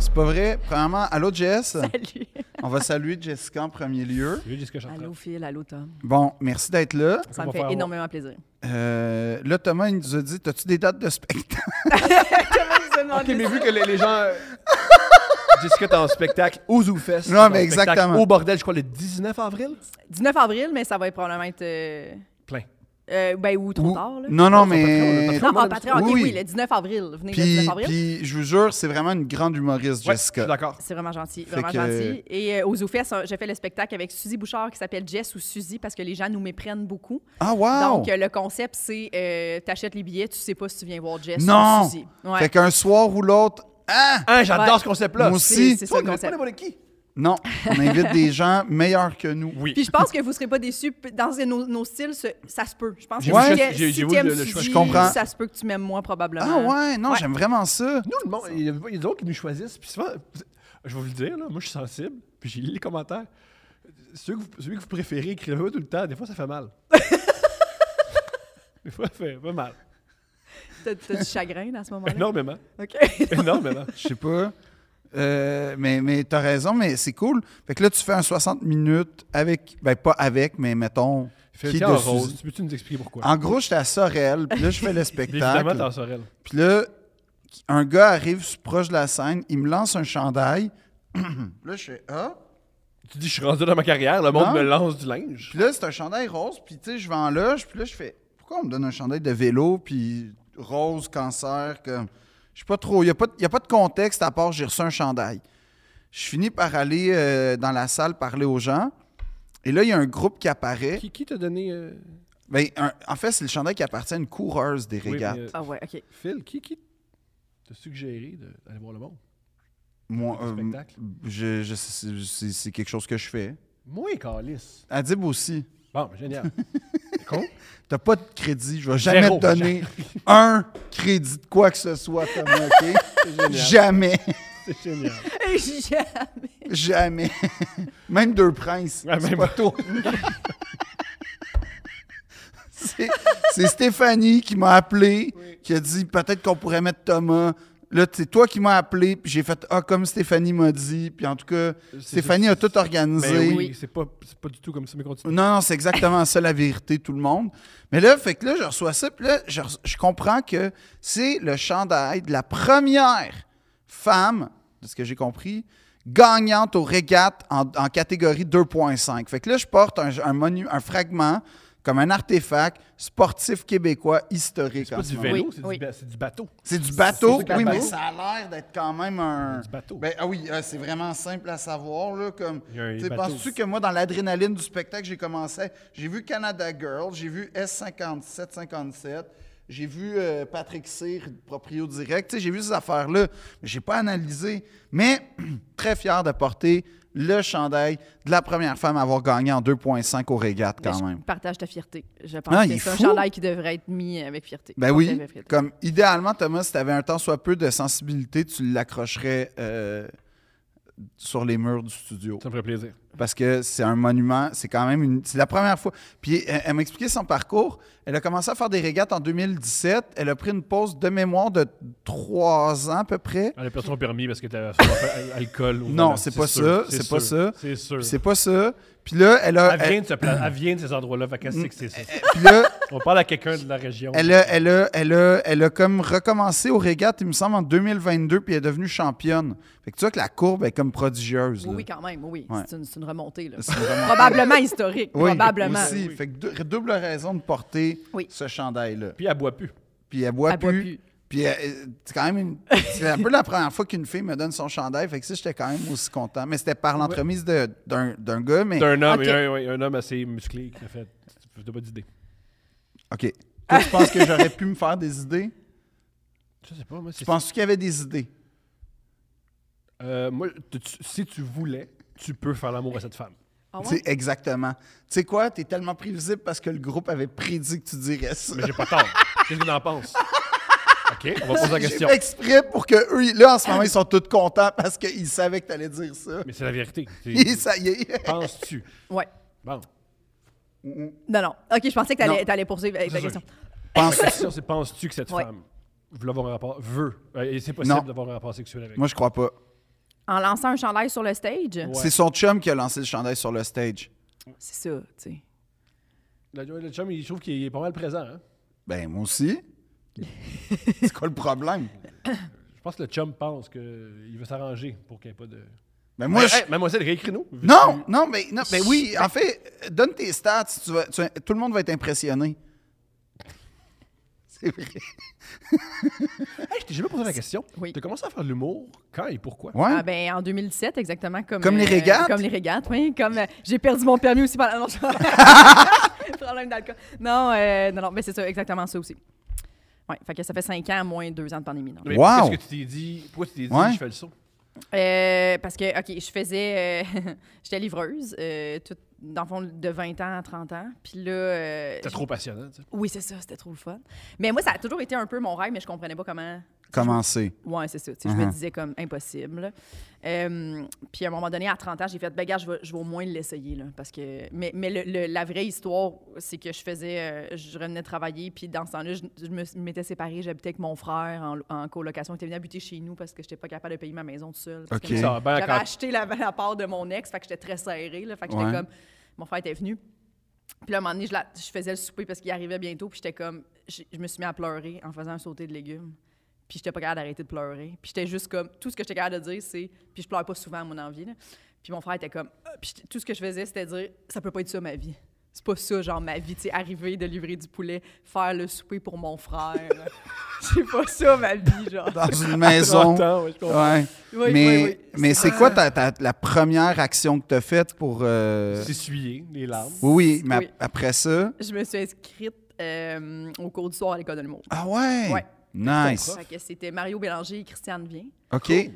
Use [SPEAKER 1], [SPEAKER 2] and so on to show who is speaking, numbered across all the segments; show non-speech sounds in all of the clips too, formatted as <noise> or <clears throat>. [SPEAKER 1] C'est pas vrai. Premièrement, allô Jess.
[SPEAKER 2] Salut.
[SPEAKER 1] On va saluer Jessica en premier lieu.
[SPEAKER 3] Tu veux dire ce que je suis en train
[SPEAKER 2] Allô
[SPEAKER 3] de-
[SPEAKER 2] Phil, allô Tom.
[SPEAKER 1] Bon, merci d'être là.
[SPEAKER 2] Ça
[SPEAKER 3] va
[SPEAKER 2] me
[SPEAKER 3] faire
[SPEAKER 2] fait
[SPEAKER 3] voir.
[SPEAKER 2] énormément <laughs> plaisir.
[SPEAKER 1] Euh, là, Thomas, il nous a dit T'as-tu des dates de spectacle
[SPEAKER 3] Ok, mais vu que les, les gens <laughs> euh, disent que t'es en spectacle au ZooFest.
[SPEAKER 1] Non,
[SPEAKER 3] t'es
[SPEAKER 1] mais
[SPEAKER 3] en spectacle
[SPEAKER 1] exactement.
[SPEAKER 3] Au bordel, je crois, le 19 avril.
[SPEAKER 2] 19 avril, mais ça va être probablement être. euh,
[SPEAKER 3] Plein.
[SPEAKER 2] euh, ben, ou trop tard. Là.
[SPEAKER 1] Non, non,
[SPEAKER 3] Non, sur
[SPEAKER 1] mais.
[SPEAKER 3] Patreon,
[SPEAKER 2] Non,
[SPEAKER 3] Comment on a
[SPEAKER 2] ah,
[SPEAKER 3] dit
[SPEAKER 2] Patreon,
[SPEAKER 1] Oui,
[SPEAKER 2] ok, oui.
[SPEAKER 1] oui.
[SPEAKER 2] le 19 avril. Venez le
[SPEAKER 1] Puis,
[SPEAKER 2] 19 avril.
[SPEAKER 1] puis, je vous jure, c'est vraiment une grande humoriste,
[SPEAKER 3] Ouais, Je
[SPEAKER 1] Jessica.
[SPEAKER 3] suis d'accord.
[SPEAKER 2] C'est vraiment gentil, vraiment
[SPEAKER 1] que-
[SPEAKER 2] gentil. Et euh, aux Zoufest, j'ai fait le spectacle avec Suzy Bouchard qui s'appelle Jess ou Suzy parce que les gens nous méprennent beaucoup.
[SPEAKER 1] Ah, wow!
[SPEAKER 2] Donc, euh, le concept, c'est euh, t'achètes les billets, tu sais pas si tu viens voir Jess
[SPEAKER 1] non!
[SPEAKER 2] ou Suzy. Ouais.
[SPEAKER 1] Fait qu'un soir ou l'autre, hein?
[SPEAKER 3] Hein, j'adore
[SPEAKER 2] Ouais.
[SPEAKER 3] ce concept-là.
[SPEAKER 1] Moi
[SPEAKER 2] C'est-
[SPEAKER 1] si.
[SPEAKER 2] C'est ça
[SPEAKER 3] Toi,
[SPEAKER 2] le
[SPEAKER 3] on est pas
[SPEAKER 2] concept.
[SPEAKER 3] n'importe qui.
[SPEAKER 1] Non, on invite des gens meilleurs que nous.
[SPEAKER 3] Oui.
[SPEAKER 2] Puis je pense que vous serez pas déçus. P- Dans nos, nos styles, ce- ça se peut. Je pense que
[SPEAKER 3] J'ai
[SPEAKER 1] vu
[SPEAKER 2] si
[SPEAKER 1] juste-
[SPEAKER 2] t'aimes-
[SPEAKER 3] j'ai- j'ai
[SPEAKER 2] si
[SPEAKER 3] vu
[SPEAKER 2] t'aimes
[SPEAKER 3] le- le choix.
[SPEAKER 2] Suzy,
[SPEAKER 1] Je comprends.
[SPEAKER 2] ça se peut que tu m'aimes moi, probablement.
[SPEAKER 1] Ah, ouais, non,
[SPEAKER 2] Ouais.
[SPEAKER 1] j'aime vraiment ça.
[SPEAKER 3] Nous, le monde, il y a- il y a des gens qui nous choisissent. Puis souvent, je vais vous le dire, là, moi, je suis sensible. Puis j'ai lu les commentaires. Ceux que vous, celui que vous préférez, écrivez-le tout le temps. Des fois, ça fait
[SPEAKER 2] <laughs>
[SPEAKER 3] mal. des fois, ça fait pas mal.
[SPEAKER 2] T'as t'as du chagrin à ce moment-là?
[SPEAKER 3] Énormément. <laughs>
[SPEAKER 2] OK.
[SPEAKER 3] Énormément.
[SPEAKER 1] Je sais pas. Euh, mais mais t'as raison, mais c'est cool. Fait que là, tu fais un 60 minutes avec, ben pas avec, mais mettons, qui
[SPEAKER 3] Fais
[SPEAKER 1] de
[SPEAKER 3] en
[SPEAKER 1] Suzy?
[SPEAKER 3] rose. Tu peux-tu nous expliquer pourquoi?
[SPEAKER 1] En gros, j'étais à Sorel, puis là,
[SPEAKER 3] <laughs>
[SPEAKER 1] je fais le
[SPEAKER 3] Évidemment, t'es
[SPEAKER 1] spectacle.
[SPEAKER 3] en sorel.
[SPEAKER 1] Puis là, un gars arrive se proche de la scène, il me lance un chandail. <clears throat> là, je fais Ah!
[SPEAKER 3] Tu dis, je suis rendu dans ma carrière, le monde
[SPEAKER 1] Non.
[SPEAKER 3] me lance du linge.
[SPEAKER 1] Puis là, c'est un chandail rose, puis tu sais, je vais en loge, puis là, je fais Pourquoi on me donne un chandail de vélo, puis rose, cancer, comme. Je sais pas trop. Il n'y a, pas de- y a pas de contexte à part j'ai reçu un chandail. Je finis par aller euh, dans la salle parler aux gens. Et là, il y a un groupe qui apparaît.
[SPEAKER 3] Qui, qui t'a donné. euh,
[SPEAKER 1] Ben, un- en fait, c'est le chandail qui appartient à une coureuse des
[SPEAKER 3] oui,
[SPEAKER 1] régates.
[SPEAKER 3] mais, euh,
[SPEAKER 2] Ah ouais, OK.
[SPEAKER 3] Phil, qui, qui t'a suggéré de- d'aller voir le monde?
[SPEAKER 1] Moi,
[SPEAKER 3] Le
[SPEAKER 1] euh,
[SPEAKER 3] spectacle.
[SPEAKER 1] je- je- c'est- c'est c'est quelque chose que je fais.
[SPEAKER 3] Moi, Calis.
[SPEAKER 1] Adib aussi.
[SPEAKER 3] Bon, ben,
[SPEAKER 1] <laughs>
[SPEAKER 3] génial. C'est con.
[SPEAKER 1] T'as pas de crédit. Je vais jamais
[SPEAKER 3] Zéro. <laughs>
[SPEAKER 1] te donner un crédit de quoi que ce soit,
[SPEAKER 3] <laughs>
[SPEAKER 1] Thomas, OK? jamais.
[SPEAKER 3] C'est génial.
[SPEAKER 2] Jamais.
[SPEAKER 1] Jamais. Même deux princes.
[SPEAKER 3] <laughs> Ouais,
[SPEAKER 1] c'est
[SPEAKER 3] même-
[SPEAKER 1] pas toi. <laughs> c'est c'est Stéphanie qui m'a appelé, qui a dit peut-être qu'on pourrait mettre Thomas. Là, c'est toi qui m'as appelé, puis j'ai fait Ah, comme Stéphanie m'a dit. Puis en tout cas, Stéphanie a tout organisé.
[SPEAKER 3] Mais Ben oui, c'est pas, c'est pas du tout comme ça, mais continue.
[SPEAKER 1] Non, non, c'est exactement ça la vérité, tout le monde. Mais là, fait que là, je reçois ça, puis là, je, re- je comprends que c'est le chandail de la première femme, de ce que j'ai compris, gagnante aux régates en, en catégorie 2.5. Fait que là, je porte un, un, monu- un fragment comme un artefact sportif québécois historique.
[SPEAKER 3] C'est
[SPEAKER 1] en
[SPEAKER 3] pas
[SPEAKER 1] ce
[SPEAKER 3] du
[SPEAKER 1] moment.
[SPEAKER 3] vélo,
[SPEAKER 2] Oui,
[SPEAKER 3] c'est, du
[SPEAKER 2] oui.
[SPEAKER 3] ba- c'est du bateau.
[SPEAKER 1] C'est du bateau,
[SPEAKER 3] C'est ça que
[SPEAKER 1] oui,
[SPEAKER 3] la
[SPEAKER 1] mais
[SPEAKER 3] base.
[SPEAKER 1] ça a l'air d'être quand même un.
[SPEAKER 3] Du bateau.
[SPEAKER 1] Ben, ah oui, euh, c'est vraiment simple à savoir. Là, comme,
[SPEAKER 3] Il y a un
[SPEAKER 1] Tu sais,
[SPEAKER 3] bateau.
[SPEAKER 1] penses-tu que moi, dans l'adrénaline du spectacle, j'ai commencé. J'ai vu Canada Girl, j'ai vu S57-57, j'ai vu euh, Patrick Cyr, proprio direct. Tu sais, J'ai vu ces affaires-là, mais j'ai pas analysé. Mais <clears throat> très fier de porter le chandail de la première femme à avoir gagné en 2,5 au régate
[SPEAKER 2] Mais
[SPEAKER 1] quand
[SPEAKER 2] je
[SPEAKER 1] même.
[SPEAKER 2] partage ta fierté. Je pense
[SPEAKER 1] Ah, il est
[SPEAKER 2] que c'est un
[SPEAKER 1] fou.
[SPEAKER 2] chandail qui devrait être mis avec fierté.
[SPEAKER 1] Ben
[SPEAKER 2] Porté
[SPEAKER 1] oui.
[SPEAKER 2] avec fierté.
[SPEAKER 1] Comme idéalement, Thomas, si tu avais un temps soit peu de sensibilité, tu l'accrocherais euh, sur les murs du studio.
[SPEAKER 3] Ça me ferait plaisir.
[SPEAKER 1] Parce que c'est un monument, c'est quand même une. C'est la première fois. Puis elle, elle m'a expliqué son parcours. Elle a commencé à faire des régates en 2017. Elle a pris une pause de mémoire de trois ans à peu près.
[SPEAKER 3] Elle a perdu son permis parce que t'avais <laughs> sûrement fait al- alcool. Ou
[SPEAKER 1] Non,
[SPEAKER 3] voilà,
[SPEAKER 1] c'est pas
[SPEAKER 3] sûr,
[SPEAKER 1] ça, c'est pas
[SPEAKER 3] sûr,
[SPEAKER 1] ça.
[SPEAKER 3] C'est sûr.
[SPEAKER 1] Puis c'est pas ça. Puis là, elle a.
[SPEAKER 3] Elle
[SPEAKER 1] elle-
[SPEAKER 3] vient de ce pla- elle vient de ces endroits-là, fait qu'est-ce que c'est ça?
[SPEAKER 1] puis là,
[SPEAKER 3] On parle à quelqu'un de la région.
[SPEAKER 1] Elle a, elle, a, elle, a, elle a comme recommencé au régate, il me semble, en 2022, puis elle est devenue championne. Fait que tu vois que la courbe est comme prodigieuse.
[SPEAKER 2] Oui,
[SPEAKER 1] là.
[SPEAKER 2] oui, quand même. Oui, oui.
[SPEAKER 1] Ouais.
[SPEAKER 2] C'est une, c'est une remontée. Là.
[SPEAKER 1] C'est vraiment-
[SPEAKER 2] Probablement historique.
[SPEAKER 1] Oui,
[SPEAKER 2] probablement.
[SPEAKER 1] aussi. Fait que dou- double raison de porter
[SPEAKER 2] Oui.
[SPEAKER 1] ce chandail-là.
[SPEAKER 3] Puis elle boit plus.
[SPEAKER 1] Puis elle boit
[SPEAKER 2] Elle boit
[SPEAKER 1] plus.
[SPEAKER 2] plus.
[SPEAKER 1] Puis elle- euh, c'est quand même une- c'est un peu la première fois qu'une fille me donne son chandail. Fait que ça, j'étais quand même aussi content. Mais c'était par l'entremise de- d'un d'un gars, mais.
[SPEAKER 3] D'un homme,
[SPEAKER 2] Ok.
[SPEAKER 3] un, ouais, un homme assez musclé qui a fait. Tu n'as pas d'idée.
[SPEAKER 1] OK. Toi, tu penses que j'aurais pu me faire des idées?
[SPEAKER 3] Je sais pas, moi,
[SPEAKER 1] Tu
[SPEAKER 3] c'est.
[SPEAKER 1] penses qu'il y avait des idées?
[SPEAKER 3] Euh, moi, tu- tu- si tu voulais, tu peux faire l'amour à cette femme.
[SPEAKER 2] Ah ouais?
[SPEAKER 1] Tu sais, exactement. Tu sais quoi? T'es tellement prévisible parce que le groupe avait prédit que tu dirais ça.
[SPEAKER 3] Mais j'ai pas <laughs> tort. Qu'est-ce que t'en penses? OK, on va <laughs> poser la
[SPEAKER 1] J'ai
[SPEAKER 3] question.
[SPEAKER 1] fait exprès pour que eux, ils- là, en ce moment, ils sont tous contents parce qu'ils savaient que t'allais dire ça.
[SPEAKER 3] Mais c'est la <laughs> vérité. C'est-
[SPEAKER 1] Et ça y est.
[SPEAKER 3] Penses-tu?
[SPEAKER 2] Ouais.
[SPEAKER 3] <laughs> Bon.
[SPEAKER 2] Non, non. OK, je pensais que
[SPEAKER 1] Non.
[SPEAKER 2] t'allais allais poursuivre avec
[SPEAKER 3] C'est
[SPEAKER 2] ta
[SPEAKER 3] sûr.
[SPEAKER 2] question.
[SPEAKER 3] La
[SPEAKER 1] Pense-
[SPEAKER 3] question, c'est penses-tu que cette
[SPEAKER 2] Ouais.
[SPEAKER 3] femme veut avoir un rapport, veut, euh, et c'est possible
[SPEAKER 1] Non.
[SPEAKER 3] d'avoir un rapport sexuel avec
[SPEAKER 1] Moi, je crois pas.
[SPEAKER 2] En lançant un chandail sur le stage?
[SPEAKER 3] Ouais.
[SPEAKER 1] C'est son chum qui a lancé le chandail sur le stage.
[SPEAKER 2] C'est ça, tu sais.
[SPEAKER 3] Le, le chum, il trouve qu'il est pas mal présent. Hein?
[SPEAKER 1] Ben, moi aussi. c'est quoi le problème?
[SPEAKER 3] Je pense que le chum pense qu'il veut s'arranger pour qu'il n'y ait pas de.
[SPEAKER 1] Ben, moi, je-
[SPEAKER 3] Hey, mademoiselle, réécris-nous.
[SPEAKER 1] Non, non, mais non, ben oui, en fait, donne tes stats, tu vas- tu vas- tout le monde va être impressionné. C'est vrai.
[SPEAKER 3] Hey, je t'ai jamais posé la question.
[SPEAKER 2] Oui.
[SPEAKER 3] T'as commencé à faire de l'humour quand et pourquoi?
[SPEAKER 1] Ouais.
[SPEAKER 2] Ah ben, en 2017, exactement.
[SPEAKER 1] Hein?
[SPEAKER 2] Comme, euh,
[SPEAKER 1] Comme les régates?
[SPEAKER 2] Comme les régates, oui. Comme euh, j'ai perdu mon permis aussi pendant... Non, je- <laughs> Problème d'alcool. Non, euh, non, non, mais c'est ça, exactement ça aussi. Oui, fait que ça fait cinq ans, moins deux ans de pandémie. non.
[SPEAKER 3] Mais
[SPEAKER 1] Wow.
[SPEAKER 3] Qu'est-ce que tu t'es dit? Pourquoi tu t'es dit
[SPEAKER 1] Ouais.
[SPEAKER 3] je fais le saut?
[SPEAKER 2] Euh, parce que, OK, je faisais. euh, <laughs> J'étais livreuse, euh, tout, dans le fond, de 20 ans à 30 ans. Puis là. euh,
[SPEAKER 3] T'es trop passionnant, tu sais.
[SPEAKER 2] Oui, c'est ça, c'était trop le fun. Mais moi, ça a toujours été un peu mon rêve, mais je comprenais pas comment.
[SPEAKER 1] Commencer.
[SPEAKER 2] Ouais, c'est ça. tu sais, Je
[SPEAKER 1] Mhm.
[SPEAKER 2] me disais comme impossible. Euh, puis à un moment donné, à 30 ans, j'ai fait, ben, gars, je vais, je vais au moins l'essayer. là, Parce que... Mais, mais le- le- la vraie histoire, c'est que je faisais. euh, je revenais travailler, puis dans ce temps-là, je, je me je m'étais séparée, j'habitais avec mon frère en, en colocation. Il était venu habiter chez nous parce que j'étais pas capable de payer ma maison tout seul. Parce que
[SPEAKER 1] OK.
[SPEAKER 2] moi,
[SPEAKER 1] Ça
[SPEAKER 3] va bien
[SPEAKER 2] J'avais
[SPEAKER 3] quand-
[SPEAKER 2] acheté la, <laughs> la part de mon ex, fait que j'étais très serrée. Là, fait que j'étais
[SPEAKER 1] Ouais.
[SPEAKER 2] comme. Mon frère était venu. Puis là, à un moment donné, je, la- je faisais le souper parce qu'il arrivait bientôt, puis j'étais comme. Je, je me suis mis à pleurer en faisant un sauté de légumes. Puis j'étais pas capable d'arrêter de pleurer. Puis j'étais juste comme. Tout ce que j'étais capable de dire, c'est. Puis je pleure pas souvent à mon envie, là. Puis mon frère était comme. Ah! Puis j'étais- tout ce que je faisais, c'était dire ça peut pas être ça ma vie. C'est pas ça, genre, ma vie, tu sais, arriver de livrer du poulet, faire le souper pour mon frère. <laughs> C'est pas ça, ma vie, genre.
[SPEAKER 1] Dans une maison.
[SPEAKER 3] 30 ans, ouais, je comprends.
[SPEAKER 1] Ouais.
[SPEAKER 2] Oui,
[SPEAKER 1] mais
[SPEAKER 2] oui, oui.
[SPEAKER 1] mais c'est quoi ta, ta- la première action que tu as faite pour. euh,
[SPEAKER 3] S'essuyer, les larmes.
[SPEAKER 1] Oui, oui, mais
[SPEAKER 2] Oui.
[SPEAKER 1] ap- après ça.
[SPEAKER 2] Je me suis inscrite euh, au cours du soir à l'école de l'humour.
[SPEAKER 1] Ah ouais?
[SPEAKER 2] Ouais.
[SPEAKER 1] Nice.
[SPEAKER 2] Fait que c'était Mario Bélanger et Christiane Vien.
[SPEAKER 1] OK.
[SPEAKER 2] Ouais,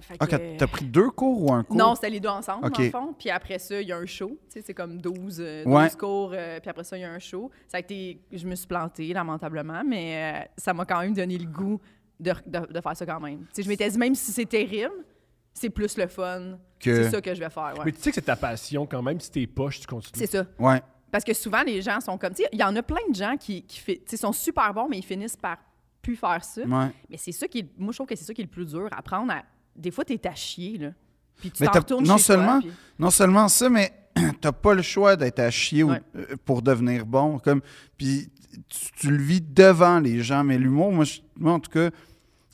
[SPEAKER 2] fait
[SPEAKER 1] Ah,
[SPEAKER 2] que-
[SPEAKER 1] quand t'as pris deux cours ou un cours?
[SPEAKER 2] euh, Non, c'était les deux ensemble,
[SPEAKER 1] Ok.
[SPEAKER 2] dans le fond. Puis après ça, il y a un show. Tu sais, c'est comme 12, euh, 12
[SPEAKER 1] Ouais.
[SPEAKER 2] cours, euh, puis après ça, il y a un show. Ça a été... Je me suis plantée, lamentablement, mais euh, ça m'a quand même donné le goût de, de- de faire ça quand même. Tu sais, je m'étais dit, même si c'est terrible, c'est plus le fun.
[SPEAKER 1] Que-
[SPEAKER 2] C'est ça que je vais faire, ouais.
[SPEAKER 3] Mais tu sais que c'est ta passion quand même, si t'es poche, tu continues.
[SPEAKER 2] C'est ça.
[SPEAKER 1] Ouais.
[SPEAKER 2] Parce que souvent, les gens sont comme... tu sais, Il y en a plein de gens qui, qui fait- tu sais, sont super bons, mais ils finissent par plus faire ça.
[SPEAKER 1] Ouais.
[SPEAKER 2] Mais c'est ça qui est, moi je trouve que c'est ça qui est le plus dur, apprendre à des fois t'es à chier là. Puis tu
[SPEAKER 1] Mais
[SPEAKER 2] t'en
[SPEAKER 1] t'as-
[SPEAKER 2] retournes
[SPEAKER 1] non
[SPEAKER 2] chez
[SPEAKER 1] seulement,
[SPEAKER 2] toi, puis-
[SPEAKER 1] non seulement ça, mais <clears throat> t'as pas le choix d'être à chier ou-
[SPEAKER 2] Ouais.
[SPEAKER 1] euh, pour devenir bon. Comme, puis tu, tu le vis devant les gens. Mais l'humour, moi, je- moi, en tout cas,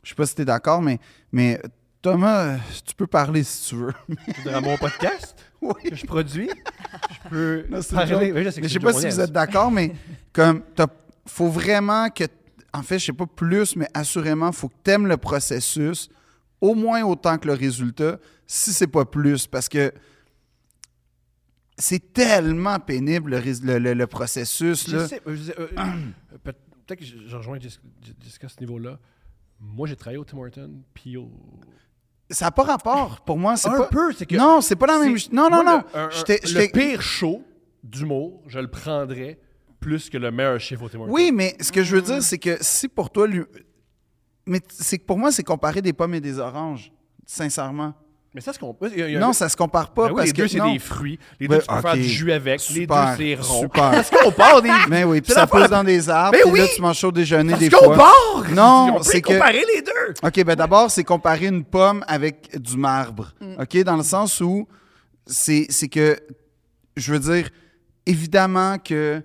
[SPEAKER 1] je sais pas si t'es d'accord, mais, mais Thomas, euh, tu peux parler si tu veux.
[SPEAKER 3] Dans mon podcast
[SPEAKER 1] <laughs> Oui.
[SPEAKER 3] que je produis, je peux
[SPEAKER 1] <laughs> Non, c'est une
[SPEAKER 3] parler.
[SPEAKER 1] joke.
[SPEAKER 3] Oui, je sais que c'est
[SPEAKER 1] Mais je sais
[SPEAKER 3] une
[SPEAKER 1] pas
[SPEAKER 3] joke,
[SPEAKER 1] si
[SPEAKER 3] on
[SPEAKER 1] vous
[SPEAKER 3] est-
[SPEAKER 1] êtes d'accord, mais
[SPEAKER 3] <laughs>
[SPEAKER 1] comme t'as- faut vraiment que, en fait, je sais pas plus, mais assurément, faut que t'aimes le processus au moins autant que le résultat, si c'est pas plus, parce que c'est tellement pénible le, rés- le- le- le processus
[SPEAKER 3] Je
[SPEAKER 1] là.
[SPEAKER 3] sais, euh, je sais, euh, euh, peut- peut-être que je je rejoins Jess- Jessica à ce niveau-là. Moi, j'ai travaillé au Tim Hortons, puis au.
[SPEAKER 1] Ça n'a pas rapport. Pour moi, c'est pas.
[SPEAKER 3] peu, c'est
[SPEAKER 1] Non, c'est pas la même.
[SPEAKER 3] C'est-
[SPEAKER 1] Non, non,
[SPEAKER 3] Moi,
[SPEAKER 1] non.
[SPEAKER 3] Le, un- un-
[SPEAKER 1] Je t'ai- je
[SPEAKER 3] le
[SPEAKER 1] t'ai-
[SPEAKER 3] pire show d'humour, je le prendrais plus que le meilleur chef au Tim Hortons.
[SPEAKER 1] Oui, mais ce que je veux
[SPEAKER 3] Mm.
[SPEAKER 1] dire, c'est que si pour toi, l'hu- mais t- c'est que pour moi, c'est comparer des pommes et des oranges, sincèrement.
[SPEAKER 3] Mais ça, ce qu'on. il y a- il y a-
[SPEAKER 1] Non, ça se compare pas
[SPEAKER 3] Ben oui,
[SPEAKER 1] parce
[SPEAKER 3] les
[SPEAKER 1] que
[SPEAKER 3] deux, c'est
[SPEAKER 1] non.
[SPEAKER 3] des fruits. Les
[SPEAKER 1] Ben,
[SPEAKER 3] deux, tu peux faire
[SPEAKER 1] ok.
[SPEAKER 3] du jus avec.
[SPEAKER 1] Super,
[SPEAKER 3] les deux, c'est rond. <laughs>
[SPEAKER 1] super.
[SPEAKER 3] Parce qu'on part des.
[SPEAKER 1] Mais Ben oui, puis
[SPEAKER 3] C'est
[SPEAKER 1] ça
[SPEAKER 3] l'affaire
[SPEAKER 1] pousse
[SPEAKER 3] la-
[SPEAKER 1] dans des arbres,
[SPEAKER 3] Ben
[SPEAKER 1] puis là
[SPEAKER 3] oui!
[SPEAKER 1] tu manges chaud au déjeuner
[SPEAKER 3] Parce
[SPEAKER 1] des
[SPEAKER 3] qu'on
[SPEAKER 1] fois.
[SPEAKER 3] part!
[SPEAKER 1] Non,
[SPEAKER 3] On peut
[SPEAKER 1] c'est que-
[SPEAKER 3] comparer les deux!
[SPEAKER 1] OK, ben d'abord, c'est comparer une pomme avec du marbre. OK, dans le sens où c'est c'est que je veux dire évidemment que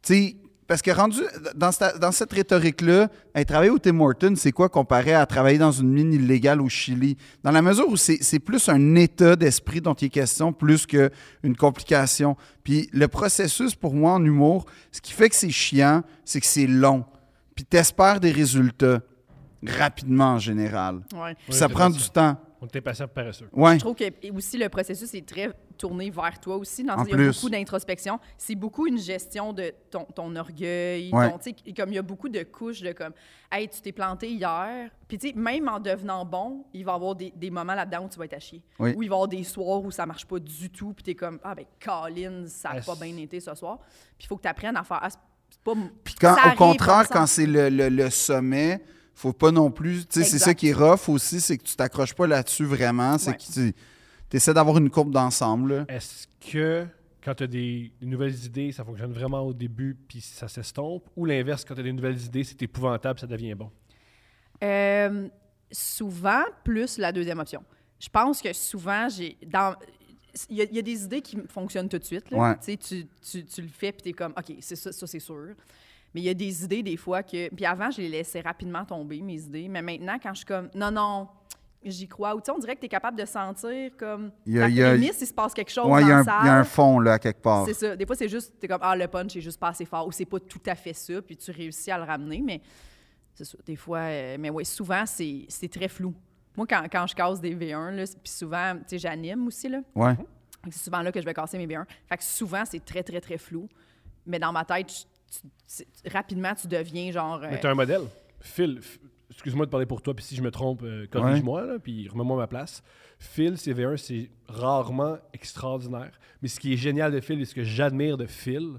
[SPEAKER 1] tu sais parce que rendu dans, cette- dans cette rhétorique-là, hey, travailler au Tim Hortons, c'est quoi comparé à travailler dans une mine illégale au Chili? Dans la mesure où c'est c'est plus un état d'esprit dont il est question, plus qu'une complication. Puis le processus, pour moi, en humour, ce qui fait que c'est chiant, c'est que c'est long. Puis t'espères des résultats rapidement en général.
[SPEAKER 2] Ouais.
[SPEAKER 1] Puis ça
[SPEAKER 3] c'est
[SPEAKER 1] prend
[SPEAKER 3] vrai,
[SPEAKER 1] du temps.
[SPEAKER 3] On était patient paresseux.
[SPEAKER 1] Ouais.
[SPEAKER 2] Je trouve que et aussi le processus est très tourné vers toi aussi. Dans
[SPEAKER 1] En
[SPEAKER 2] le sens, il y a
[SPEAKER 1] plus.
[SPEAKER 2] beaucoup d'introspection. C'est beaucoup une gestion de ton, ton orgueil.
[SPEAKER 1] Ouais.
[SPEAKER 2] ton- tu sais, comme il y a beaucoup de couches de comme, hey, tu t'es planté hier. Puis tu sais, même en devenant bon, il va y avoir des, des moments là-dedans où tu vas être à chier.
[SPEAKER 1] Oui.
[SPEAKER 2] Où il va y avoir des soirs où ça marche pas du tout. Puis t'es comme, ah ben, Colin, ça n'a
[SPEAKER 3] Ah,
[SPEAKER 2] pas
[SPEAKER 3] c'est-
[SPEAKER 2] bien été ce soir. Puis il faut que tu apprennes à faire. Ah, c'est- c'est pas,
[SPEAKER 1] Puis quand,
[SPEAKER 2] ça
[SPEAKER 1] au
[SPEAKER 2] arrive,
[SPEAKER 1] contraire,
[SPEAKER 2] on
[SPEAKER 1] quand
[SPEAKER 2] s'en-
[SPEAKER 1] c'est le, le- le sommet, faut pas non plus. Tu sais, c'est
[SPEAKER 2] Exact.
[SPEAKER 1] ça qui est rough aussi, c'est que tu t'accroches pas là-dessus vraiment. C'est
[SPEAKER 2] Ouais.
[SPEAKER 1] que tu essaies d'avoir une courbe d'ensemble. là.
[SPEAKER 3] Est-ce que quand tu as des, des nouvelles idées, ça fonctionne vraiment au début puis ça s'estompe? Ou l'inverse, quand tu as des nouvelles idées, c'est épouvantable, ça devient bon?
[SPEAKER 2] Euh, souvent, plus la deuxième option. je pense que souvent, j'ai. dans- Il y, a- il y a des idées qui fonctionnent tout de suite. là.
[SPEAKER 1] Ouais.
[SPEAKER 2] Tu, sais, tu, tu- tu le fais, puis tu es comme, OK, c'est ça, ça c'est sûr. Mais il y a des idées, des fois, que. Puis avant, je les laissais rapidement tomber, mes idées. Mais maintenant, quand je suis comme, non, non, j'y crois. Ou tu sais, on dirait que tu es capable de sentir comme.
[SPEAKER 1] Il y a-
[SPEAKER 2] la
[SPEAKER 1] il y a-
[SPEAKER 2] prémisse, il se passe quelque chose
[SPEAKER 1] Ouais, il y,
[SPEAKER 2] dans
[SPEAKER 1] a un-
[SPEAKER 2] la
[SPEAKER 1] il y a un
[SPEAKER 2] salle.
[SPEAKER 1] fond, là, à quelque part.
[SPEAKER 2] C'est ça. Des fois, c'est juste, t'es comme, ah, le punch est juste pas assez fort ou c'est pas tout à fait ça, puis tu réussis à le ramener, mais c'est ça. Des fois, euh, mais ouais, souvent, c'est c'est très flou. Moi, quand, quand je casse des V1, là, c'est- puis souvent, tu sais, j'anime aussi, là.
[SPEAKER 1] Ouais.
[SPEAKER 2] Fait que C'est souvent là que je vais casser mes V1. Fait que souvent, c'est très, très, très flou. Mais dans ma tête, tu- tu- c'est- rapidement, tu deviens genre. euh,
[SPEAKER 3] Mais t'as un modèle. Phil, f- excuse-moi de parler pour toi, puis si je me trompe, euh, corrige-moi, là, puis remets-moi ma place. Phil, CV1, c'est rarement extraordinaire. Mais ce qui est génial de Phil et ce que j'admire de Phil,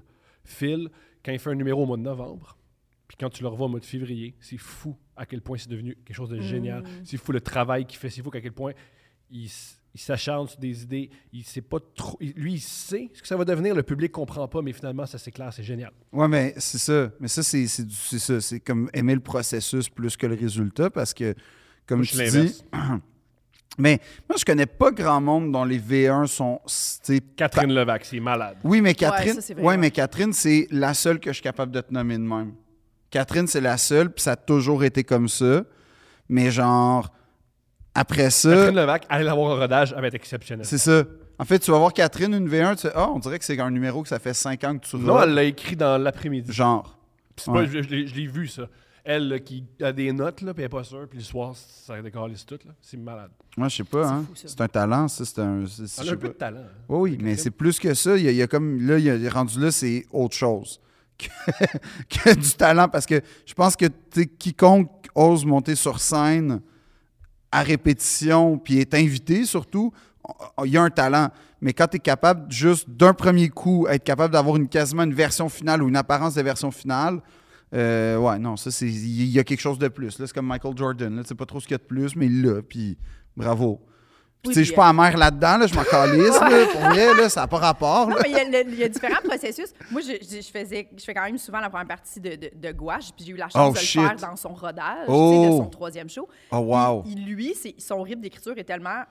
[SPEAKER 3] Phil, quand il fait un numéro au mois de novembre, puis quand tu le revois au mois de février, c'est fou à quel point c'est devenu quelque chose de génial. C'est fou le travail qu'il fait, c'est fou à quel point il, s- il s'acharne sur des idées. Il sait pas trop. il- Lui, il sait ce que ça va devenir. Le public comprend pas, mais finalement, ça c'est clair, c'est génial.
[SPEAKER 1] Ouais, mais c'est ça. Mais ça, c'est c'est du- c'est ça. C'est comme aimer le processus plus que le résultat parce que, comme
[SPEAKER 3] Moi, je
[SPEAKER 1] tu
[SPEAKER 3] suis l'inverse.
[SPEAKER 1] dis. Mais moi, je connais pas grand monde dont les V1 sont. tu sais,
[SPEAKER 3] Catherine Levac, c'est malade.
[SPEAKER 1] Oui, mais Catherine,
[SPEAKER 2] ça, c'est vrai,
[SPEAKER 1] ouais,
[SPEAKER 2] ouais.
[SPEAKER 1] mais Catherine, c'est la seule que je suis capable de te nommer de même. Catherine, c'est la seule, puis ça a toujours été comme ça. Mais genre, après ça,
[SPEAKER 3] Catherine Levac, aller l'avoir en rodage, elle va être exceptionnelle.
[SPEAKER 1] Euh, c'est ça. En fait, tu vas voir Catherine, une V1, tu fais, ah, on dirait que c'est un numéro que ça fait 5 ans que tu
[SPEAKER 3] Non,
[SPEAKER 1] roules.
[SPEAKER 3] elle l'a écrit dans l'après-midi.
[SPEAKER 1] Genre.
[SPEAKER 3] C'est pas-
[SPEAKER 1] Ouais.
[SPEAKER 3] Je, je l'ai- je l'ai vu, ça. Elle là, qui a des notes, là, puis elle est pas sûre, puis le soir, ça décalisse tout. là. C'est malade.
[SPEAKER 1] Moi, je sais pas, hein.
[SPEAKER 2] fou, ça.
[SPEAKER 1] C'est un talent, ça. C'est un. c'est- c'est-
[SPEAKER 3] Elle a
[SPEAKER 1] je sais
[SPEAKER 3] un peu
[SPEAKER 1] pas.
[SPEAKER 3] de talent. hein.
[SPEAKER 1] Oui, oui, mais c'est plus que ça. Il y a, il y a comme là, il y a- rendu là, c'est autre chose <laughs> que, que du talent. Parce que je pense que tu sais, quiconque ose monter sur scène à répétition, puis est invité surtout, on- on- il y a un talent. Mais quand tu es capable juste d'un premier coup, être capable d'avoir une, quasiment une version finale ou une apparence de version finale, euh, ouais, non, ça, c'est il y a quelque chose de plus. Là, c'est comme Michael Jordan. Là, tu sais pas trop ce qu'il y a de plus, mais il l'a, puis bravo. Puis,
[SPEAKER 2] Oui,
[SPEAKER 1] tu sais, je suis
[SPEAKER 2] puis,
[SPEAKER 1] pas amer là-dedans, là, je m'en calisse, là, pour vrai, là, ça n'a pas rapport.
[SPEAKER 2] Non,
[SPEAKER 1] là.
[SPEAKER 2] Ah, mais il y, a le- il y a différents processus. Moi, je, je- je faisais, je fais quand même souvent la première partie de, de, de gouache, puis j'ai eu la chance
[SPEAKER 1] Oh,
[SPEAKER 2] de le
[SPEAKER 1] shit.
[SPEAKER 2] faire dans son rodage, tu sais,
[SPEAKER 1] Oh.
[SPEAKER 2] de son troisième show.
[SPEAKER 1] Oh, wow.
[SPEAKER 2] Il- lui, c'est- son rythme d'écriture est tellement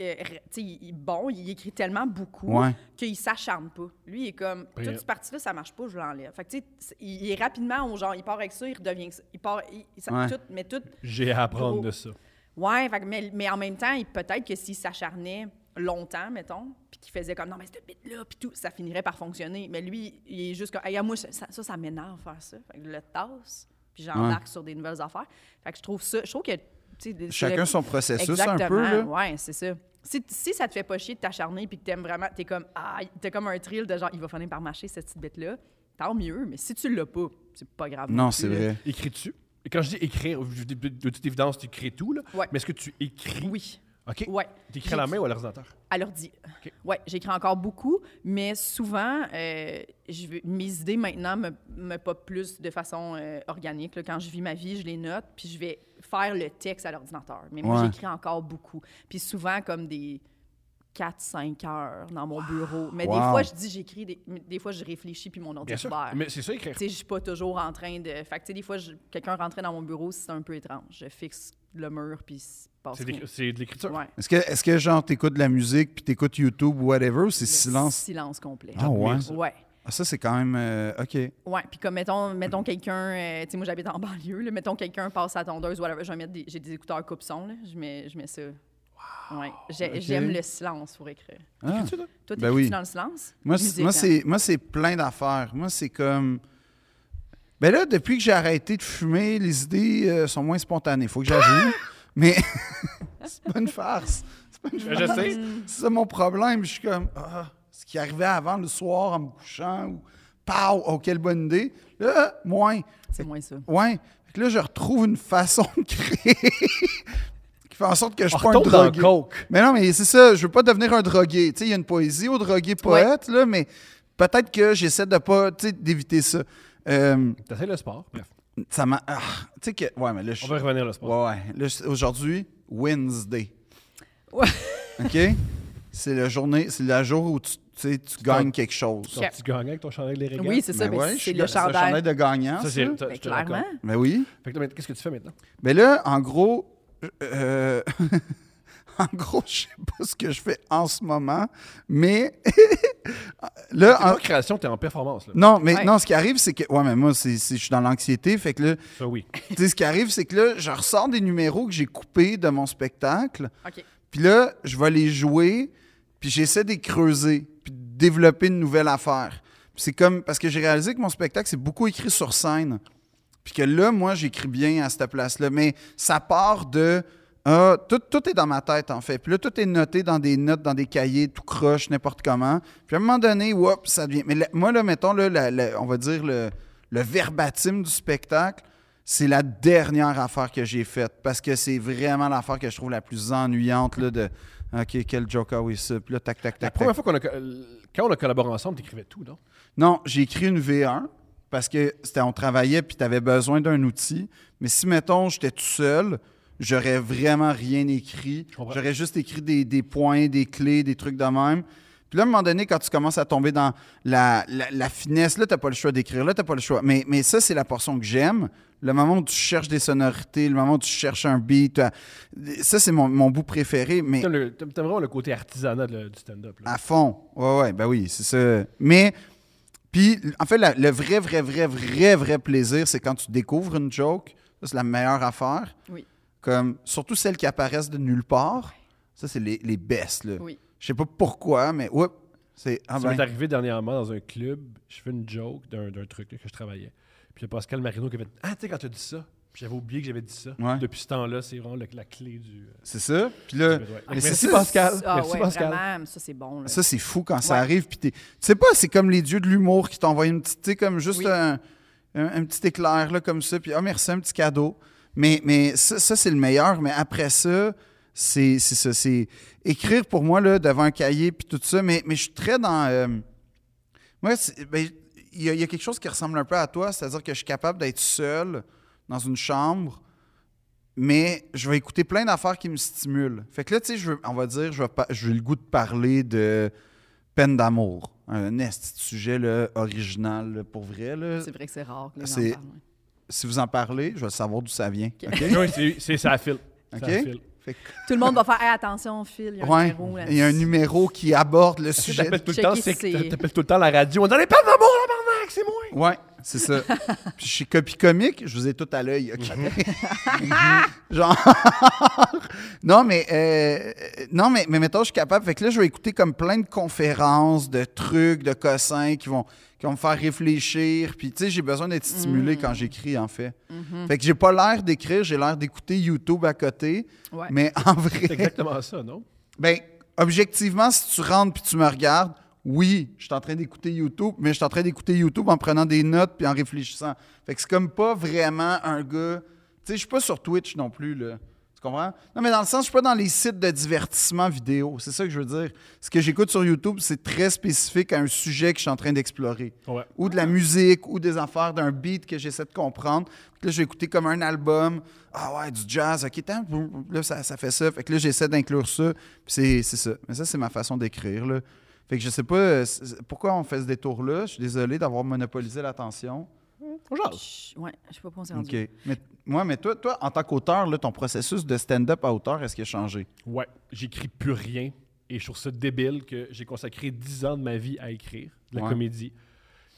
[SPEAKER 2] euh, r- tu sais, il- il- bon, il écrit tellement beaucoup
[SPEAKER 1] Ouais.
[SPEAKER 2] qu'il s'acharne pas. Lui, il est comme,
[SPEAKER 3] Brillant.
[SPEAKER 2] toute cette partie-là, ça marche pas, je l'enlève. Fait que, tu sais, c'est- il il est rapidement au genre, il part avec ça, il redevient que ça. Il part, il- il- ça-
[SPEAKER 1] Ouais.
[SPEAKER 2] tout, mais tout,
[SPEAKER 3] J'ai à apprendre
[SPEAKER 2] Gros.
[SPEAKER 3] de ça.
[SPEAKER 2] ouais, fait que- mais, mais en même temps, il- peut-être que s'il s'acharnait longtemps, mettons, puis qu'il faisait comme, non, mais cette bite-là, puis tout, ça finirait par fonctionner. Mais lui, il est juste comme, Hey, moi, ça, ça, ça, ça m'énerve faire ça. Fait que je le tasse, puis j'embarque sur des nouvelles affaires. Fait que je trouve ça, je trouve que, tu sais, le-
[SPEAKER 1] Chacun son processus
[SPEAKER 2] Exactement.
[SPEAKER 1] un peu, là.
[SPEAKER 2] Ouais, c'est ça. Si, si ça te fait pas chier de t'acharner puis que t'aimes vraiment, t'es comme ah, t'as comme un thrill de genre il va finir par marcher cette petite bête là. Tant mieux, mais si tu l'as pas, c'est pas grave.
[SPEAKER 1] Non,
[SPEAKER 2] plus,
[SPEAKER 1] c'est
[SPEAKER 2] là.
[SPEAKER 1] vrai.
[SPEAKER 3] Écris-tu? Et quand je dis écrire, je dis de, de toute évidence, tu écris tout, là.
[SPEAKER 2] Ouais.
[SPEAKER 3] Mais est-ce que tu écris?
[SPEAKER 2] Oui.
[SPEAKER 3] OK.
[SPEAKER 2] Ouais.
[SPEAKER 3] T'écris à la
[SPEAKER 2] J'écris-
[SPEAKER 3] main ou à l'ordinateur?
[SPEAKER 2] À l'ordi. Ouais, j'écris encore beaucoup, mais souvent, euh, je vais- mes idées maintenant me, me pop plus de façon euh, organique. là. Quand je vis ma vie, je les note, puis je vais faire le texte à l'ordinateur. Mais moi,
[SPEAKER 1] Ouais.
[SPEAKER 2] j'écris encore beaucoup. Puis souvent, comme des 4-5 heures dans mon bureau. Mais des
[SPEAKER 1] Wow.
[SPEAKER 2] fois, je dis j'écris, des, mais des fois, je réfléchis, puis mon ordi
[SPEAKER 3] Bien
[SPEAKER 2] est
[SPEAKER 3] sûr.
[SPEAKER 2] ouvert.
[SPEAKER 3] Mais c'est ça, écrire.
[SPEAKER 2] Tu sais, je suis pas toujours en train de... Fait que, tu sais, des fois, je- quelqu'un rentrait dans mon bureau, c'est un peu étrange. Je fixe le mur, puis il se passe
[SPEAKER 3] C'est
[SPEAKER 2] rien.
[SPEAKER 3] d'écri- C'est de l'écriture.
[SPEAKER 2] Ouais.
[SPEAKER 1] Est-ce que, est-ce que genre, t'écoutes de la musique, puis t'écoutes YouTube ou whatever, ou c'est
[SPEAKER 2] Le
[SPEAKER 1] silence?
[SPEAKER 2] Silence complet.
[SPEAKER 1] Ah ouais?
[SPEAKER 3] J'admire ça.
[SPEAKER 2] Ouais.
[SPEAKER 1] Ah, ça, c'est quand même... euh, OK.
[SPEAKER 2] Ouais, puis comme mettons, mettons quelqu'un, euh, tu sais, moi j'habite en <laughs> banlieue, là, mettons quelqu'un passe à la tondeuse, whatever, je vais mettre des, j'ai des écouteurs coupe-son, là, je mets, je mets ça. Ouais, J'ai-
[SPEAKER 1] ok.
[SPEAKER 2] j'aime le silence pour écrire.
[SPEAKER 1] Ah.
[SPEAKER 3] Écris-tu,
[SPEAKER 2] <laughs>
[SPEAKER 3] là?
[SPEAKER 2] Toi, t'écris
[SPEAKER 1] Ben oui.
[SPEAKER 2] dans le silence?
[SPEAKER 1] Moi,
[SPEAKER 2] Musique,
[SPEAKER 1] c'est- moi,
[SPEAKER 2] hein?
[SPEAKER 1] c'est, moi, c'est plein d'affaires. Moi, c'est comme... Ben là, depuis que j'ai arrêté de fumer, les idées euh, sont moins spontanées. Faut que
[SPEAKER 2] <laughs>
[SPEAKER 1] j'avoue. Mais <laughs> c'est pas une farce. C'est pas une farce.
[SPEAKER 3] Je sais.
[SPEAKER 1] C'est ça mon problème. Je suis comme, ah, ce qui arrivait avant le soir en me couchant, ou pow, oh, quelle bonne idée. Là, moins.
[SPEAKER 2] C'est moins ça.
[SPEAKER 1] Ouais. Fait que là, je retrouve une façon de créer <laughs> qui fait en sorte que je
[SPEAKER 3] On
[SPEAKER 1] suis pas un
[SPEAKER 3] retombe dans
[SPEAKER 1] drogué.
[SPEAKER 3] Coke.
[SPEAKER 1] Mais non, mais c'est ça, je veux pas devenir un drogué. Tu sais, il y a une poésie au drogué poète, là, mais peut-être que j'essaie de pas, tu sais, d'éviter ça. Euh,
[SPEAKER 3] T'essayes le sport. Bref.
[SPEAKER 1] ça m'a. ah, tu sais que. Ouais, mais là, je
[SPEAKER 3] On va revenir au sport.
[SPEAKER 1] Ouais, ouais. Là, c'est- aujourd'hui, Wednesday.
[SPEAKER 2] Ouais.
[SPEAKER 1] OK? C'est la journée, c'est le jour où tu, tu sais, tu gagnes quelque chose.
[SPEAKER 3] Ton petit gagnant avec ton chandail des régates.
[SPEAKER 2] Oui, c'est ça,
[SPEAKER 1] Ben
[SPEAKER 2] ben,
[SPEAKER 1] ouais,
[SPEAKER 2] c'est-
[SPEAKER 1] je
[SPEAKER 2] c'est
[SPEAKER 1] suis
[SPEAKER 2] le
[SPEAKER 1] ga- c'est
[SPEAKER 2] chandail.
[SPEAKER 1] de gagnant.
[SPEAKER 3] ça,
[SPEAKER 1] Ça,
[SPEAKER 3] c'est. t'as-
[SPEAKER 2] Ben,
[SPEAKER 3] je te l'accorde.
[SPEAKER 2] clairement.
[SPEAKER 1] Ben oui.
[SPEAKER 3] Fait que là, mais qu'est-ce que tu fais maintenant?
[SPEAKER 1] Mais là, en gros, euh, <laughs> En gros, je sais pas ce que je fais en ce moment, mais <laughs>
[SPEAKER 3] T'es
[SPEAKER 1] là, en-
[SPEAKER 3] pas en création, t'es en performance. Là.
[SPEAKER 1] non, mais
[SPEAKER 2] Ouais.
[SPEAKER 1] non, ce qui arrive, c'est que, ouais, mais moi, c'est, c'est- je suis dans l'anxiété, fait que là,
[SPEAKER 3] Ça, oui.
[SPEAKER 1] tu sais, ce qui arrive, c'est que là, je ressors des numéros que j'ai coupés de mon spectacle,
[SPEAKER 2] OK.
[SPEAKER 1] puis là, je vais les jouer, puis j'essaie de les creuser, puis de développer une nouvelle affaire. Puis c'est comme, parce que j'ai réalisé que mon spectacle, c'est beaucoup écrit sur scène. Puis que là, moi, j'écris bien à cette place-là. Mais ça part de. ah, tout, tout est dans ma tête, en fait. Puis là, tout est noté dans des notes, dans des cahiers, tout croche, n'importe comment. Puis à un moment donné, whoop, ça devient. Mais la- moi, là, mettons, là, la- la- on va dire le, le verbatim du spectacle, c'est la dernière affaire que j'ai faite. Parce que c'est vraiment l'affaire que je trouve la plus ennuyante, là, de. OK, quel joke, ah oui, ça. Puis là, tac, tac,
[SPEAKER 3] La
[SPEAKER 1] tac, tac.
[SPEAKER 3] première fois qu'on a. co- euh, Quand on a collaboré ensemble, t'écrivais tout, non?
[SPEAKER 1] Non, j'ai écrit une V1 parce que c'était on travaillait puis tu avais besoin d'un outil. Mais si, mettons, j'étais tout seul, j'aurais vraiment rien écrit.
[SPEAKER 3] Je comprends.
[SPEAKER 1] J'aurais juste écrit des, des points, des clés, des trucs de même. Puis là, à un moment donné, quand tu commences à tomber dans la, la- la finesse, là, t'as pas le choix d'écrire, là, t'as pas le choix. Mais, mais ça, c'est la portion que j'aime. Le moment où tu cherches des sonorités, le moment où tu cherches un beat, euh, ça, c'est mon, mon bout préféré. Mais
[SPEAKER 3] T'aimes le- t'aimes t'aimes vraiment le côté artisanat de le- du stand-up. là.
[SPEAKER 1] à fond. Ouais, ouais, ben oui, c'est ça. Mais, puis, en fait, la- le vrai, vrai, vrai, vrai, vrai plaisir, c'est quand tu découvres une joke. Ça, c'est la meilleure affaire.
[SPEAKER 2] Oui.
[SPEAKER 1] Comme, surtout celles qui apparaissent de nulle part. Ça, c'est les, les best, là.
[SPEAKER 2] Oui.
[SPEAKER 1] Je sais pas pourquoi, mais, oups, c'est. ah
[SPEAKER 3] ça
[SPEAKER 1] ben.
[SPEAKER 3] m'est arrivé dernièrement dans un club, je fais une joke d'un d'un truc là, que je travaillais. Puis il y a Pascal Marino qui avait fait Ah, tu sais, quand tu as dit ça, Puis j'avais oublié que j'avais dit ça.
[SPEAKER 1] Ouais.
[SPEAKER 3] Depuis ce temps-là, c'est vraiment le- la clé du. euh,
[SPEAKER 1] C'est ça. Puis là,
[SPEAKER 3] du Bedouin.
[SPEAKER 1] mais c'est
[SPEAKER 3] Merci
[SPEAKER 1] ça,
[SPEAKER 3] Pascal.
[SPEAKER 2] Ah
[SPEAKER 3] Merci
[SPEAKER 2] ouais,
[SPEAKER 3] Pascal.
[SPEAKER 2] vraiment, ça c'est bon. Là.
[SPEAKER 1] Ça, c'est fou quand ça
[SPEAKER 2] Ouais.
[SPEAKER 1] arrive. Puis t'es- tu sais pas, c'est comme les dieux de l'humour qui t'envoient une petite, tu sais, comme juste
[SPEAKER 2] Oui.
[SPEAKER 1] un, un- un petit éclair, là, comme ça. Puis, ah, merci, un petit cadeau. Mais, mais ça, ça, c'est le meilleur. Mais après ça, c'est c'est ça. C'est écrire pour moi, là, devant un cahier, puis tout ça. Mais, mais je suis très dans. euh, moi, c'est- ben, il y, a- il y a quelque chose qui ressemble un peu à toi, c'est-à-dire que je suis capable d'être seul dans une chambre mais je vais écouter plein d'affaires qui me stimulent. Fait que là, tu sais, je veux- on va dire, je vais pa- j'ai le goût de parler de peine d'amour. Un esti de sujet là, original là, pour vrai. là.
[SPEAKER 2] C'est vrai que c'est rare que les
[SPEAKER 1] C'est-
[SPEAKER 2] gens parlent. ouais.
[SPEAKER 1] Si vous en parlez, je vais savoir d'où ça vient. OK?
[SPEAKER 3] euh, Oui, c'est- c'est ça file. Ça
[SPEAKER 1] OK?
[SPEAKER 3] file.
[SPEAKER 1] Fait que-
[SPEAKER 2] Tout le monde va faire Hey, attention, Phil, il y a un
[SPEAKER 1] ouais,
[SPEAKER 2] numéro là
[SPEAKER 1] il y a un numéro qui aborde le
[SPEAKER 3] Tu
[SPEAKER 1] sujet.
[SPEAKER 3] t'appelles tout le
[SPEAKER 2] Checker
[SPEAKER 3] temps,
[SPEAKER 2] si
[SPEAKER 3] c'est-
[SPEAKER 2] c'est-
[SPEAKER 3] t'appelles tout le temps la radio. On dit Allez, parle d'amour, la c'est moi.
[SPEAKER 1] Ouais, c'est ça. Puis chez Copy Comique, je vous ai tout à l'œil, OK? <laughs> Genre. <laughs> non, mais. euh, non, mais, mais mettons, je suis capable. Fait que là, je vais écouter comme plein de conférences, de trucs, de cossins qui vont, qui vont me faire réfléchir. Puis, tu sais, j'ai besoin d'être stimulé quand j'écris, en fait. Fait que j'ai pas l'air d'écrire, j'ai l'air d'écouter YouTube à côté.
[SPEAKER 2] Ouais.
[SPEAKER 1] Mais en <laughs>
[SPEAKER 3] C'est <laughs>
[SPEAKER 1] vrai.
[SPEAKER 3] exactement ça, non?
[SPEAKER 1] Ben, objectivement, si tu rentres puis tu me regardes, oui, je suis en train d'écouter YouTube, mais je suis en train d'écouter YouTube en prenant des notes puis en réfléchissant. Fait que c'est comme pas vraiment un gars. Tu sais, je suis pas sur Twitch non plus, là. Tu comprends? Non, mais dans le sens, je suis pas dans les sites de divertissement vidéo. C'est ça que je veux dire. Ce que j'écoute sur YouTube, c'est très spécifique à un sujet que je suis en train d'explorer
[SPEAKER 3] Ouais.
[SPEAKER 1] ou de la musique, ou des affaires d'un beat que j'essaie de comprendre. Fait que là, j'ai écouté comme un album. Ah ouais, du jazz, ok, tant, boum, là, ça, ça fait ça. Fait que là, j'essaie d'inclure ça. Puis c'est c'est ça. Mais ça, c'est ma façon d'écrire, là. Fait que je sais pas euh, c- c- pourquoi on fait ce détour-là. Je suis désolé d'avoir monopolisé l'attention.
[SPEAKER 3] On jase.
[SPEAKER 2] Chut, Ouais, je sais pas pourquoi on s'est rendu.
[SPEAKER 1] OK. Mais, moi, mais toi, toi, en tant qu'auteur, là, ton processus de stand-up à auteur, est-ce qu'il a changé?
[SPEAKER 3] Ouais, j'écris plus rien. Et je trouve ça débile que j'ai consacré 10 ans de ma vie à écrire de la
[SPEAKER 1] Ouais.
[SPEAKER 3] comédie.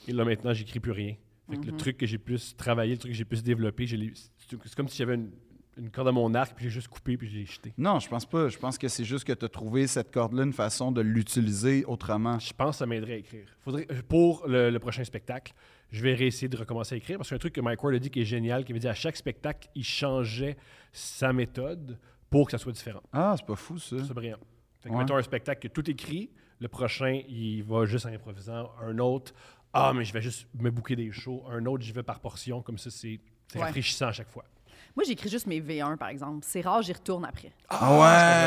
[SPEAKER 3] Et là, maintenant, j'écris plus rien. Fait que le truc que j'ai plus travaillé, le truc que j'ai plus développé, je l'ai- c'est c'est comme si j'avais une, une corde à mon arc, puis j'ai juste coupé, puis je l'ai jeté.
[SPEAKER 1] Non, je pense pas. Je pense que c'est juste que tu as trouvé cette corde-là une façon de l'utiliser autrement.
[SPEAKER 3] Je pense que ça m'aiderait à écrire. Faudrait, euh, pour le, le prochain spectacle, je vais réessayer de recommencer à écrire parce qu'un truc que Mike Ward a dit qui est génial, qui veut dire à chaque spectacle, il changeait sa méthode pour que ça soit différent.
[SPEAKER 1] Ah, c'est pas fou, ça.
[SPEAKER 3] C'est brillant. Fait que
[SPEAKER 1] Ouais.
[SPEAKER 3] mettons un spectacle qui est tout écrit, le prochain, il va juste en improvisant. Un autre, ah, mais je vais juste me bouquer des shows. Un autre, j'y vais par portion, comme ça, c'est c'est
[SPEAKER 2] Ouais.
[SPEAKER 3] rafraîchissant à chaque fois.
[SPEAKER 2] Moi, j'écris juste mes V1, par exemple. C'est rare, j'y retourne après.
[SPEAKER 1] Ah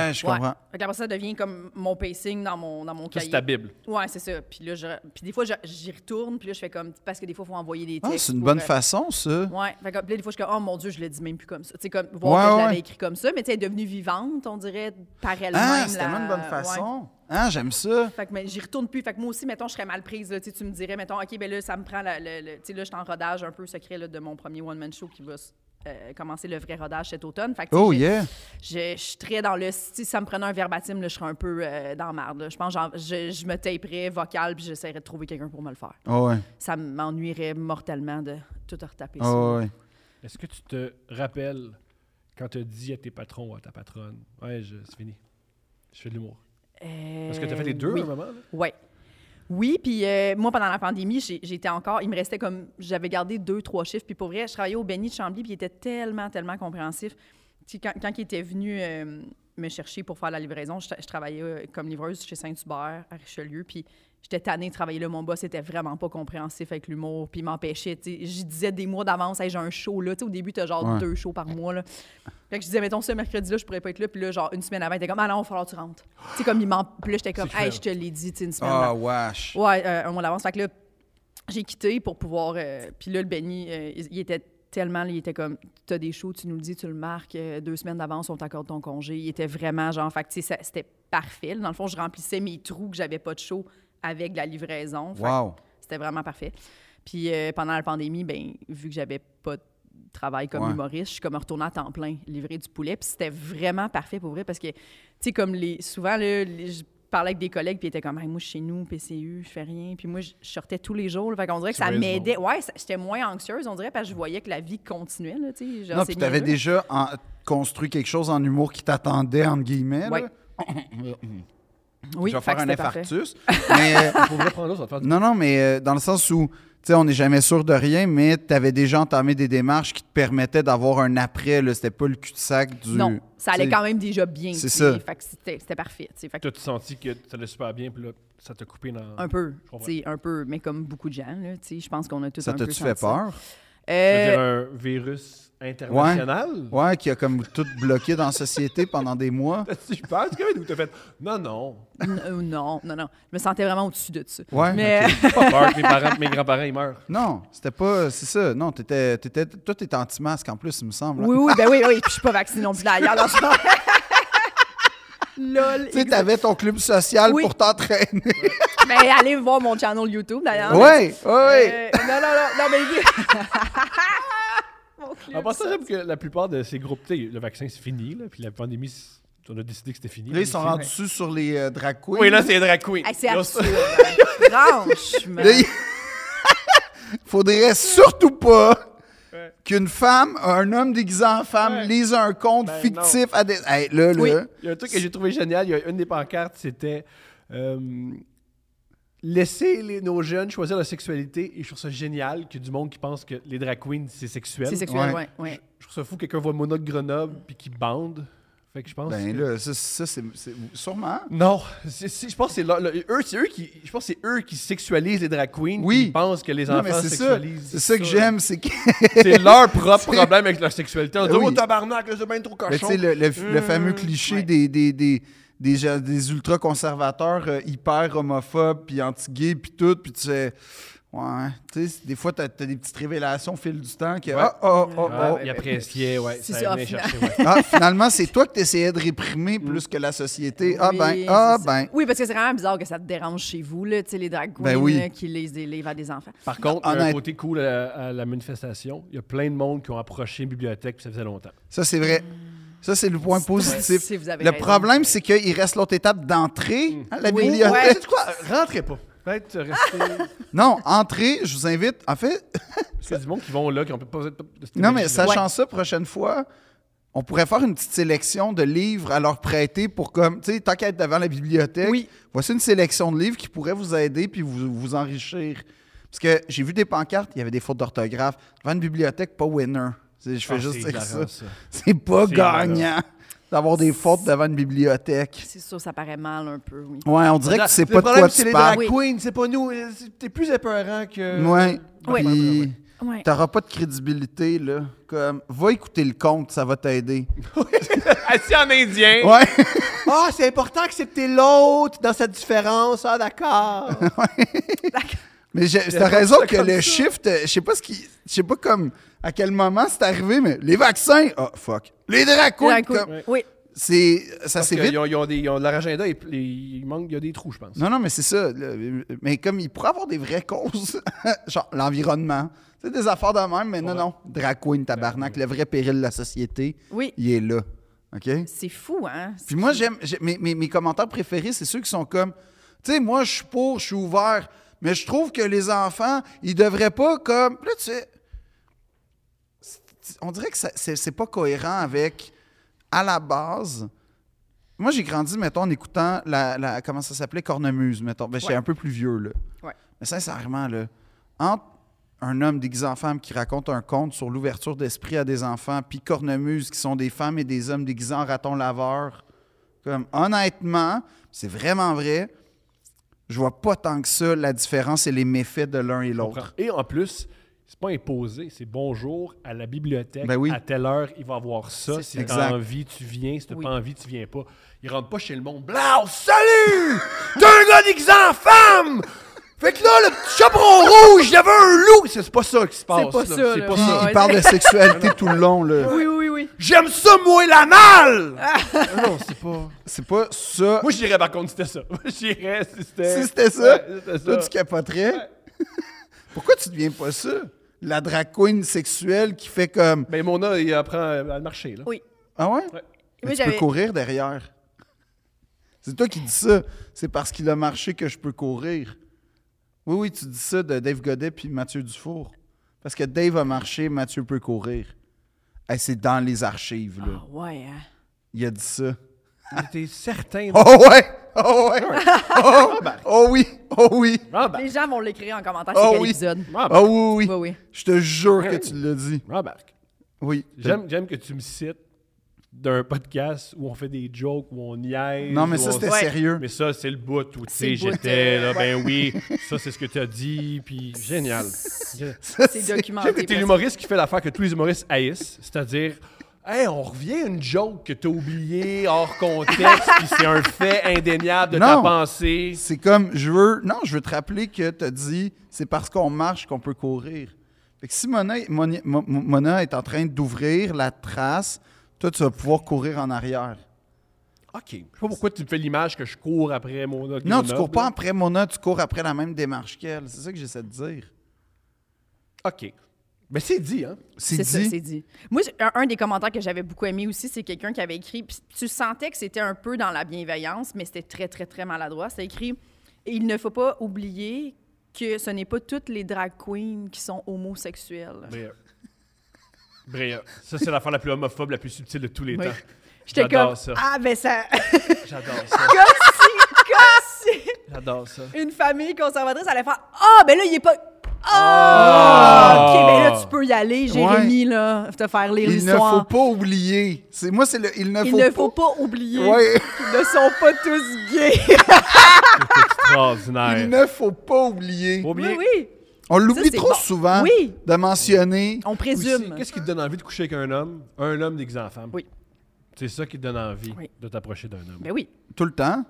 [SPEAKER 1] ouais, je
[SPEAKER 2] Ouais.
[SPEAKER 1] comprends.
[SPEAKER 2] Fait que après ça, ça devient comme mon pacing dans mon, dans mon
[SPEAKER 3] Ça,
[SPEAKER 2] cahier.
[SPEAKER 3] c'est ta Bible.
[SPEAKER 2] Ouais, c'est ça. Puis là, je- puis des fois, je- j'y retourne, puis là, je fais comme. Parce que des fois, il faut envoyer des
[SPEAKER 1] Ah,
[SPEAKER 2] textes.
[SPEAKER 1] c'est une
[SPEAKER 2] pour,
[SPEAKER 1] bonne
[SPEAKER 2] euh,
[SPEAKER 1] façon, ça.
[SPEAKER 2] Ouais, fait que, puis là, des fois, je suis comme, oh mon Dieu, je l'ai dit même plus comme ça. Tu sais, comme, voir
[SPEAKER 1] Ouais,
[SPEAKER 2] que
[SPEAKER 1] ouais.
[SPEAKER 2] je l'avais écrit comme ça, mais tu sais, elle est devenue vivante, on dirait, par elle-même.
[SPEAKER 1] Ah, c'est
[SPEAKER 2] la-
[SPEAKER 1] tellement une bonne
[SPEAKER 2] ouais.
[SPEAKER 1] façon. Ah, j'aime ça.
[SPEAKER 2] Fait que mais j'y retourne plus. Fait que moi aussi, mettons, je serais mal prise. Là, tu sais, tu me dirais, mettons, OK, ben là, ça me prend. la- le- le- Tu sais, là, je suis en rodage un peu secret là, de mon premier one-man show qui va s- euh, commencer le vrai rodage cet automne. Fait que, tu sais,
[SPEAKER 1] Oh
[SPEAKER 2] j'ai-
[SPEAKER 1] yeah!
[SPEAKER 2] je, je suis très dans le. Si ça me prenait un verbatim, là, je serais un peu euh, dans la marde. là. Je pense que j'en- je, je me taperais vocal puis j'essaierais de trouver quelqu'un pour me le faire.
[SPEAKER 1] Ah ouais.
[SPEAKER 2] Ça m'ennuierait mortellement de tout retaper
[SPEAKER 1] Ah
[SPEAKER 2] ça.
[SPEAKER 1] ouais.
[SPEAKER 3] Est-ce que tu te rappelles quand tu as dit à tes patrons ou à ta patronne Ouais, je- c'est fini. Je fais de l'humour. Parce que tu as fait les deux
[SPEAKER 2] Euh, oui.
[SPEAKER 3] à un moment. là.
[SPEAKER 2] Oui. Oui, puis euh, moi, pendant la pandémie, j'ai- j'étais encore. Il me restait comme. J'avais gardé deux, trois chiffres. Puis pour vrai, je travaillais au Benny de Chambly, puis il était tellement, tellement compréhensif. Tu sais, quand, quand il était venu euh, me chercher pour faire la livraison, je, tra- je travaillais euh, comme livreuse chez Saint-Hubert, à Richelieu, puis j'étais tannée de travailler là. Mon boss était vraiment pas compréhensif avec l'humour, puis il m'empêchait. tu sais. J'y disais des mois d'avance, Hey, j'ai un show là. Tu sais, au début, t'as genre
[SPEAKER 1] Ouais.
[SPEAKER 2] deux shows par mois. Là. Fait que je disais, mettons, ce mercredi-là, je pourrais pas être là. Puis là, genre, une semaine avant, il était comme, ah non, il va falloir que tu rentres. Tu sais, comme il m'en. Puis là, j'étais comme,
[SPEAKER 3] C'est
[SPEAKER 2] hey,
[SPEAKER 3] clair.
[SPEAKER 2] je te l'ai dit, tu sais, une semaine.
[SPEAKER 1] Ah,
[SPEAKER 2] avant.
[SPEAKER 1] wesh.
[SPEAKER 2] Ouais, euh, un mois d'avance. Fait que là, j'ai quitté pour pouvoir. euh, puis là, le Benny, euh, il il était tellement. là, Il était comme T'as des shows, tu nous le dis, tu le marques. euh, deux semaines d'avance, on t'accorde ton congé. Il était vraiment genre. Fait que, tu sais, ça- c'était parfait. là. Dans le fond, je remplissais mes trous que j'avais pas de show avec la livraison. Fait que
[SPEAKER 1] Wow.
[SPEAKER 2] c'était vraiment parfait. Puis euh, pendant la pandémie, ben, vu que j'avais pas de travail comme
[SPEAKER 1] Ouais.
[SPEAKER 2] humoriste, je suis comme retournée à temps plein livrer du poulet. Puis c'était vraiment parfait pour vrai parce que, tu sais, comme les, souvent, là, les- je parlais avec des collègues, puis ils étaient comme, Hey, moi, je suis chez nous, PCU, je fais rien. Puis moi, je je sortais tous les jours. là. fait qu'on dirait que
[SPEAKER 3] Tu
[SPEAKER 2] ça
[SPEAKER 3] raises
[SPEAKER 2] m'aidait. Ouais, ça- j'étais moins anxieuse, on dirait, parce que je voyais que la vie continuait, là, tu sais. genre,
[SPEAKER 1] Non,
[SPEAKER 2] c'est
[SPEAKER 1] puis t'avais
[SPEAKER 2] niaiseux.
[SPEAKER 1] déjà en- construit quelque chose en humour qui t'attendait, entre guillemets.
[SPEAKER 2] Ouais.
[SPEAKER 1] là.
[SPEAKER 2] Oui,
[SPEAKER 1] Je vais
[SPEAKER 2] fait
[SPEAKER 1] faire
[SPEAKER 2] que
[SPEAKER 1] un
[SPEAKER 2] c'était parfait.
[SPEAKER 1] infarctus. mais, euh, <laughs>
[SPEAKER 3] Pour vrai prendre l'autre, ça va te faire du
[SPEAKER 1] non, non, mais euh, dans le sens où, tu sais, on n'est jamais sûr de rien, mais t'avais déjà entamé des démarches qui te permettaient d'avoir un après. là. C'était pas le cul-de-sac du.
[SPEAKER 2] Non, ça allait
[SPEAKER 1] tu sais,
[SPEAKER 2] quand même déjà bien.
[SPEAKER 1] C'est
[SPEAKER 2] tu sais.
[SPEAKER 1] ça.
[SPEAKER 2] Fait que c'était c'était parfait, tu sais. Fait que
[SPEAKER 3] Toi, tu senti que ça allait super bien, puis là, ça t'a coupé dans.
[SPEAKER 2] un peu,
[SPEAKER 3] Je comprends.
[SPEAKER 2] tu sais, un peu, mais comme beaucoup de gens, là, tu sais, je pense qu'on a tous
[SPEAKER 1] Ça
[SPEAKER 2] un peu
[SPEAKER 1] t'a-tu fait
[SPEAKER 2] senti ça.
[SPEAKER 1] peur?
[SPEAKER 3] Ça veut
[SPEAKER 2] Euh,
[SPEAKER 3] dire un virus international
[SPEAKER 1] Ouais, qui a comme tout bloqué dans la société pendant des mois.
[SPEAKER 3] <laughs> T'as-tu peur du COVID ou t'as fait Non, non.
[SPEAKER 2] N- euh, non, non, non. Je me sentais vraiment au-dessus de ça.
[SPEAKER 1] Ouais.
[SPEAKER 2] Mais
[SPEAKER 3] J'ai pas peur que mes parents, mes grands-parents, ils meurent.
[SPEAKER 1] Non, c'était pas. C'est ça. Non, t'étais, t'étais, toi, t'es anti-masque en plus, il me semble. hein. là.
[SPEAKER 2] <laughs> oui, oui, ben oui, oui. Puis je suis pas vaccinée non plus d'ailleurs.
[SPEAKER 1] <laughs>
[SPEAKER 2] dans ce genre. Lol.
[SPEAKER 1] Tu sais, t'avais ton club social
[SPEAKER 2] Oui.
[SPEAKER 1] pour t'entraîner.
[SPEAKER 2] Mais Ben, allez voir mon channel YouTube d'ailleurs.
[SPEAKER 1] Ouais, ouais, ouais.
[SPEAKER 2] Euh, non, non, non, non, mais
[SPEAKER 1] <laughs>
[SPEAKER 2] Mon club,
[SPEAKER 3] En passant,
[SPEAKER 2] ça.
[SPEAKER 3] j'aime que la plupart de ces groupes, tu sais, le vaccin, c'est fini, là, puis la pandémie, c'est- on a décidé que c'était fini.
[SPEAKER 1] Là, ils sont
[SPEAKER 3] C'est-
[SPEAKER 1] rendus sus sur les euh, drag queens.
[SPEAKER 3] Oui, là, c'est les drag queens.
[SPEAKER 2] Hey, c'est
[SPEAKER 3] Là,
[SPEAKER 2] absurde. hein. Franchement.
[SPEAKER 1] Là, il- <laughs> Faudrait surtout pas
[SPEAKER 3] Ouais.
[SPEAKER 1] qu'une femme, un homme déguisé en femme,
[SPEAKER 3] Ouais.
[SPEAKER 1] lise un compte
[SPEAKER 3] Ben,
[SPEAKER 1] fictif à des. Hey, là, là.
[SPEAKER 2] Oui.
[SPEAKER 3] Il y a un truc que j'ai trouvé génial. Il y a une des pancartes, c'était euh, Laissez les- nos jeunes choisir leur sexualité. Et je trouve ça génial qu'il y ait du monde qui pense que les drag queens, c'est sexuel.
[SPEAKER 2] C'est sexuel,
[SPEAKER 1] Ouais.
[SPEAKER 2] ouais. ouais.
[SPEAKER 3] Je trouve ça fou que quelqu'un voit Mona de Grenoble puis qui bande. Fait que je pense.
[SPEAKER 1] Ben
[SPEAKER 3] que-
[SPEAKER 1] là, ça, ça, c'est, c'est- Sûrement.
[SPEAKER 3] Non, c'est- c'est- je pense que c'est leur- leur- eux, c'est eux qui, je pense que c'est eux qui sexualisent les drag queens.
[SPEAKER 1] Oui.
[SPEAKER 3] Ils pensent que les
[SPEAKER 1] Non,
[SPEAKER 3] enfants
[SPEAKER 1] mais c'est ça.
[SPEAKER 3] sexualisent.
[SPEAKER 1] C'est ça que j'aime, c'est que.
[SPEAKER 3] C'est
[SPEAKER 1] <laughs>
[SPEAKER 3] leur propre problème avec leur sexualité. On dit,
[SPEAKER 1] Oui.
[SPEAKER 3] oh tabarnak, là, c'est bien trop
[SPEAKER 1] Mais
[SPEAKER 3] cochon.
[SPEAKER 1] tu sais, le, le- le fameux cliché
[SPEAKER 2] Hum, ouais.
[SPEAKER 1] des, des, des, des, gens- des ultra-conservateurs euh, hyper homophobes, puis anti-gays, puis tout, puis tu sais... Ouais, tu sais, des fois, t'as as des petites révélations au fil du temps que...
[SPEAKER 3] Ouais.
[SPEAKER 1] Ah, ah, ah,
[SPEAKER 3] Ah,
[SPEAKER 1] ah.
[SPEAKER 3] ils appréciaient, ouais.
[SPEAKER 2] C'est
[SPEAKER 3] Ça
[SPEAKER 2] ça,
[SPEAKER 3] venait
[SPEAKER 2] finalement.
[SPEAKER 3] chercher, ouais.
[SPEAKER 1] Ah, finalement, c'est toi que t'essayais de réprimer plus que la société. ah
[SPEAKER 2] Mm. Oui,
[SPEAKER 1] ben,
[SPEAKER 2] c'est
[SPEAKER 1] ah
[SPEAKER 2] ça.
[SPEAKER 1] ben.
[SPEAKER 2] Oui, parce que c'est vraiment bizarre que ça te dérange chez vous, là, tu sais, les drag queens
[SPEAKER 1] Ben oui.
[SPEAKER 2] là, qui lisent des livres à des enfants.
[SPEAKER 3] Par
[SPEAKER 1] <laughs>
[SPEAKER 3] contre, il y a un
[SPEAKER 1] Honnête-
[SPEAKER 3] côté cool à, à la manifestation. Il y a plein de monde qui ont approché une bibliothèque, puis ça faisait longtemps.
[SPEAKER 1] Ça, c'est vrai. Ça, c'est le point
[SPEAKER 2] Ouais,
[SPEAKER 1] positif.
[SPEAKER 2] Mm. si vous avez
[SPEAKER 1] le
[SPEAKER 2] raison. Mm.
[SPEAKER 1] problème, c'est qu'il reste l'autre étape d'entrée à la
[SPEAKER 2] Oui.
[SPEAKER 1] bibliothèque.
[SPEAKER 2] Ouais.
[SPEAKER 3] Sais-tu quoi? Rentrez pas. Peut-être
[SPEAKER 1] <laughs>
[SPEAKER 3] rester.
[SPEAKER 1] Non, entrée, je vous invite. En fait,
[SPEAKER 3] Parce qu'il y a du monde qui vont là, qui ont pas besoin de de cette
[SPEAKER 1] Non, mais
[SPEAKER 3] énergie-là.
[SPEAKER 1] sachant ça, prochaine fois, on pourrait faire une petite sélection de livres à leur prêter pour comme, tu sais, tant qu'à être devant la bibliothèque,
[SPEAKER 2] Oui.
[SPEAKER 1] voici une sélection de livres qui pourraient vous aider puis vous, vous enrichir. Parce que j'ai vu des pancartes, il y avait des fautes d'orthographe. Devant une bibliothèque, pas winner. C'est- Je fais
[SPEAKER 3] Ah,
[SPEAKER 1] juste
[SPEAKER 3] c'est
[SPEAKER 1] dire ça.
[SPEAKER 3] hilarant, ça.
[SPEAKER 1] C'est pas
[SPEAKER 3] C'est
[SPEAKER 1] gagnant d'avoir des fautes devant une bibliothèque.
[SPEAKER 2] C'est sûr, ça paraît mal un peu, oui.
[SPEAKER 1] Ouais, on dirait que tu sais pas de
[SPEAKER 3] problème,
[SPEAKER 1] quoi
[SPEAKER 3] c'est
[SPEAKER 1] tu
[SPEAKER 3] les
[SPEAKER 1] parles.
[SPEAKER 3] drag queens, c'est pas nous. Euh, c'est- T'es plus épeurant que.
[SPEAKER 1] Ouais.
[SPEAKER 2] Oui.
[SPEAKER 1] Puis,
[SPEAKER 2] Ouais.
[SPEAKER 1] t'auras pas de crédibilité, là. Comme, va écouter le compte, ça va t'aider.
[SPEAKER 3] <laughs> Assis en indien.
[SPEAKER 1] Ouais.
[SPEAKER 3] Ah, c'est important d'accepter l'autre dans sa différence. Ah, d'accord.
[SPEAKER 1] Mais j'ai-
[SPEAKER 3] a
[SPEAKER 1] t'as
[SPEAKER 3] pas
[SPEAKER 1] raison
[SPEAKER 3] ça
[SPEAKER 1] que
[SPEAKER 3] comme
[SPEAKER 1] le
[SPEAKER 3] ça.
[SPEAKER 1] shift, euh, je sais pas ce qui, je sais pas comme à quel moment c'est arrivé, mais les vaccins, ah fuck, les drag queens,
[SPEAKER 2] Drag queen.
[SPEAKER 1] comme-
[SPEAKER 2] Oui.
[SPEAKER 1] C'est, ça
[SPEAKER 3] Parce
[SPEAKER 1] s'est
[SPEAKER 3] que
[SPEAKER 1] vite.
[SPEAKER 3] Ils ont, ils ont des, ils ont- leur agenda, il, il manque, il y a des trous, je pense.
[SPEAKER 1] Non, non, mais c'est ça. le- mais comme il pourrait avoir des vraies causes, <laughs> genre l'environnement, c'est des affaires de même, mais non,
[SPEAKER 3] Ouais.
[SPEAKER 1] non. Drag queen, tabarnak, le vrai péril de la société,
[SPEAKER 2] Oui,
[SPEAKER 1] il est là. OK?
[SPEAKER 2] c'est fou, hein?
[SPEAKER 1] Puis moi, j'aime. j'ai- Mes, mes, mes commentaires préférés, c'est ceux qui sont comme. Tu sais, moi, je suis pour, je suis ouvert, mais je trouve que les enfants, ils devraient pas comme. Là, tu sais. c'est- On dirait que ça- c'est c'est pas cohérent avec. À la base. Moi, j'ai grandi, mettons, en écoutant la. la- comment ça s'appelait Cornemuse, mettons. Ben, j'étais
[SPEAKER 2] Ouais.
[SPEAKER 1] un peu plus vieux, là.
[SPEAKER 2] Ouais.
[SPEAKER 1] Mais sincèrement, là, entre un homme déguisé en femme qui raconte un conte sur l'ouverture d'esprit à des enfants, puis Cornemuse, qui sont des femmes et des hommes déguisés en ratons laveurs, comme honnêtement, c'est vraiment vrai, je vois pas tant que ça la différence et les méfaits de l'un et
[SPEAKER 3] Je comprends.
[SPEAKER 1] l'autre.
[SPEAKER 3] Et en plus, c'est pas imposé, c'est bonjour à la bibliothèque.
[SPEAKER 1] Ben oui.
[SPEAKER 3] À telle heure, il va avoir ça. Si
[SPEAKER 1] Exact.
[SPEAKER 3] t'as envie, tu viens. Si t'as
[SPEAKER 2] Oui.
[SPEAKER 3] pas envie, tu viens pas. Ils rentrent pas chez le monde. Blau,
[SPEAKER 1] <laughs>
[SPEAKER 3] salut! T'es un gars déguisé en femme! Fait que là, le petit chaperon rouge, il y avait un loup! C'est c'est pas ça qui se passe.
[SPEAKER 2] pas
[SPEAKER 3] là.
[SPEAKER 2] ça,
[SPEAKER 3] C'est
[SPEAKER 2] là.
[SPEAKER 3] pas
[SPEAKER 1] Puis
[SPEAKER 3] ça.
[SPEAKER 2] Ah
[SPEAKER 1] il
[SPEAKER 2] ouais,
[SPEAKER 1] parle
[SPEAKER 3] <laughs>
[SPEAKER 1] de sexualité tout le long, là.
[SPEAKER 2] Oui, oui, oui.
[SPEAKER 3] J'aime ça, moi, l'anal! Ah non, c'est pas.
[SPEAKER 1] C'est pas ça.
[SPEAKER 3] Moi, j'irais par contre si c'était ça. <laughs> Moi, j'irais si c'était.
[SPEAKER 1] Si c'était ça,
[SPEAKER 3] Ouais, c'était
[SPEAKER 1] toi,
[SPEAKER 3] ça.
[SPEAKER 1] tu capoterais. Pourquoi tu deviens pas ça? La drag queen sexuelle qui fait comme
[SPEAKER 3] Ben, Mona, il apprend à à marcher, là.
[SPEAKER 2] Oui.
[SPEAKER 1] Ah
[SPEAKER 3] Ouais.
[SPEAKER 1] ouais? Mais
[SPEAKER 2] Moi,
[SPEAKER 1] tu peux
[SPEAKER 2] j'avais-
[SPEAKER 1] courir derrière. C'est toi qui dis ça. C'est parce qu'il a marché que je peux courir. Oui, oui, tu dis ça de Dave Godet puis Mathieu Dufour. Parce que Dave a marché, Mathieu peut courir. Hey, c'est dans les archives, là.
[SPEAKER 2] Ah, ouais, hein?
[SPEAKER 1] Il a dit ça.
[SPEAKER 3] Mais T'es certain.
[SPEAKER 1] Oh ouais! Oh ouais! Oh, oh oui! Oh oui!
[SPEAKER 3] Ah, ben,
[SPEAKER 2] Les gens vont l'écrire en commentaire,
[SPEAKER 1] Oh
[SPEAKER 2] c'est quel
[SPEAKER 1] oui.
[SPEAKER 2] épisode.
[SPEAKER 3] ah, ben.
[SPEAKER 1] Oh oui, oui,
[SPEAKER 2] Oui, oui.
[SPEAKER 1] Je te jure que tu l'as dit.
[SPEAKER 3] Remarque.
[SPEAKER 1] Oui.
[SPEAKER 3] J'aime, j'aime que tu me cites d'un podcast où on fait des jokes, où on niaise.
[SPEAKER 1] Non, mais
[SPEAKER 3] où
[SPEAKER 1] ça,
[SPEAKER 3] on-
[SPEAKER 1] c'était
[SPEAKER 2] Ouais.
[SPEAKER 1] sérieux.
[SPEAKER 3] Mais ça, c'est le bout où, tu
[SPEAKER 2] C'est le
[SPEAKER 3] sais,
[SPEAKER 2] bout,
[SPEAKER 3] j'étais
[SPEAKER 2] euh,
[SPEAKER 3] là, ben oui, ça, c'est ce que tu as dit, puis
[SPEAKER 1] <laughs>
[SPEAKER 3] génial. J'aime
[SPEAKER 1] Ça,
[SPEAKER 2] C'est
[SPEAKER 1] c'est-
[SPEAKER 2] documenté.
[SPEAKER 3] que t'es
[SPEAKER 2] presque.
[SPEAKER 3] l'humoriste qui fait l'affaire que tous les humoristes haïssent, c'est-à-dire... Hey, on revient à une joke que t'as oubliée hors contexte, puis c'est un fait indéniable de
[SPEAKER 1] Non.
[SPEAKER 3] ta pensée.
[SPEAKER 1] C'est comme, je veux. Non, je veux te rappeler que tu as dit, c'est parce qu'on marche qu'on peut courir. Fait que si Mona, Moni- Mo- Mo- Mona est en train d'ouvrir la trace, toi, tu vas pouvoir courir en arrière.
[SPEAKER 3] Ok, je sais pas pourquoi tu me fais l'image que je cours après mon...
[SPEAKER 1] Non, tu cours pas après Mona, tu cours après la même démarche qu'elle. C'est ça que j'essaie de dire.
[SPEAKER 3] Ok. Mais c'est dit, hein?
[SPEAKER 1] C'est
[SPEAKER 2] C'est
[SPEAKER 1] dit.
[SPEAKER 2] ça, c'est dit. Moi, j'ai- un, un des commentaires que j'avais beaucoup aimé aussi, c'est quelqu'un qui avait écrit, puis tu sentais que c'était un peu dans la bienveillance, mais c'était très, très, très maladroit. C'était écrit Il ne faut pas oublier que ce n'est pas toutes les drag queens qui sont homosexuelles.
[SPEAKER 3] Bria. Bria. Ça, c'est l'affaire la plus homophobe, la plus subtile de tous les
[SPEAKER 2] Oui.
[SPEAKER 3] temps.
[SPEAKER 2] J'étais
[SPEAKER 3] J'adore
[SPEAKER 2] comme
[SPEAKER 3] ça.
[SPEAKER 2] Ah, ben ça. <laughs>
[SPEAKER 3] J'adore ça.
[SPEAKER 2] comme si, comme si
[SPEAKER 3] J'adore
[SPEAKER 2] <laughs>
[SPEAKER 3] ça.
[SPEAKER 2] une famille conservatrice allait faire Ah, ben là, il est pas. Ah!
[SPEAKER 3] Ah!
[SPEAKER 2] Ok, ben là, tu peux y aller, Jérémy, là, te faire lire
[SPEAKER 1] Il ne faut
[SPEAKER 2] l'histoire.
[SPEAKER 1] pas oublier. C'est moi, c'est le. Il ne
[SPEAKER 2] Il
[SPEAKER 1] faut
[SPEAKER 2] ne
[SPEAKER 1] pas.
[SPEAKER 2] faut pas oublier
[SPEAKER 1] Ouais.
[SPEAKER 2] qu'ils ne sont pas tous gays.
[SPEAKER 1] <laughs>
[SPEAKER 3] C'est extraordinaire.
[SPEAKER 1] Il ne faut pas oublier.
[SPEAKER 3] Faut oublier-
[SPEAKER 2] Oui, oui.
[SPEAKER 1] On
[SPEAKER 2] Ça,
[SPEAKER 1] l'oublie
[SPEAKER 2] c'est
[SPEAKER 1] trop
[SPEAKER 2] bon.
[SPEAKER 1] souvent
[SPEAKER 2] Oui.
[SPEAKER 1] de mentionner.
[SPEAKER 2] On
[SPEAKER 3] Aussi,
[SPEAKER 2] présume.
[SPEAKER 3] Qu'est-ce qui te donne envie de coucher avec un homme? Un homme déguisé en femme.
[SPEAKER 2] Oui.
[SPEAKER 3] C'est ça qui te donne envie
[SPEAKER 2] Oui.
[SPEAKER 3] de t'approcher d'un homme.
[SPEAKER 2] Ben oui.
[SPEAKER 1] Tout le temps.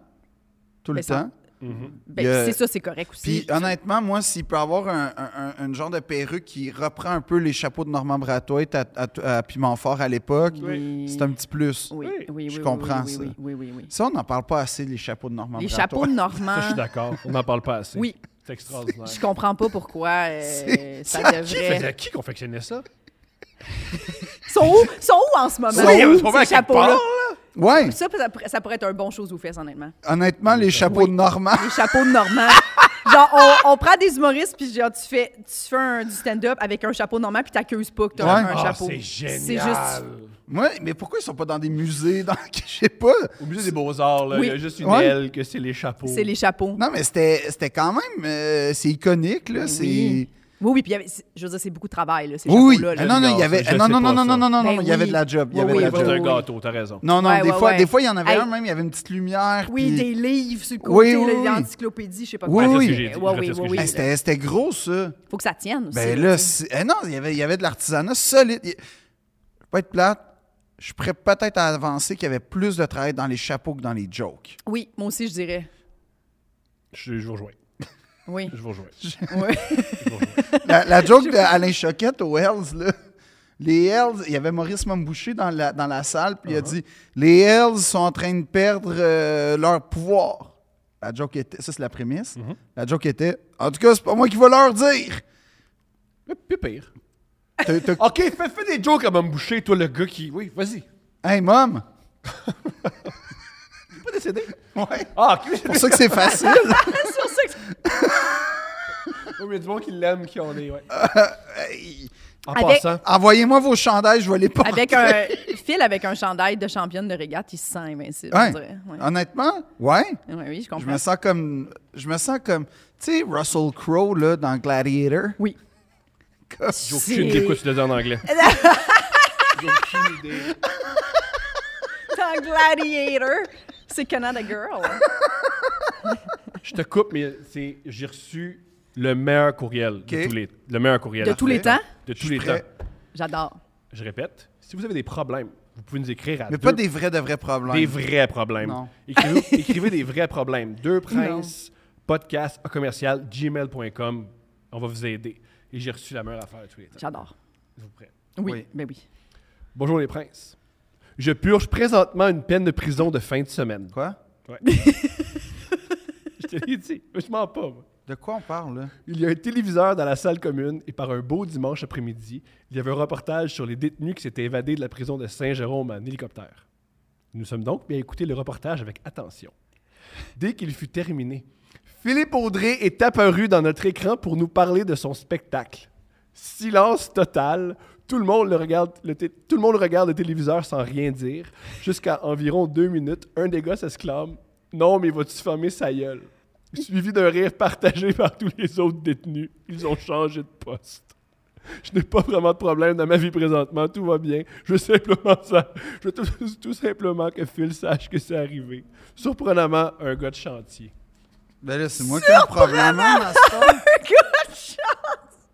[SPEAKER 1] Tout le
[SPEAKER 2] Mais ça-
[SPEAKER 1] temps.
[SPEAKER 2] Ben,
[SPEAKER 1] Il y a-
[SPEAKER 2] C'est ça, c'est correct aussi.
[SPEAKER 1] Puis honnêtement, moi, s'il peut avoir un, un- un- un genre de perruque qui reprend un peu les chapeaux de Normand Brathwaite à, à- à Pimentfort à l'époque,
[SPEAKER 2] Oui.
[SPEAKER 1] c'est un petit plus.
[SPEAKER 2] oui, oui, oui,
[SPEAKER 1] je
[SPEAKER 2] oui,
[SPEAKER 1] comprends
[SPEAKER 2] oui,
[SPEAKER 1] ça.
[SPEAKER 2] Oui, oui, oui, oui.
[SPEAKER 1] Ça, on n'en parle pas assez, les chapeaux de Normand
[SPEAKER 2] Les
[SPEAKER 1] Brathwaite.
[SPEAKER 2] chapeaux
[SPEAKER 3] Ça, je
[SPEAKER 2] normands,
[SPEAKER 3] suis d'accord. On n'en parle pas assez.
[SPEAKER 2] Hein? Oui.
[SPEAKER 3] C'est extraordinaire.
[SPEAKER 2] je comprends pas pourquoi
[SPEAKER 1] <laughs>
[SPEAKER 2] euh,
[SPEAKER 1] C'est-
[SPEAKER 2] ça
[SPEAKER 3] Qui faisait
[SPEAKER 2] devrait.
[SPEAKER 3] qui confectionnait ça?
[SPEAKER 2] Ils sont où, ils sont où en ce moment?
[SPEAKER 1] Ils sont où,
[SPEAKER 2] Ils
[SPEAKER 3] ils sont
[SPEAKER 2] ces
[SPEAKER 3] à quelque
[SPEAKER 2] chapeaux-là?
[SPEAKER 3] part,
[SPEAKER 1] <laughs> Ouais,
[SPEAKER 2] Ça, ça, pourrait- ça pourrait être un bon chose aux fesses, honnêtement.
[SPEAKER 1] honnêtement, les chapeaux de Normand.
[SPEAKER 2] Les chapeaux de Normand. <laughs> genre, on, on prend des humoristes, puis genre, tu fais, tu fais un, du stand-up avec un chapeau normand, puis t'accuses pas que t'as
[SPEAKER 1] Ouais.
[SPEAKER 2] un
[SPEAKER 3] Ah,
[SPEAKER 2] chapeau.
[SPEAKER 3] c'est génial.
[SPEAKER 2] C'est juste.
[SPEAKER 1] <laughs> Ouais, mais pourquoi ils sont pas dans des musées? Dans... <laughs> Je sais pas.
[SPEAKER 3] Au musée des Beaux-Arts, là, il y a
[SPEAKER 2] Oui.
[SPEAKER 3] juste une
[SPEAKER 1] Ouais.
[SPEAKER 3] aile que c'est les chapeaux.
[SPEAKER 2] C'est les chapeaux.
[SPEAKER 1] Non, mais c'était c'était quand même... euh, c'est iconique, là. C'est...
[SPEAKER 2] Ben Oui, oui, puis il y avait- c'est- je veux dire, c'est beaucoup de travail, là, ces
[SPEAKER 1] Oui, oui.
[SPEAKER 2] chapeaux-là. là.
[SPEAKER 1] Ah non, non, il y avait...
[SPEAKER 3] je
[SPEAKER 1] Non,
[SPEAKER 3] sais
[SPEAKER 1] non, non,
[SPEAKER 3] pas
[SPEAKER 1] non, non,
[SPEAKER 3] ça.
[SPEAKER 1] non, non,
[SPEAKER 2] Ben
[SPEAKER 1] non, il y avait
[SPEAKER 2] oui.
[SPEAKER 1] de la job. Il y
[SPEAKER 2] Oui,
[SPEAKER 1] avait
[SPEAKER 2] oui,
[SPEAKER 1] de
[SPEAKER 3] C'est
[SPEAKER 1] la
[SPEAKER 2] oui,
[SPEAKER 1] job.
[SPEAKER 3] un
[SPEAKER 2] oui.
[SPEAKER 3] gâteau, t'as raison.
[SPEAKER 1] Non, non,
[SPEAKER 2] Ouais,
[SPEAKER 1] des,
[SPEAKER 2] ouais,
[SPEAKER 1] fois,
[SPEAKER 2] ouais.
[SPEAKER 1] des fois, il y en avait
[SPEAKER 2] Hey.
[SPEAKER 1] un même, il y avait une petite lumière.
[SPEAKER 2] Oui,
[SPEAKER 1] puis-
[SPEAKER 2] des livres sur le
[SPEAKER 1] Oui,
[SPEAKER 2] côté,
[SPEAKER 1] oui,
[SPEAKER 2] là,
[SPEAKER 1] oui.
[SPEAKER 2] l'encyclopédie, je sais pas
[SPEAKER 1] Oui,
[SPEAKER 2] quoi.
[SPEAKER 1] oui. Je
[SPEAKER 2] Ouais,
[SPEAKER 3] retire ce que
[SPEAKER 2] ouais,
[SPEAKER 3] j'ai dit, je retire ce que
[SPEAKER 2] ouais,
[SPEAKER 3] j'ai
[SPEAKER 2] ouais.
[SPEAKER 1] Hey, Ben, c'était c'était gros, ça.
[SPEAKER 2] Faut que ça tienne aussi.
[SPEAKER 1] Ben là,
[SPEAKER 2] tu sais.
[SPEAKER 1] c'est- eh non, il y avait, il y avait de l'artisanat solide. Il- Je vais pas être plate. Je pourrais peut-être avancer qu'il y avait plus de travail dans les chapeaux que dans les jokes.
[SPEAKER 2] Oui, moi aussi, je dirais.
[SPEAKER 3] Je, je vous rejoins.
[SPEAKER 2] Oui.
[SPEAKER 3] Je vous rejoins.
[SPEAKER 2] Ouais.
[SPEAKER 1] La, la joke d'Alain Choquette au Wells, là. Les Hells, il y avait Maurice Mambouché dans la, dans la salle, puis il a dit Les Hells sont en train de perdre euh, leur pouvoir. La joke était, ça c'est la prémisse. La joke était En tout cas, c'est pas moi qui vais leur dire.
[SPEAKER 3] Plus pire.
[SPEAKER 1] T'as- t'as-
[SPEAKER 3] Ok, fais, fais des jokes à me boucher, toi, le gars qui. Oui, vas-y.
[SPEAKER 1] hey, mom
[SPEAKER 3] T'es pas décédé.
[SPEAKER 1] Ouais.
[SPEAKER 3] Ah, ok. <laughs>
[SPEAKER 1] C'est pour ça que <laughs> c'est facile.
[SPEAKER 2] sur ça que-
[SPEAKER 3] Il y a du monde qui l'aime, qui en est, ouais.
[SPEAKER 1] Hey,
[SPEAKER 3] En
[SPEAKER 2] Avec-
[SPEAKER 3] passant.
[SPEAKER 1] Envoyez-moi vos chandails, je vais les porter.
[SPEAKER 2] Avec un fil avec un chandail de championne de régate, il se sent invincible,
[SPEAKER 1] Ouais.
[SPEAKER 2] on dirait. Ouais.
[SPEAKER 1] Honnêtement, ouais.
[SPEAKER 2] Ouais, oui, je
[SPEAKER 1] Je
[SPEAKER 2] comprends.
[SPEAKER 1] me sens comme. Je me sens comme. Tu sais, Russell Crowe, là, dans Gladiator. <laughs>
[SPEAKER 2] Oui.
[SPEAKER 1] Comme-
[SPEAKER 3] J'ai aucune idée de quoi tu le dis en
[SPEAKER 2] <laughs>
[SPEAKER 3] anglais. J'ai aucune idée.
[SPEAKER 2] Dans Gladiator, c'est Canada Girl.
[SPEAKER 3] Je te coupe, mais c'est j'ai reçu le meilleur courriel
[SPEAKER 1] Ok.
[SPEAKER 3] de tous les le meilleur courriel
[SPEAKER 2] De tous les temps,
[SPEAKER 3] de tous
[SPEAKER 1] Je
[SPEAKER 3] les
[SPEAKER 1] suis prêt.
[SPEAKER 3] temps.
[SPEAKER 2] j'adore.
[SPEAKER 3] Je répète, si vous avez des problèmes, vous pouvez nous écrire à
[SPEAKER 1] Mais
[SPEAKER 3] deux-
[SPEAKER 1] pas des vrais de vrais problèmes.
[SPEAKER 3] des vrais problèmes.
[SPEAKER 1] Non.
[SPEAKER 3] Écrivez,
[SPEAKER 2] <laughs>
[SPEAKER 3] écrivez des vrais problèmes. Deux princes podcast à commercial gmail.com. On va vous aider. Et j'ai reçu la meilleure affaire de tous les temps.
[SPEAKER 2] J'adore.
[SPEAKER 3] Je vous prête.
[SPEAKER 2] Oui,
[SPEAKER 1] Oui.
[SPEAKER 2] ben <laughs> oui.
[SPEAKER 3] Bonjour les princes. Je purge présentement une peine de prison de fin de semaine.
[SPEAKER 1] Quoi?
[SPEAKER 3] <laughs> Je te l'ai dit, je mens pas. moi.
[SPEAKER 1] De quoi on parle, là?
[SPEAKER 3] Il y a un téléviseur dans la salle commune et par un beau dimanche après-midi, il y avait un reportage sur les détenus qui s'étaient évadés de la prison de Saint-Jérôme en hélicoptère. Nous sommes donc bien écouter le reportage avec attention. Dès qu'il fut terminé, Philippe Audrey est apparu dans notre écran pour nous parler de son spectacle. Silence total. Tout le monde le regarde, le té- tout le, monde regarde le téléviseur sans rien dire. Jusqu'à environ deux minutes, un des gars s'exclame Non, mais vas-tu fermer sa gueule Suivi d'un rire partagé par tous les autres détenus. Ils ont changé de poste. Je n'ai pas vraiment de problème dans ma vie présentement, tout va bien. Je veux simplement ça. Je veux tout, tout simplement que Phil sache que c'est arrivé. Surprenamment, un gars de chantier.
[SPEAKER 1] Ben là, c'est moi qui ai un problème, hein,
[SPEAKER 2] Ah,
[SPEAKER 1] Master.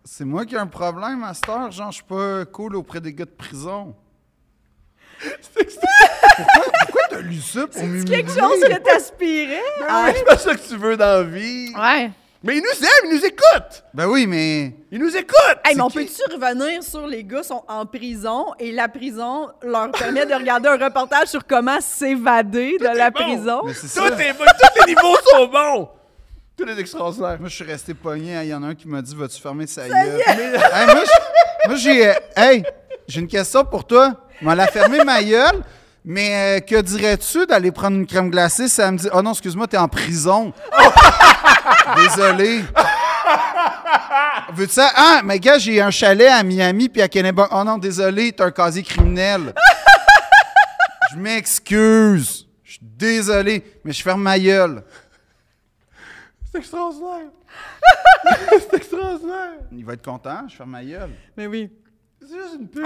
[SPEAKER 1] C'est moi qui ai un problème, Master. Genre, je suis pas cool auprès des gars de prison. Pourquoi t'as lu ça pour
[SPEAKER 2] C'est
[SPEAKER 1] m'humilier?
[SPEAKER 2] quelque chose que t'aspirais?
[SPEAKER 3] Ouais, C'est pas ça que tu veux dans la vie.
[SPEAKER 2] Ah. Ouais.
[SPEAKER 3] Mais il nous aime, il nous écoute.
[SPEAKER 1] Ben oui, mais...
[SPEAKER 3] Il nous écoute.
[SPEAKER 2] Hey, mais on
[SPEAKER 1] qui?
[SPEAKER 2] peut-tu revenir sur les gars sont en prison et la prison leur permet de regarder un reportage sur comment s'évader de la
[SPEAKER 3] est bon.
[SPEAKER 2] prison?
[SPEAKER 1] mais c'est ça.
[SPEAKER 3] Tout est bon, tous les niveaux sont bons. Tout est extraordinaire.
[SPEAKER 1] Moi, je suis resté pogné. hein. Il y en a un qui m'a dit Vas-tu fermer sa gueule euh, Hey, Moi, je- moi, j'ai. euh, Hey, j'ai une question pour toi. Je m'en la fermé ma gueule, mais euh, que dirais-tu d'aller prendre une crème glacée samedi Oh non, excuse-moi, t'es en prison. <laughs> Désolé. Veux-tu ça Ah, mais gars, j'ai un chalet à Miami puis à Kennebunk. Oh non, désolé, t'es un casier criminel. Je m'excuse. Je suis désolé, mais je ferme ma gueule.
[SPEAKER 3] C'est extraordinaire. c'est extraordinaire.
[SPEAKER 1] Il va être content, je ferme ma gueule.
[SPEAKER 2] Mais oui.
[SPEAKER 3] C'est juste une pub.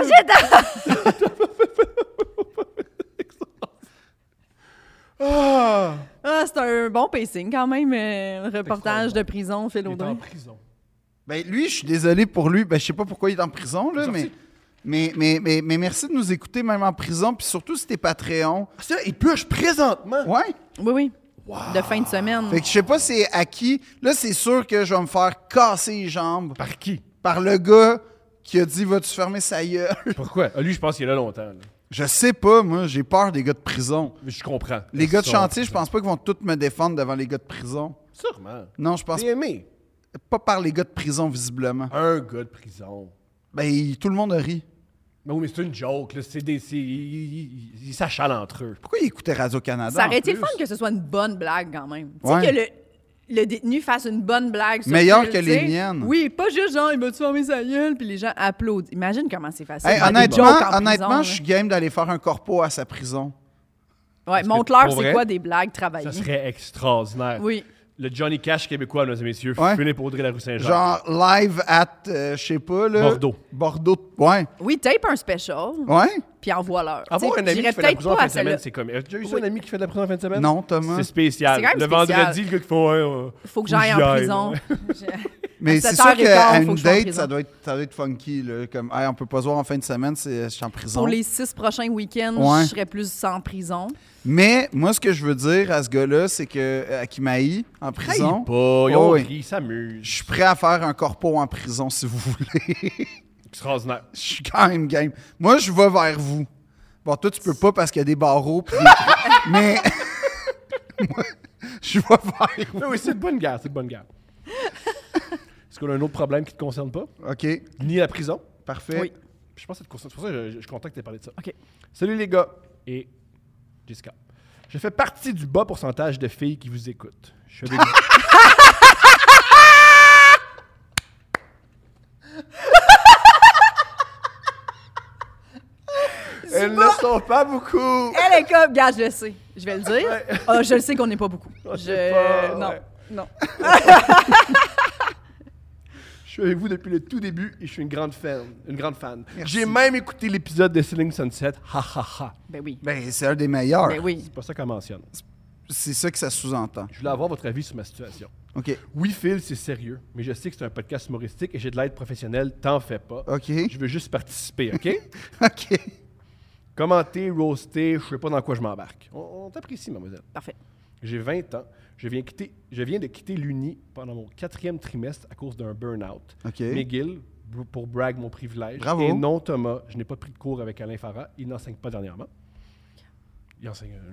[SPEAKER 3] ah.
[SPEAKER 2] Ah, c'est un bon pacing quand même, euh, un reportage de prison, Phil
[SPEAKER 3] Il est en
[SPEAKER 2] Audrey.
[SPEAKER 3] prison.
[SPEAKER 1] Ben lui, je suis désolé pour lui. Ben je sais pas pourquoi il est en prison là,
[SPEAKER 3] est
[SPEAKER 1] mais
[SPEAKER 3] sorti.
[SPEAKER 1] mais, mais, mais, mais merci de nous écouter même en prison, puis surtout si t'es Patreon.
[SPEAKER 3] Ah, c'est là, il purge présentement.
[SPEAKER 1] Ouais.
[SPEAKER 2] Oui, oui. De fin de semaine.
[SPEAKER 1] Fait que je sais pas c'est à qui. Là, c'est sûr que je vais me faire casser les jambes
[SPEAKER 3] Par qui?
[SPEAKER 1] par le gars qui a dit vas-tu fermer sa gueule. <laughs>
[SPEAKER 3] Pourquoi? Ah, lui, je pense qu'il est là longtemps. là.
[SPEAKER 1] Je sais pas, moi, j'ai peur des gars de prison.
[SPEAKER 3] Mais Je comprends.
[SPEAKER 1] Les gars de
[SPEAKER 3] Ils sont-
[SPEAKER 1] chantier, je pense pas qu'ils vont tous me défendre devant les gars de prison.
[SPEAKER 3] Sûrement.
[SPEAKER 1] Non, je pense
[SPEAKER 3] T'es aimé.
[SPEAKER 1] pas par les gars de prison visiblement.
[SPEAKER 3] Un gars de prison.
[SPEAKER 1] Ben il- tout le monde rit.
[SPEAKER 3] Mais oui, mais c'est une joke. Là. C'est des, c'est- ils- ils ils- ils s'achalent entre eux.
[SPEAKER 1] Pourquoi il écoutait Radio Canada
[SPEAKER 2] Ça aurait été le
[SPEAKER 3] plus.
[SPEAKER 2] fun que ce soit une bonne blague quand même.
[SPEAKER 1] Ouais.
[SPEAKER 2] Tu sais, que le, le détenu fasse une bonne blague. sur
[SPEAKER 1] Meilleure
[SPEAKER 2] Phil,
[SPEAKER 1] que
[SPEAKER 2] tu sais.
[SPEAKER 1] les miennes.
[SPEAKER 2] Oui, pas juste genre, il m'a-tu fermé sa gueule, puis les gens applaudissent. Imagine comment c'est facile.
[SPEAKER 1] Hey,
[SPEAKER 2] de faire des
[SPEAKER 1] honnêtement,
[SPEAKER 2] jokes en
[SPEAKER 1] honnêtement
[SPEAKER 2] prison,
[SPEAKER 1] je suis
[SPEAKER 2] là.
[SPEAKER 1] game d'aller faire un corpo à sa prison.
[SPEAKER 2] Ouais,
[SPEAKER 3] que
[SPEAKER 2] montre-leur
[SPEAKER 3] pour
[SPEAKER 2] c'est
[SPEAKER 3] vrai,
[SPEAKER 2] quoi des blagues travaillées.
[SPEAKER 3] Ça serait extraordinaire.
[SPEAKER 2] Oui.
[SPEAKER 3] Le Johnny Cash québécois, mesdames et messieurs.
[SPEAKER 1] Ouais.
[SPEAKER 3] Philippe Audrey la rue Saint-Jean.
[SPEAKER 1] Genre live at, euh, je sais pas, là.
[SPEAKER 3] Bordeaux.
[SPEAKER 1] Bordeaux. Ouais.
[SPEAKER 2] Oui, tape un special,
[SPEAKER 1] Ouais.
[SPEAKER 2] puis envoie-leur.
[SPEAKER 3] Avoir
[SPEAKER 2] Tu sais,
[SPEAKER 3] un ami qui
[SPEAKER 2] j'irais
[SPEAKER 3] fait de la
[SPEAKER 2] peut-être
[SPEAKER 3] prison en
[SPEAKER 2] pas
[SPEAKER 3] fin
[SPEAKER 2] à
[SPEAKER 3] de semaine,
[SPEAKER 2] celle-là.
[SPEAKER 3] c'est comme. As-tu déjà eu ça, un ami qui fait de la prison en fin de semaine?
[SPEAKER 1] Non, Thomas.
[SPEAKER 3] Ben, C'est spécial.
[SPEAKER 2] C'est quand même
[SPEAKER 3] le
[SPEAKER 2] spécial.
[SPEAKER 3] vendredi, le gars qui fait. Ouais, euh,
[SPEAKER 2] Faut que j'aille en
[SPEAKER 3] j'y aille,
[SPEAKER 2] prison.
[SPEAKER 3] ouais.
[SPEAKER 2] Je-
[SPEAKER 1] Mais
[SPEAKER 2] à
[SPEAKER 1] c'est
[SPEAKER 2] 7
[SPEAKER 1] sûr
[SPEAKER 2] heures et quart,
[SPEAKER 1] qu'à
[SPEAKER 2] faut
[SPEAKER 1] une
[SPEAKER 2] que je sois en
[SPEAKER 1] date,
[SPEAKER 2] prison.
[SPEAKER 1] ça doit, être, ça doit être funky. Là, comme, hey, on peut pas se voir en fin de semaine, c'est, je suis en prison.
[SPEAKER 2] <laughs> Pour les six prochains week-ends,
[SPEAKER 1] Ouais.
[SPEAKER 2] je serais plus en prison.
[SPEAKER 1] Mais moi, ce que je veux dire à ce gars-là, c'est que euh, à Kimaï, en prison,
[SPEAKER 3] Ils pas, ils
[SPEAKER 1] Oh
[SPEAKER 3] ont
[SPEAKER 1] oui.
[SPEAKER 3] ri, ils s'amusent.
[SPEAKER 1] je suis prêt à faire un corpo en prison si vous voulez.
[SPEAKER 3] Extraordinaire.
[SPEAKER 1] Je suis quand même game. Moi, je vais vers vous. Bon, toi, tu peux pas parce qu'il y a des barreaux. puis-
[SPEAKER 2] <laughs>
[SPEAKER 1] mais <laughs> moi, je vais vers vous.
[SPEAKER 3] Mais oui, c'est de bonne guerre, c'est de bonne guerre. Est-ce qu'on a un autre problème qui te concerne pas?
[SPEAKER 1] OK,
[SPEAKER 3] Ni la prison.
[SPEAKER 1] parfait.
[SPEAKER 2] Oui.
[SPEAKER 3] Je pense que ça te concerne. C'est pour ça que je, je, suis content que tu parlé de ça.
[SPEAKER 2] OK.
[SPEAKER 3] Salut les gars et Jessica. Je fais partie du bas pourcentage de filles qui vous écoutent. Je fais des...
[SPEAKER 1] Elles ne sont pas beaucoup.
[SPEAKER 2] Elle est comme, gars, je le sais. Je vais le dire.
[SPEAKER 3] Ouais.
[SPEAKER 2] Ah, je le sais qu'on n'est pas beaucoup.
[SPEAKER 3] On
[SPEAKER 2] Je...
[SPEAKER 3] sait pas,
[SPEAKER 2] non,
[SPEAKER 3] ouais.
[SPEAKER 2] non.
[SPEAKER 3] Je suis avec vous depuis le tout début et je suis une grande fan. Une grande fan.
[SPEAKER 1] Merci.
[SPEAKER 3] J'ai même écouté l'épisode de Selling Sunset. Ha ha ha.
[SPEAKER 2] Ben oui.
[SPEAKER 1] Ben, c'est un des meilleurs.
[SPEAKER 2] Ben oui.
[SPEAKER 3] C'est pas ça qu'elle mentionne.
[SPEAKER 1] C'est ça que ça sous-entend.
[SPEAKER 3] Je voulais avoir votre avis sur ma situation.
[SPEAKER 1] OK.
[SPEAKER 3] Oui, Phil, c'est sérieux, mais je sais que c'est un podcast humoristique et j'ai de l'aide professionnelle, t'en fais pas.
[SPEAKER 2] <laughs>
[SPEAKER 1] OK.
[SPEAKER 3] Je veux juste participer, OK?
[SPEAKER 1] OK.
[SPEAKER 3] Commenter, roaster, je sais pas dans quoi je m'embarque. On, on t'apprécie, mademoiselle.
[SPEAKER 2] Parfait.
[SPEAKER 3] J'ai 20 ans. Je viens, quitter, je viens de quitter l'Uni pendant mon quatrième trimestre à cause d'un burn-out.
[SPEAKER 1] OK.
[SPEAKER 3] McGill, br- pour brag mon privilège.
[SPEAKER 1] Bravo.
[SPEAKER 3] Et non, Thomas, je n'ai pas pris de cours avec Alain Farah. Il n'enseigne pas dernièrement. Il enseigne. euh,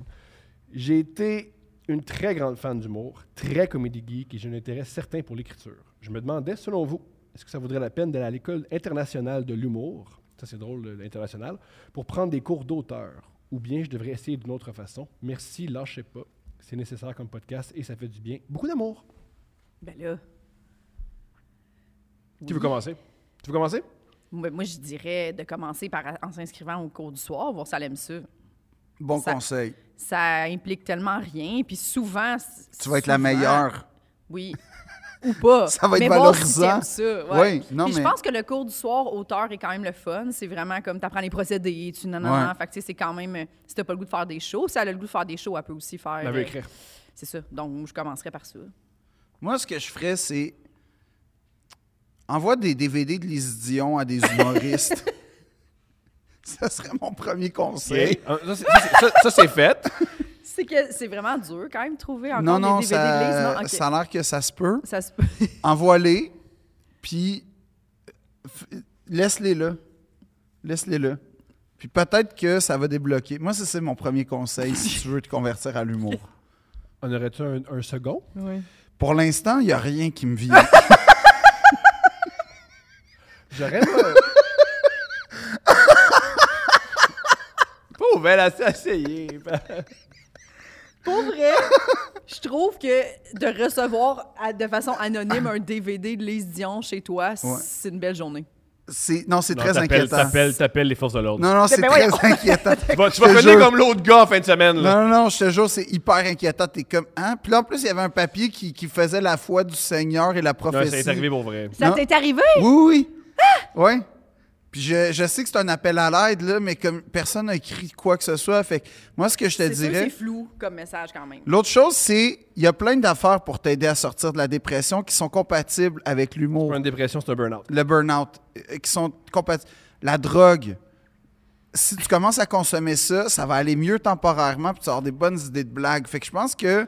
[SPEAKER 3] J'ai été une très grande fan d'humour, très comédie geek et j'ai un intérêt certain pour l'écriture. Je me demandais, selon vous, est-ce que ça vaudrait la peine d'aller à l'école internationale de l'humour, ça c'est drôle, euh, l'international, pour prendre des cours d'auteur ou bien je devrais essayer d'une autre façon. Merci, lâchez pas. C'est nécessaire comme podcast et ça fait du bien. Beaucoup d'amour.
[SPEAKER 2] Ben là,
[SPEAKER 3] Tu veux commencer? Tu veux commencer?
[SPEAKER 2] moi, moi, je dirais de commencer par en s'inscrivant au cours du soir, voir si elle aime ça.
[SPEAKER 1] Bon
[SPEAKER 2] Ça-
[SPEAKER 1] conseil.
[SPEAKER 2] Ça implique tellement rien. Puis souvent. c-
[SPEAKER 1] Tu vas être la
[SPEAKER 2] souvent-
[SPEAKER 1] meilleure.
[SPEAKER 2] Oui. Ou
[SPEAKER 1] <laughs>
[SPEAKER 2] pas.
[SPEAKER 1] Ça va être
[SPEAKER 2] mais voir si
[SPEAKER 1] valorisant.
[SPEAKER 2] t'aimes ça, ouais.
[SPEAKER 1] Oui, non,
[SPEAKER 2] Puis
[SPEAKER 1] mais-
[SPEAKER 2] je pense que le cours du soir, auteur, est quand même le fun. C'est vraiment comme t'apprends les procédés, tu non, non,
[SPEAKER 1] Ouais.
[SPEAKER 2] non. Fait que tu sais, c'est quand même. euh, Si t'as pas le goût de faire des shows, si elle a le goût de faire des shows, elle peut aussi faire.
[SPEAKER 3] Ben, Elle veut
[SPEAKER 2] euh,
[SPEAKER 3] écrire.
[SPEAKER 2] C'est ça. Donc, je commencerai par ça.
[SPEAKER 1] Moi, ce que je ferais, c'est. Envoie des DVD de Lise Dion à des
[SPEAKER 2] <laughs>
[SPEAKER 1] humoristes. ça serait mon premier conseil.
[SPEAKER 3] Ah, Ça, c'est- ça, c'est- ça, ça, c'est fait.
[SPEAKER 2] C'est que c'est vraiment dur quand même de trouver encore
[SPEAKER 1] Non,
[SPEAKER 2] des
[SPEAKER 1] non,
[SPEAKER 2] DVD de Lise.
[SPEAKER 1] ça,
[SPEAKER 2] Non, ok.
[SPEAKER 1] ça a l'air que ça se peut.
[SPEAKER 2] Ça se peut.
[SPEAKER 1] Envoie-les, puis f- laisse-les là. Laisse-les là. Puis peut-être que ça va débloquer. Moi, ça, c'est mon premier conseil si tu veux te convertir à l'humour.
[SPEAKER 3] On aurait-tu un, un second?
[SPEAKER 1] Pour l'instant, il n'y a rien qui me vient.
[SPEAKER 3] J'aurais pas. <laughs> Pauvre, elle a essayé.
[SPEAKER 2] Pour vrai, je trouve que de recevoir à- de façon anonyme un DVD de Lise Dion chez toi, c'est une belle journée.
[SPEAKER 1] C'est- Non, c'est très inquiétant.
[SPEAKER 3] t'appelles les forces de l'ordre.
[SPEAKER 1] Non, non, c'est
[SPEAKER 2] Ben
[SPEAKER 1] très
[SPEAKER 2] voyons.
[SPEAKER 1] inquiétant.
[SPEAKER 3] <laughs> Tu vas, tu
[SPEAKER 1] Je
[SPEAKER 3] vas
[SPEAKER 1] te
[SPEAKER 3] connaître
[SPEAKER 1] jure.
[SPEAKER 3] comme l'autre gars en fin de semaine. Là.
[SPEAKER 1] Non, non, non, je te jure, c'est hyper inquiétant. T'es comme, hein? Puis là, en plus, il y avait un papier qui, qui faisait la foi du Seigneur et la
[SPEAKER 3] Non,
[SPEAKER 1] prophétie.
[SPEAKER 3] c'est arrivé pour vrai.
[SPEAKER 2] Ça
[SPEAKER 1] Non.
[SPEAKER 2] t'est arrivé?
[SPEAKER 1] Oui, oui, oui. Ouais. Puis je, je sais que c'est un appel à l'aide, là, mais comme personne n'a écrit quoi que ce soit, fait que moi, ce que je te
[SPEAKER 2] C'est sûr,
[SPEAKER 1] dirais.
[SPEAKER 2] c'est flou comme message quand même.
[SPEAKER 1] L'autre chose, c'est il y a plein d'affaires pour t'aider à sortir de la dépression qui sont compatibles avec l'humour,
[SPEAKER 3] Une dépression, c'est un burn-out.
[SPEAKER 1] le burn-out, euh, qui sont compatibles. La drogue. Si tu commences à consommer ça, ça va aller mieux temporairement, puis tu vas avoir des bonnes idées de blagues. Fait que je pense que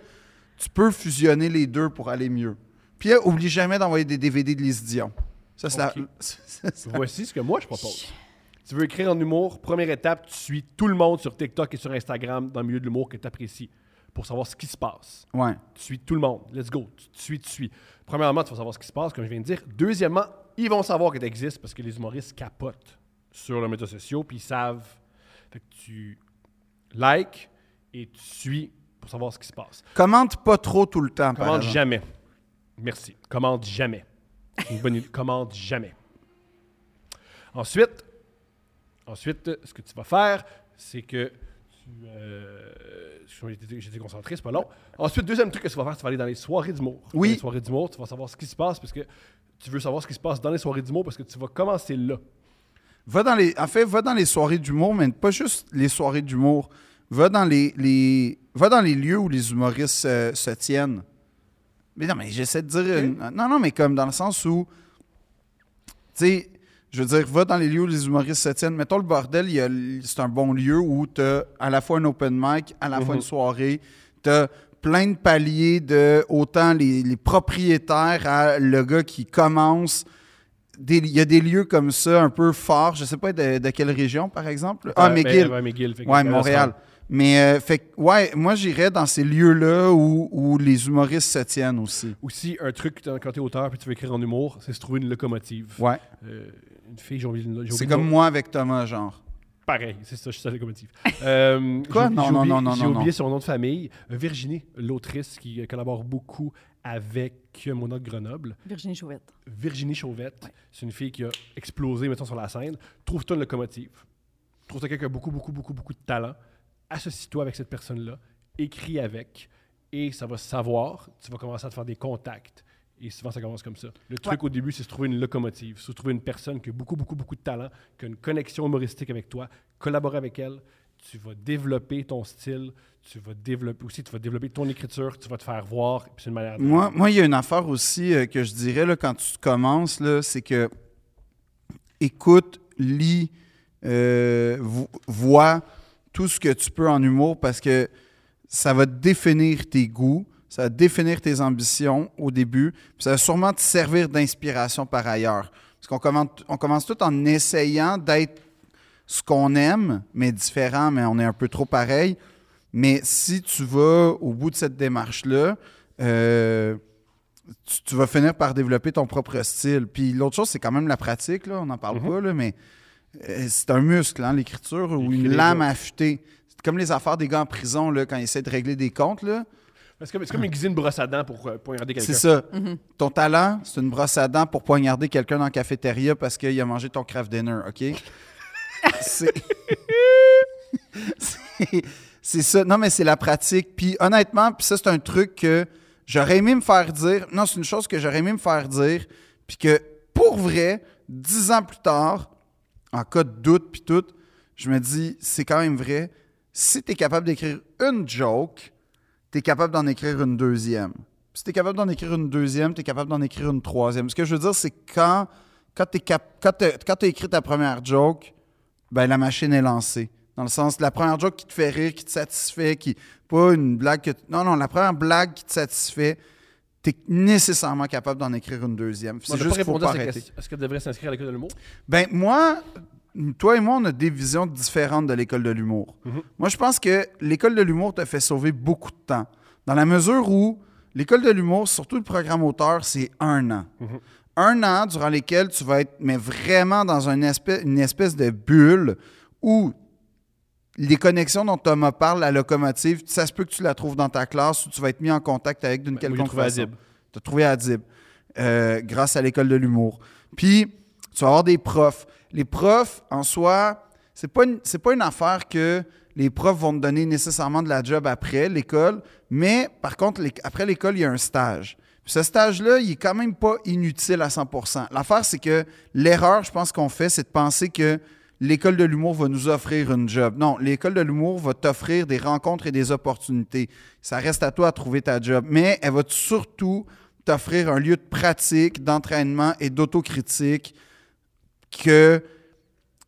[SPEAKER 1] tu peux fusionner les deux pour aller mieux. Puis euh, oublie jamais d'envoyer des DVD de Lise Dion. <laughs> Ça, c'est
[SPEAKER 3] Ok.
[SPEAKER 1] la. c'est- c'est-
[SPEAKER 3] Voici ce que moi je propose. Tu veux écrire en humour, première étape, tu suis tout le monde sur TikTok et sur Instagram dans le milieu de l'humour que tu apprécies pour savoir ce qui se passe.
[SPEAKER 1] Ouais.
[SPEAKER 3] Tu suis tout le monde. Let's go. Tu te suis, tu suis. Premièrement, tu vas savoir ce qui se passe, comme je viens de dire. Deuxièmement, ils vont savoir que tu existes parce que les humoristes capotent sur les médias sociaux, puis ils savent. Fait que tu likes et tu suis pour savoir ce qui se passe.
[SPEAKER 1] Commente pas trop tout le temps. par
[SPEAKER 3] Commande
[SPEAKER 1] exemple.
[SPEAKER 3] jamais. Merci. Commande jamais. C'est Une bonne idée. Commande jamais. Ensuite, ensuite, ce que tu vas faire, c'est que tu. euh, excuse-moi, J'étais j'étais concentré, c'est pas long. Ensuite, deuxième truc que tu vas faire, tu vas aller dans les soirées d'humour.
[SPEAKER 1] Oui.
[SPEAKER 3] Dans les soirées d'humour, tu vas savoir ce qui se passe parce que tu veux savoir ce qui se passe dans les soirées d'humour parce que tu vas commencer là.
[SPEAKER 1] Va dans les, en fait, va dans les soirées d'humour, mais pas juste les soirées d'humour. Va dans les, les- va dans les lieux où les humoristes euh, se tiennent. Mais non, mais j'essaie de dire. une- non, non, mais comme dans le sens où. Tu sais, je veux dire, va dans les lieux où les humoristes se tiennent. Mettons le bordel, il y a l- c'est un bon lieu où tu as à la fois un open mic, à la fois
[SPEAKER 3] Mhm.
[SPEAKER 1] une soirée. Tu as plein de paliers de autant les, les propriétaires à le gars qui commence des- il y a des lieux comme ça, un peu forts. Je sais pas de, de quelle région, par exemple. Ah,
[SPEAKER 3] Euh,
[SPEAKER 1] McGill.
[SPEAKER 3] ben, ouais, McGill. fait que
[SPEAKER 1] Ouais,
[SPEAKER 3] ça
[SPEAKER 1] Montréal. Mais euh, fait que, ouais, moi j'irais dans ces lieux-là où, où les humoristes se tiennent aussi.
[SPEAKER 3] Aussi, un truc t'as- quand t'es auteur puis tu veux écrire en humour, c'est se trouver une locomotive.
[SPEAKER 1] Ouais.
[SPEAKER 3] Euh, une fille, j'ai oublié le nom. j'ai
[SPEAKER 1] C'est
[SPEAKER 3] oublié
[SPEAKER 1] comme
[SPEAKER 3] le nom.
[SPEAKER 1] moi avec Thomas, genre.
[SPEAKER 3] Pareil, c'est ça, je suis sa locomotive. Euh,
[SPEAKER 1] Quoi?
[SPEAKER 3] j'ai-
[SPEAKER 1] Non,
[SPEAKER 3] j'ai
[SPEAKER 1] non,
[SPEAKER 3] oublié-
[SPEAKER 1] non, non,
[SPEAKER 3] J'ai
[SPEAKER 1] non,
[SPEAKER 3] oublié
[SPEAKER 1] non.
[SPEAKER 3] son nom de famille. Virginie, l'autrice qui collabore beaucoup avec euh, Mona de Grenoble.
[SPEAKER 2] Virginie Chouette.
[SPEAKER 3] Virginie Chauvette, c'est une fille qui a explosé, mettons, sur la scène. Trouve-toi une locomotive. Trouve-toi quelqu'un qui a beaucoup, beaucoup, beaucoup, beaucoup de talent. Associe-toi avec cette personne-là. Écris avec. Et ça va se savoir. Tu vas commencer à te faire des contacts. Et souvent, ça commence comme ça. Le truc au début, c'est se trouver une locomotive. Se trouver une personne qui a beaucoup, beaucoup, beaucoup de talent, qui a une connexion humoristique avec toi. Collaborer avec elle. Tu vas développer ton style. Tu vas développer aussi, tu vas développer ton écriture. Tu vas te faire voir. Puis c'est une manière de-
[SPEAKER 1] Moi, moi, il y a une affaire aussi euh, que je dirais là, quand tu commences, là, c'est que écoute, lis, euh, vo- vois tout ce que tu peux en humour parce que ça va définir tes goûts, ça va définir tes ambitions au début, puis ça va sûrement te servir d'inspiration par ailleurs. Parce qu'on commence, on commence tout en essayant d'être ce qu'on aime, mais différent, mais on est un peu trop pareil. Mais si tu vas au bout de cette démarche-là, euh, tu, tu vas finir par développer ton propre style. Puis l'autre chose, c'est quand même la pratique, là, on n'en parle
[SPEAKER 3] Mhm.
[SPEAKER 1] pas, là, mais euh, c'est un muscle, hein, l'écriture, ou
[SPEAKER 3] Écris
[SPEAKER 1] une
[SPEAKER 3] les
[SPEAKER 1] lame
[SPEAKER 3] gars.
[SPEAKER 1] affûtée. C'est comme les affaires des gars en prison, là, quand ils essaient de régler des comptes, là.
[SPEAKER 3] C'est comme, c'est comme aiguiser une brosse à dents pour euh, poignarder quelqu'un.
[SPEAKER 1] C'est ça. Ton talent, c'est une brosse à dents pour poignarder quelqu'un dans la cafétéria parce qu'il a mangé ton craft dinner, OK? c'est... c'est- c'est ça. Non, mais c'est la pratique. Puis honnêtement, puis ça, c'est un truc que j'aurais aimé me faire dire. Non, c'est une chose que j'aurais aimé me faire dire. Puis que pour vrai, dix ans plus tard, en cas de doute, puis tout, je me dis, c'est quand même vrai. Si tu es capable d'écrire une joke, tu es capable d'en écrire une deuxième. Si tu es capable d'en écrire une deuxième, tu es capable d'en écrire une troisième. Ce que je veux dire, c'est que quand, quand tu as écrit ta première joke, ben, la machine est lancée. Dans le sens, la première joke qui te fait rire, qui te satisfait, qui. Pas une blague que. t- Non, non, la première blague qui te satisfait, tu es nécessairement capable d'en écrire une deuxième.
[SPEAKER 3] On
[SPEAKER 1] C'est
[SPEAKER 3] n'a
[SPEAKER 1] juste
[SPEAKER 3] pas
[SPEAKER 1] qu'il faut
[SPEAKER 3] répondu
[SPEAKER 1] pas
[SPEAKER 3] à cette
[SPEAKER 1] arrêter.
[SPEAKER 3] question. Est-ce qu'elle devrait s'inscrire à l'école de l'humour?
[SPEAKER 1] Ben moi, toi et moi, on a des visions différentes de l'école de l'humour.
[SPEAKER 3] Mhm.
[SPEAKER 1] Moi, je pense que l'école de l'humour t'a fait sauver beaucoup de temps. Dans la mesure où l'école de l'humour, surtout le programme auteur, c'est un an.
[SPEAKER 3] Mhm.
[SPEAKER 1] Un an durant lequel tu vas être mais vraiment dans une espèce, une espèce de bulle où les connexions dont Thomas parle, la locomotive, ça se peut que tu la trouves dans ta classe ou tu vas être mis en contact avec
[SPEAKER 3] Ben,
[SPEAKER 1] d'une
[SPEAKER 3] moi, j'ai
[SPEAKER 1] quelconque
[SPEAKER 3] trouvé
[SPEAKER 1] façon.
[SPEAKER 3] Adib.
[SPEAKER 1] Tu as trouvé Adib euh, grâce à l'école de l'humour. Puis, tu vas avoir des profs. Les profs, en soi, c'est pas une, c'est pas une affaire que les profs vont te donner nécessairement de la job après l'école, mais par contre, les- après l'école, il y a un stage. Puis ce stage-là, il est quand même pas inutile à 100 L'affaire, c'est que l'erreur, je pense qu'on fait, c'est de penser que l'école de l'humour va nous offrir une job. Non, l'école de l'humour va t'offrir des rencontres et des opportunités. Ça reste à toi à trouver ta job, mais elle va surtout t'offrir un lieu de pratique, d'entraînement et d'autocritique que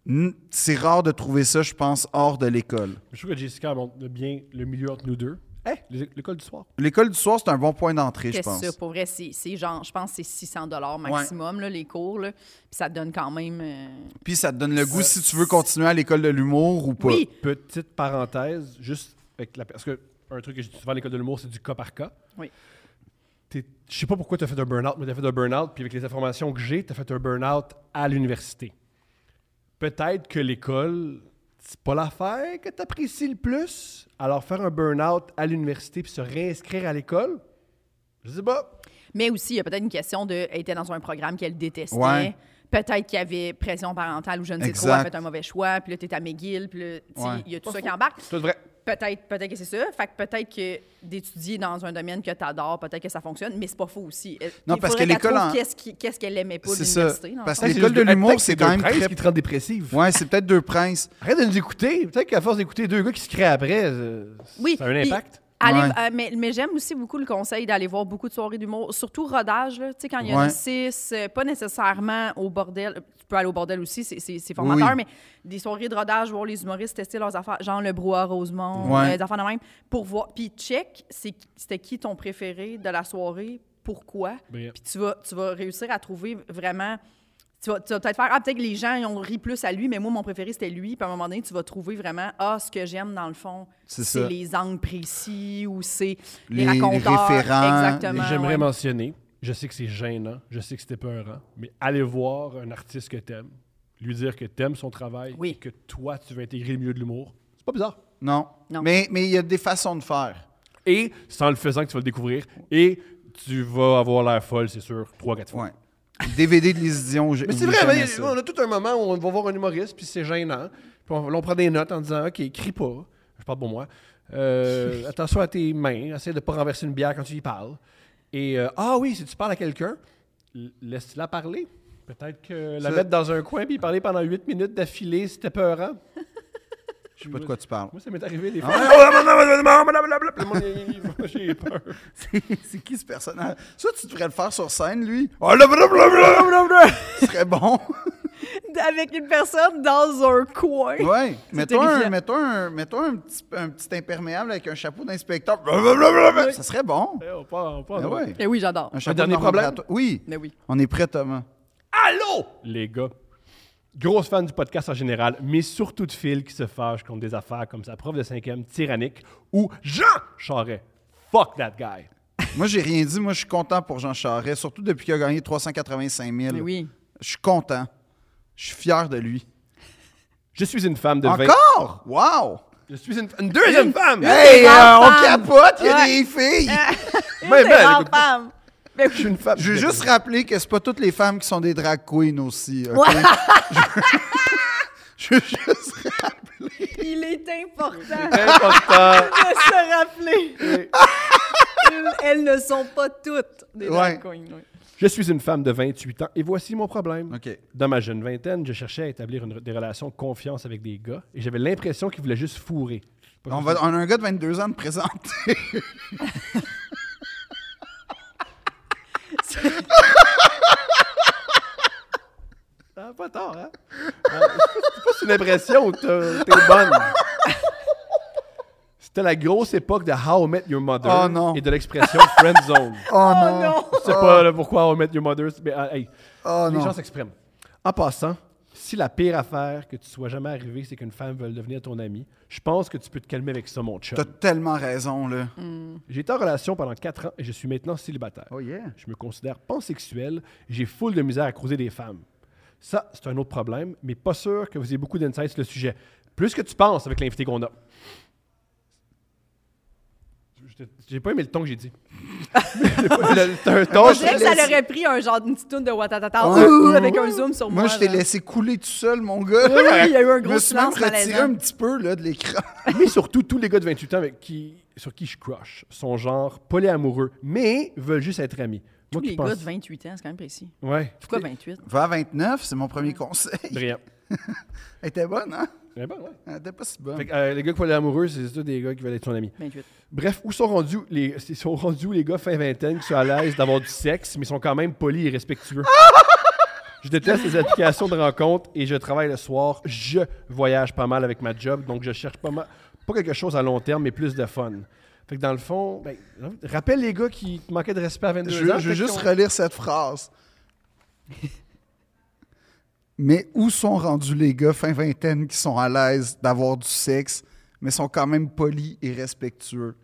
[SPEAKER 1] n- c'est rare de trouver ça, je pense, hors de l'école.
[SPEAKER 3] Je trouve que Jessica montre bien le milieu entre nous deux. Hé, l'école du soir.
[SPEAKER 1] L'école du soir, c'est un bon point d'entrée, je
[SPEAKER 2] Qu'est-ce
[SPEAKER 1] pense.
[SPEAKER 2] que ça? Pour vrai, c'est c'est genre, je pense que c'est 600 maximum, là, les cours. là. Puis ça te donne quand même. euh,
[SPEAKER 1] Puis ça te donne le goût si tu veux continuer à l'école de l'humour ou pas.
[SPEAKER 2] Oui.
[SPEAKER 3] Petite parenthèse, juste avec la. Parce que un truc que j'ai souvent à l'école de l'humour, c'est du cas par cas.
[SPEAKER 2] Oui.
[SPEAKER 3] T'es- Je sais pas pourquoi tu as fait un burn-out, mais tu as fait un burn-out, puis avec les informations que j'ai, tu as fait un burn-out à l'université. Peut-être que l'école, c'est pas l'affaire que tu apprécies le plus. Alors faire un burn-out à l'université puis se réinscrire à l'école, je sais pas.
[SPEAKER 2] Mais aussi, il y a peut-être une question de. Elle était dans un programme qu'elle détestait.
[SPEAKER 1] Ouais.
[SPEAKER 2] Peut-être qu'il y avait pression parentale ou je ne sais trop,
[SPEAKER 1] Exact.
[SPEAKER 2] elle a fait un mauvais choix, puis là, t'es à McGill, puis là, tu sais,
[SPEAKER 1] Ouais.
[SPEAKER 2] il y a tout ça qui embarque.
[SPEAKER 3] C'est vrai.
[SPEAKER 2] Peut-être peut que c'est ça. Fait que peut-être que d'étudier dans un domaine que t'adores, peut-être que ça fonctionne, mais c'est pas faux aussi. Elle-
[SPEAKER 1] Non,
[SPEAKER 2] il
[SPEAKER 1] parce
[SPEAKER 2] faudrait
[SPEAKER 1] que
[SPEAKER 2] qu'elle
[SPEAKER 1] l'école
[SPEAKER 2] trouve
[SPEAKER 1] en-
[SPEAKER 2] Qu'est-ce qui- qu'est-ce qu'elle aimait pas de
[SPEAKER 1] C'est ça.
[SPEAKER 2] l'université? dans le
[SPEAKER 1] Parce
[SPEAKER 2] fond.
[SPEAKER 1] que l'école de l'humour, c'est quand même très-
[SPEAKER 3] qui te rend dépressive.
[SPEAKER 1] Ouais, c'est peut-être deux princes.
[SPEAKER 3] Arrête de nous écouter. Peut-être qu'à force d'écouter deux gars qui se créent après, euh,
[SPEAKER 2] Oui,
[SPEAKER 3] ça a un
[SPEAKER 2] puis
[SPEAKER 3] impact.
[SPEAKER 2] allez-
[SPEAKER 1] Ouais.
[SPEAKER 2] euh, mais mais j'aime aussi beaucoup le conseil d'aller voir beaucoup de soirées d'humour, surtout rodage, là, tu sais, quand il y en
[SPEAKER 1] Ouais.
[SPEAKER 2] a six, euh, pas nécessairement au bordel. euh, Tu peux aller au bordel aussi, c'est- c'est c'est formateur,
[SPEAKER 1] Oui.
[SPEAKER 2] mais des soirées de rodage, voir les humoristes tester leurs affaires, genre le brouhaha Rosemont,
[SPEAKER 1] Ouais.
[SPEAKER 2] euh, des affaires de même, pour voir. Puis check, c'est- c'était qui ton préféré de la soirée, pourquoi.
[SPEAKER 3] Brillant.
[SPEAKER 2] Puis tu vas, tu vas réussir à trouver vraiment Tu vas, tu vas peut-être faire, ah, peut-être que les gens ils ont ri plus à lui, mais moi, mon préféré, c'était lui. Puis à un moment donné, tu vas trouver vraiment, ah, ce que j'aime dans le fond,
[SPEAKER 1] C'est
[SPEAKER 2] c'est
[SPEAKER 1] ça.
[SPEAKER 2] les angles précis ou c'est
[SPEAKER 1] Les-
[SPEAKER 2] les,
[SPEAKER 1] les
[SPEAKER 2] raconteurs.
[SPEAKER 1] référents,
[SPEAKER 2] Exactement.
[SPEAKER 3] J'aimerais
[SPEAKER 2] ouais.
[SPEAKER 3] mentionner, je sais que c'est gênant, je sais que c'était peurant, mais aller voir un artiste que t'aimes, lui dire que t'aimes son travail,
[SPEAKER 2] Oui.
[SPEAKER 3] et que toi, tu veux intégrer le milieu de l'humour, c'est pas bizarre.
[SPEAKER 1] Non.
[SPEAKER 2] Non.
[SPEAKER 1] Mais mais il y a des façons de faire.
[SPEAKER 3] Et c'est en le faisant que tu vas le découvrir, et tu vas avoir l'air folle, c'est sûr, trois, quatre fois.
[SPEAKER 1] Ouais. Le DVD de Les Idions, j'ai-
[SPEAKER 3] Mais c'est
[SPEAKER 1] j'ai
[SPEAKER 3] vrai,
[SPEAKER 1] jamais
[SPEAKER 3] mais
[SPEAKER 1] ça.
[SPEAKER 3] on a tout un moment où on va voir un humoriste, puis c'est gênant. Puis on, on prend des notes en disant Ok, crie pas. Je parle pour moi. Euh, attention à tes mains. Essaie de ne pas renverser une bière quand tu y parles. Et euh, ah oui, si tu parles à quelqu'un, l- laisse-la parler. Peut-être que la
[SPEAKER 1] Ça-
[SPEAKER 3] mettre dans un coin puis parler pendant 8 minutes d'affilée, c'était peurant.
[SPEAKER 1] Je sais pas de quoi Ah!
[SPEAKER 3] <laughs>
[SPEAKER 1] tu parles.
[SPEAKER 3] Moi, ça m'est arrivé des fois. Le monde, il- il- J'ai peur.
[SPEAKER 1] c'est qui ce personnage? Ça, tu devrais le faire sur scène, lui.
[SPEAKER 3] Ah,
[SPEAKER 1] Oh là, blablabla, ce
[SPEAKER 3] <laughs>
[SPEAKER 1] serait bon.
[SPEAKER 2] <laughs> Avec une personne dans un coin. <laughs>
[SPEAKER 1] Ouais. Mets-toi un,
[SPEAKER 2] terrifiant.
[SPEAKER 1] mets-toi un, mets-toi un petit, un petit imperméable avec un chapeau d'inspecteur. Blablabla, Ça serait bon.
[SPEAKER 3] Eh, On part, on part.
[SPEAKER 1] Ah ouais.
[SPEAKER 2] Eh oui, j'adore.
[SPEAKER 1] Un chapeau
[SPEAKER 3] dernier
[SPEAKER 1] normal.
[SPEAKER 3] problème?
[SPEAKER 1] Oui.
[SPEAKER 2] Mais oui.
[SPEAKER 1] On est prêt, Thomas.
[SPEAKER 3] Allô? Les gars, grosse fan du podcast en général, mais surtout de Phil qui se fâche contre des affaires comme sa prof de cinquième tyrannique ou Jean Charret. Fuck that guy.
[SPEAKER 1] Moi, j'ai rien dit. Moi, je suis content pour Jean Charest, surtout depuis qu'il a gagné 385 000.
[SPEAKER 2] Mais oui.
[SPEAKER 1] Je suis content. Je suis fier de lui.
[SPEAKER 3] Je suis une femme de 20...
[SPEAKER 1] Encore? Wow!
[SPEAKER 3] Je suis une, une deuxième femme!
[SPEAKER 1] Hey,
[SPEAKER 2] des
[SPEAKER 1] euh, on
[SPEAKER 2] femmes.
[SPEAKER 1] capote, il y a
[SPEAKER 2] Ouais. Euh.
[SPEAKER 1] des filles!
[SPEAKER 3] Mais
[SPEAKER 2] C'est
[SPEAKER 3] ben,
[SPEAKER 2] grand
[SPEAKER 3] écoute-
[SPEAKER 2] femme. Mais oui.
[SPEAKER 3] Je suis une femme.
[SPEAKER 1] Je veux juste rappeler que c'est pas toutes les femmes qui sont des drag queens aussi. ok? <laughs> Je veux juste
[SPEAKER 2] Il est important.
[SPEAKER 3] C'est important.
[SPEAKER 2] de se rappeler. Elles- <laughs> Elles ne sont pas toutes des drag
[SPEAKER 1] Ouais.
[SPEAKER 2] queens, oui.
[SPEAKER 3] Je suis une femme de 28 ans et voici mon problème.
[SPEAKER 1] OK.
[SPEAKER 3] Dans ma jeune vingtaine, je cherchais à établir une- des relations de confiance avec des gars et j'avais l'impression qu'ils voulaient juste fourrer. Pas
[SPEAKER 1] On,
[SPEAKER 3] comme
[SPEAKER 1] va, on a un gars de 22 ans de
[SPEAKER 2] <laughs>
[SPEAKER 1] présenter.
[SPEAKER 3] Ah, pas tard, hein? Ah, c'est pas une impression où t'as- t'es bonne. C'était la grosse époque de How I Met Your Mother
[SPEAKER 1] Oh non.
[SPEAKER 3] et de l'expression Friend Zone.
[SPEAKER 1] Oh non!
[SPEAKER 2] Non!
[SPEAKER 3] Je sais pas là, pourquoi How I Met Your Mother, mais ah, hey,
[SPEAKER 1] Oh
[SPEAKER 3] les
[SPEAKER 1] non.
[SPEAKER 3] gens s'expriment. En passant, si la pire affaire que tu sois jamais arrivé, c'est qu'une femme veuille devenir ton amie, je pense que tu peux te calmer avec ça, mon chum.
[SPEAKER 1] T'as tellement raison, là.
[SPEAKER 3] J'ai été en relation pendant 4 ans et je suis maintenant célibataire.
[SPEAKER 1] Oh yeah.
[SPEAKER 3] Je me considère pansexuel et j'ai full de misère à croiser des femmes. Ça, c'est un autre problème, mais pas sûr que vous ayez beaucoup d'insights sur le sujet. Plus que tu penses avec l'invité qu'on a. Je- je- J'ai pas aimé le ton que j'ai dit. J'ai pas-
[SPEAKER 2] <laughs>
[SPEAKER 3] le- C'est un ton.
[SPEAKER 2] On
[SPEAKER 1] je
[SPEAKER 2] dirait que
[SPEAKER 1] te
[SPEAKER 2] ça
[SPEAKER 1] laisse-
[SPEAKER 2] l'aurait pris un genre d'une petite toune de Watatata
[SPEAKER 1] Ouais.
[SPEAKER 2] ouh, avec un zoom sur moi.
[SPEAKER 1] Moi, je t'ai
[SPEAKER 2] là.
[SPEAKER 1] laissé couler tout seul, mon gars.
[SPEAKER 2] Oui, oui, il y a eu un
[SPEAKER 1] Je me
[SPEAKER 2] gros
[SPEAKER 1] suis même
[SPEAKER 2] silence
[SPEAKER 1] retiré
[SPEAKER 2] malaisant.
[SPEAKER 1] un petit peu là, de l'écran.
[SPEAKER 3] Mais surtout, tous les gars de 28 ans avec qui, sur qui je crush sont genre polyamoureux, mais veulent juste être amis.
[SPEAKER 2] Tous
[SPEAKER 3] Moi qui
[SPEAKER 2] les gars
[SPEAKER 3] pense.
[SPEAKER 2] de 28 ans, c'est quand même précis.
[SPEAKER 3] Ouais.
[SPEAKER 2] Pourquoi 28?
[SPEAKER 1] Va à 29, c'est mon premier conseil. <laughs>
[SPEAKER 3] Rien.
[SPEAKER 1] Elle était bonne, hein?
[SPEAKER 3] Rien, bon, ouais.
[SPEAKER 1] Elle était pas si bonne.
[SPEAKER 3] Fait que, euh, les gars polyamoureux, c'est tous des gars qui veulent être son ami.
[SPEAKER 2] 28.
[SPEAKER 3] Bref, où sont rendus les, <laughs> c'est- sont rendus où les gars fin vingtaine qui sont à l'aise d'avoir du sexe, mais sont quand même polis et
[SPEAKER 1] <laughs>
[SPEAKER 3] respectueux? Je déteste les applications de rencontres et je travaille le soir. Je voyage pas mal avec ma job, donc je cherche pas mal, pas quelque chose à long terme, mais plus de fun. Fait que dans le fond, ben, rappelle les gars qui te manquaient de respect à 22
[SPEAKER 1] Je,
[SPEAKER 3] ans.
[SPEAKER 1] veux- je
[SPEAKER 3] peut-être
[SPEAKER 1] veux juste
[SPEAKER 3] qu'on-
[SPEAKER 1] relire cette phrase. <laughs> mais où sont rendus les gars fin vingtaine qui sont à l'aise d'avoir du sexe, mais sont quand même polis et respectueux?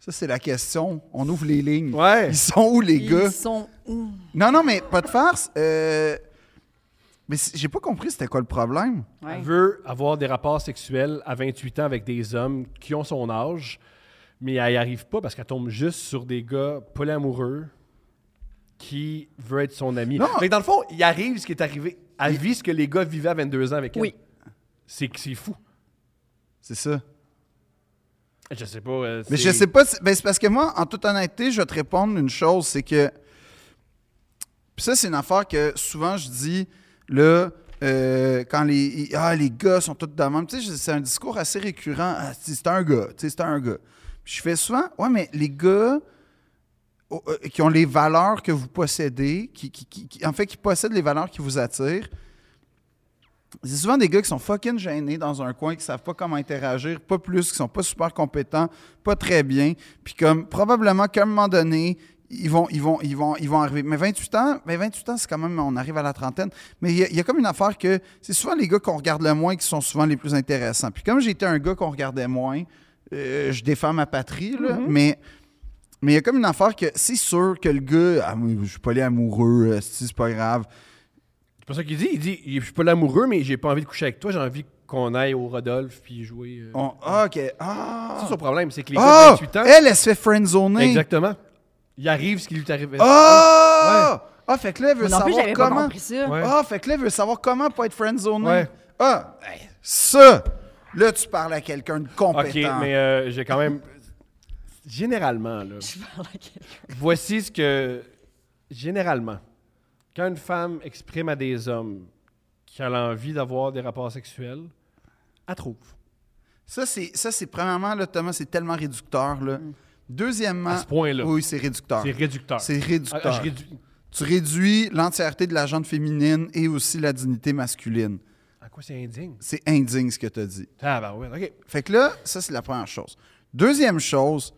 [SPEAKER 1] Ça, c'est la question. On ouvre les lignes.
[SPEAKER 3] Ouais.
[SPEAKER 1] Ils sont où, les gars?
[SPEAKER 2] Ils sont où?
[SPEAKER 1] Non, non, mais pas de farce. euh, Mais c'est- j'ai pas compris c'était quoi le problème.
[SPEAKER 2] Ouais.
[SPEAKER 3] Elle veut avoir des rapports sexuels à 28 ans avec des hommes qui ont son âge, mais elle n'y arrive pas parce qu'elle tombe juste sur des gars polyamoureux qui veulent être son ami.
[SPEAKER 1] Non.
[SPEAKER 3] Fait que dans le fond, il arrive ce qui est arrivé. Elle vit ce que les gars vivaient à 22 ans avec elle.
[SPEAKER 2] Oui.
[SPEAKER 3] C'est c'est fou.
[SPEAKER 1] C'est ça.
[SPEAKER 3] Je sais pas. euh,
[SPEAKER 1] Mais je
[SPEAKER 3] c'est-
[SPEAKER 1] sais pas. si- ben, c'est parce que moi, en toute honnêteté, je vais te répondre une chose, c'est que. Puis ça, c'est une affaire que souvent je dis, là, euh, quand les, ils- ah, les gars sont tous dans le même. Tu sais, c'est un discours assez récurrent. Ah, c'est c'est un gars, tu sais, c'est un gars. Puis je fais souvent, ouais, mais les gars oh, euh, qui ont les valeurs que vous possédez, qui, qui- qui- qui- en fait, qui possèdent les valeurs qui vous attirent, c'est souvent des gars qui sont fucking gênés dans un coin, qui savent pas comment interagir, pas plus, qui sont pas super compétents, pas très bien. Puis comme probablement qu'à un moment donné, ils vont, ils vont, ils vont, ils vont arriver. Mais 28 ans, mais 28 ans, c'est quand même, on arrive à la trentaine. Mais il y, a- il y a comme une affaire que c'est souvent les gars qu'on regarde le moins qui sont souvent les plus intéressants. Puis comme j'étais un gars qu'on regardait moins, euh, je défends ma patrie, là, mais. Mais il y a comme une affaire que c'est sûr que le gars, ah, moi, je suis pas les amoureux, euh, c'est c'est pas grave.
[SPEAKER 3] C'est pas ça qu'il dit. Il dit Je suis pas l'amoureux, mais j'ai pas envie de coucher avec toi. J'ai envie qu'on aille au Rodolphe puis jouer. euh.
[SPEAKER 1] On- ah, ok. Ah!
[SPEAKER 3] C'est ça son problème, c'est que les
[SPEAKER 1] Ah!
[SPEAKER 3] gars de 28 ans.
[SPEAKER 1] Elle, elle se fait friendzoner.
[SPEAKER 3] Exactement. Il arrive ce qui lui est arrivé.
[SPEAKER 1] Ah! Ah, fait que là, elle veut
[SPEAKER 2] Mais non plus,
[SPEAKER 1] savoir
[SPEAKER 2] j'avais pas
[SPEAKER 1] comment.
[SPEAKER 2] compris ça.
[SPEAKER 3] Ouais.
[SPEAKER 1] Ah, fait que là, elle veut savoir comment pas être friendzoné.
[SPEAKER 3] Ouais.
[SPEAKER 1] Ah, hey, ça! Là, tu parles à quelqu'un de
[SPEAKER 3] Ok,
[SPEAKER 1] compétent.
[SPEAKER 3] mais euh, j'ai quand même. <laughs> Généralement, là.
[SPEAKER 2] <laughs> Je parle à quelqu'un.
[SPEAKER 3] Voici ce que. Généralement, quand une femme exprime à des hommes qu'elle a envie d'avoir des rapports sexuels, elle trouve.
[SPEAKER 1] Ça, c'est, ça, c'est premièrement, là, Thomas, c'est tellement réducteur. Là.
[SPEAKER 2] Mm.
[SPEAKER 1] Deuxièmement,
[SPEAKER 3] À ce point-là.
[SPEAKER 1] oui, c'est réducteur.
[SPEAKER 3] Ah. C'est réducteur.
[SPEAKER 1] C'est réducteur.
[SPEAKER 3] Ah, je réduis-
[SPEAKER 1] Tu réduis l'entièreté de la gente féminine et aussi la dignité masculine.
[SPEAKER 3] À quoi c'est indigne?
[SPEAKER 1] C'est indigne ce que tu as dit.
[SPEAKER 3] Ah, bah ouais, ok.
[SPEAKER 1] Fait que là, ça, c'est la première chose. Deuxième chose,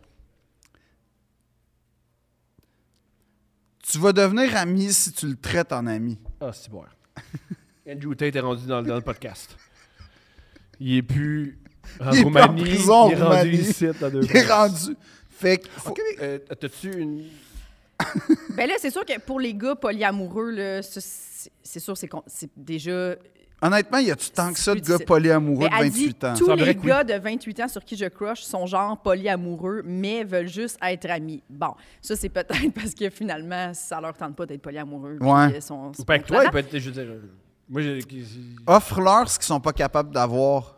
[SPEAKER 1] tu vas devenir ami si tu le traites en ami.
[SPEAKER 3] Ah, c'est bon. <laughs> Andrew Tate est rendu dans, dans le podcast. Il est plus en
[SPEAKER 1] Il est plus en
[SPEAKER 3] Roumanie.
[SPEAKER 1] prison en
[SPEAKER 3] il est rendu
[SPEAKER 1] Roumanie.
[SPEAKER 3] ici. dans deux
[SPEAKER 1] Il est
[SPEAKER 3] places.
[SPEAKER 1] rendu. Fait que. faut-
[SPEAKER 3] Euh, T'as-tu une.
[SPEAKER 2] Ben là, c'est sûr que pour les gars polyamoureux, là, ça, c'est c'est sûr, c'est con- c'est déjà.
[SPEAKER 1] Honnêtement, y a-tu tant que ça de
[SPEAKER 2] C'est
[SPEAKER 1] gars
[SPEAKER 2] difficile.
[SPEAKER 1] polyamoureux
[SPEAKER 2] Mais
[SPEAKER 1] de
[SPEAKER 2] elle dit
[SPEAKER 1] 28 ans?
[SPEAKER 2] tous
[SPEAKER 3] Semblerait
[SPEAKER 2] les
[SPEAKER 3] que oui.
[SPEAKER 2] gars de 28 ans sur qui je crush sont genre polyamoureux, mais veulent juste être amis. Bon, ça, c'est peut-être <laughs> parce que finalement, ça leur tente pas d'être polyamoureux. puis
[SPEAKER 1] Ouais.
[SPEAKER 2] ils sont-
[SPEAKER 3] Ou pas avec toi, il peut être. Je veux dire. euh, Moi, j'ai.
[SPEAKER 1] Offre-leur ce qu'ils sont pas capables d'avoir.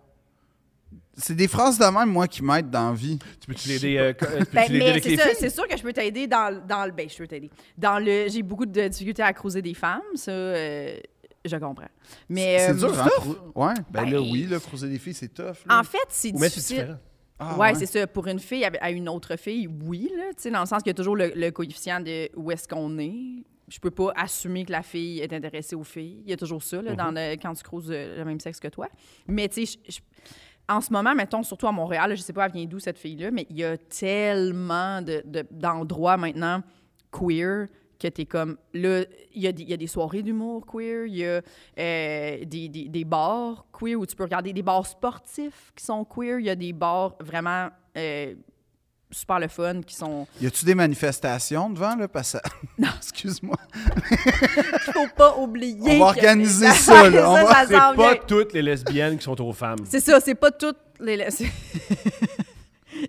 [SPEAKER 1] C'est des phrases de même, moi, qui m'aident dans la vie.
[SPEAKER 3] Tu peux-tu l'aider euh, co- euh, tu
[SPEAKER 2] Ben,
[SPEAKER 3] peux-tu l'aider
[SPEAKER 2] mais
[SPEAKER 3] avec
[SPEAKER 2] c'est
[SPEAKER 3] les
[SPEAKER 2] ça,
[SPEAKER 3] filles?
[SPEAKER 2] c'est sûr que je peux t'aider dans, le- dans le. Ben, je peux t'aider. Dans le. J'ai beaucoup de difficultés à croiser des femmes, ça, euh, je comprends. Mais.
[SPEAKER 1] C'est
[SPEAKER 2] euh,
[SPEAKER 1] dur, hein? crou- Ouais. Ben,
[SPEAKER 2] Ben,
[SPEAKER 1] là, oui, là, croiser des filles, c'est tough. là.
[SPEAKER 2] En fait, c'est
[SPEAKER 3] Ou mais c'est
[SPEAKER 2] difficile.
[SPEAKER 3] différent.
[SPEAKER 1] Ah,
[SPEAKER 2] ouais, c'est ça. Pour une fille à à une autre fille, oui, là, tu sais, dans le sens qu'il y a toujours le, le coefficient de où est-ce qu'on est. Je peux pas assumer que la fille est intéressée aux filles. Il y a toujours ça, là, dans le, quand tu creuses euh, le même sexe que toi. Mais, tu sais, je- je- en ce moment, mettons, surtout à Montréal, là, je sais pas, elle vient d'où cette fille-là, mais il y a tellement de- de- d'endroits maintenant queer que t'es comme là il y, a des- il y a des soirées d'humour queer il y a euh, des, des- des bars queer où tu peux regarder des bars sportifs qui sont queer il y a des bars vraiment euh, super le fun qui sont
[SPEAKER 1] Y a-tu des manifestations devant, là? Parce que... Non, <laughs> excuse-moi.
[SPEAKER 2] qu'il faut pas oublier
[SPEAKER 1] On va
[SPEAKER 2] qu'il y a- <laughs>
[SPEAKER 1] organiser ça, là. On va-
[SPEAKER 2] ça
[SPEAKER 3] C'est pas
[SPEAKER 2] s'en vient.
[SPEAKER 3] toutes les lesbiennes qui sont aux femmes.
[SPEAKER 2] c'est ça c'est pas toutes les les- <laughs>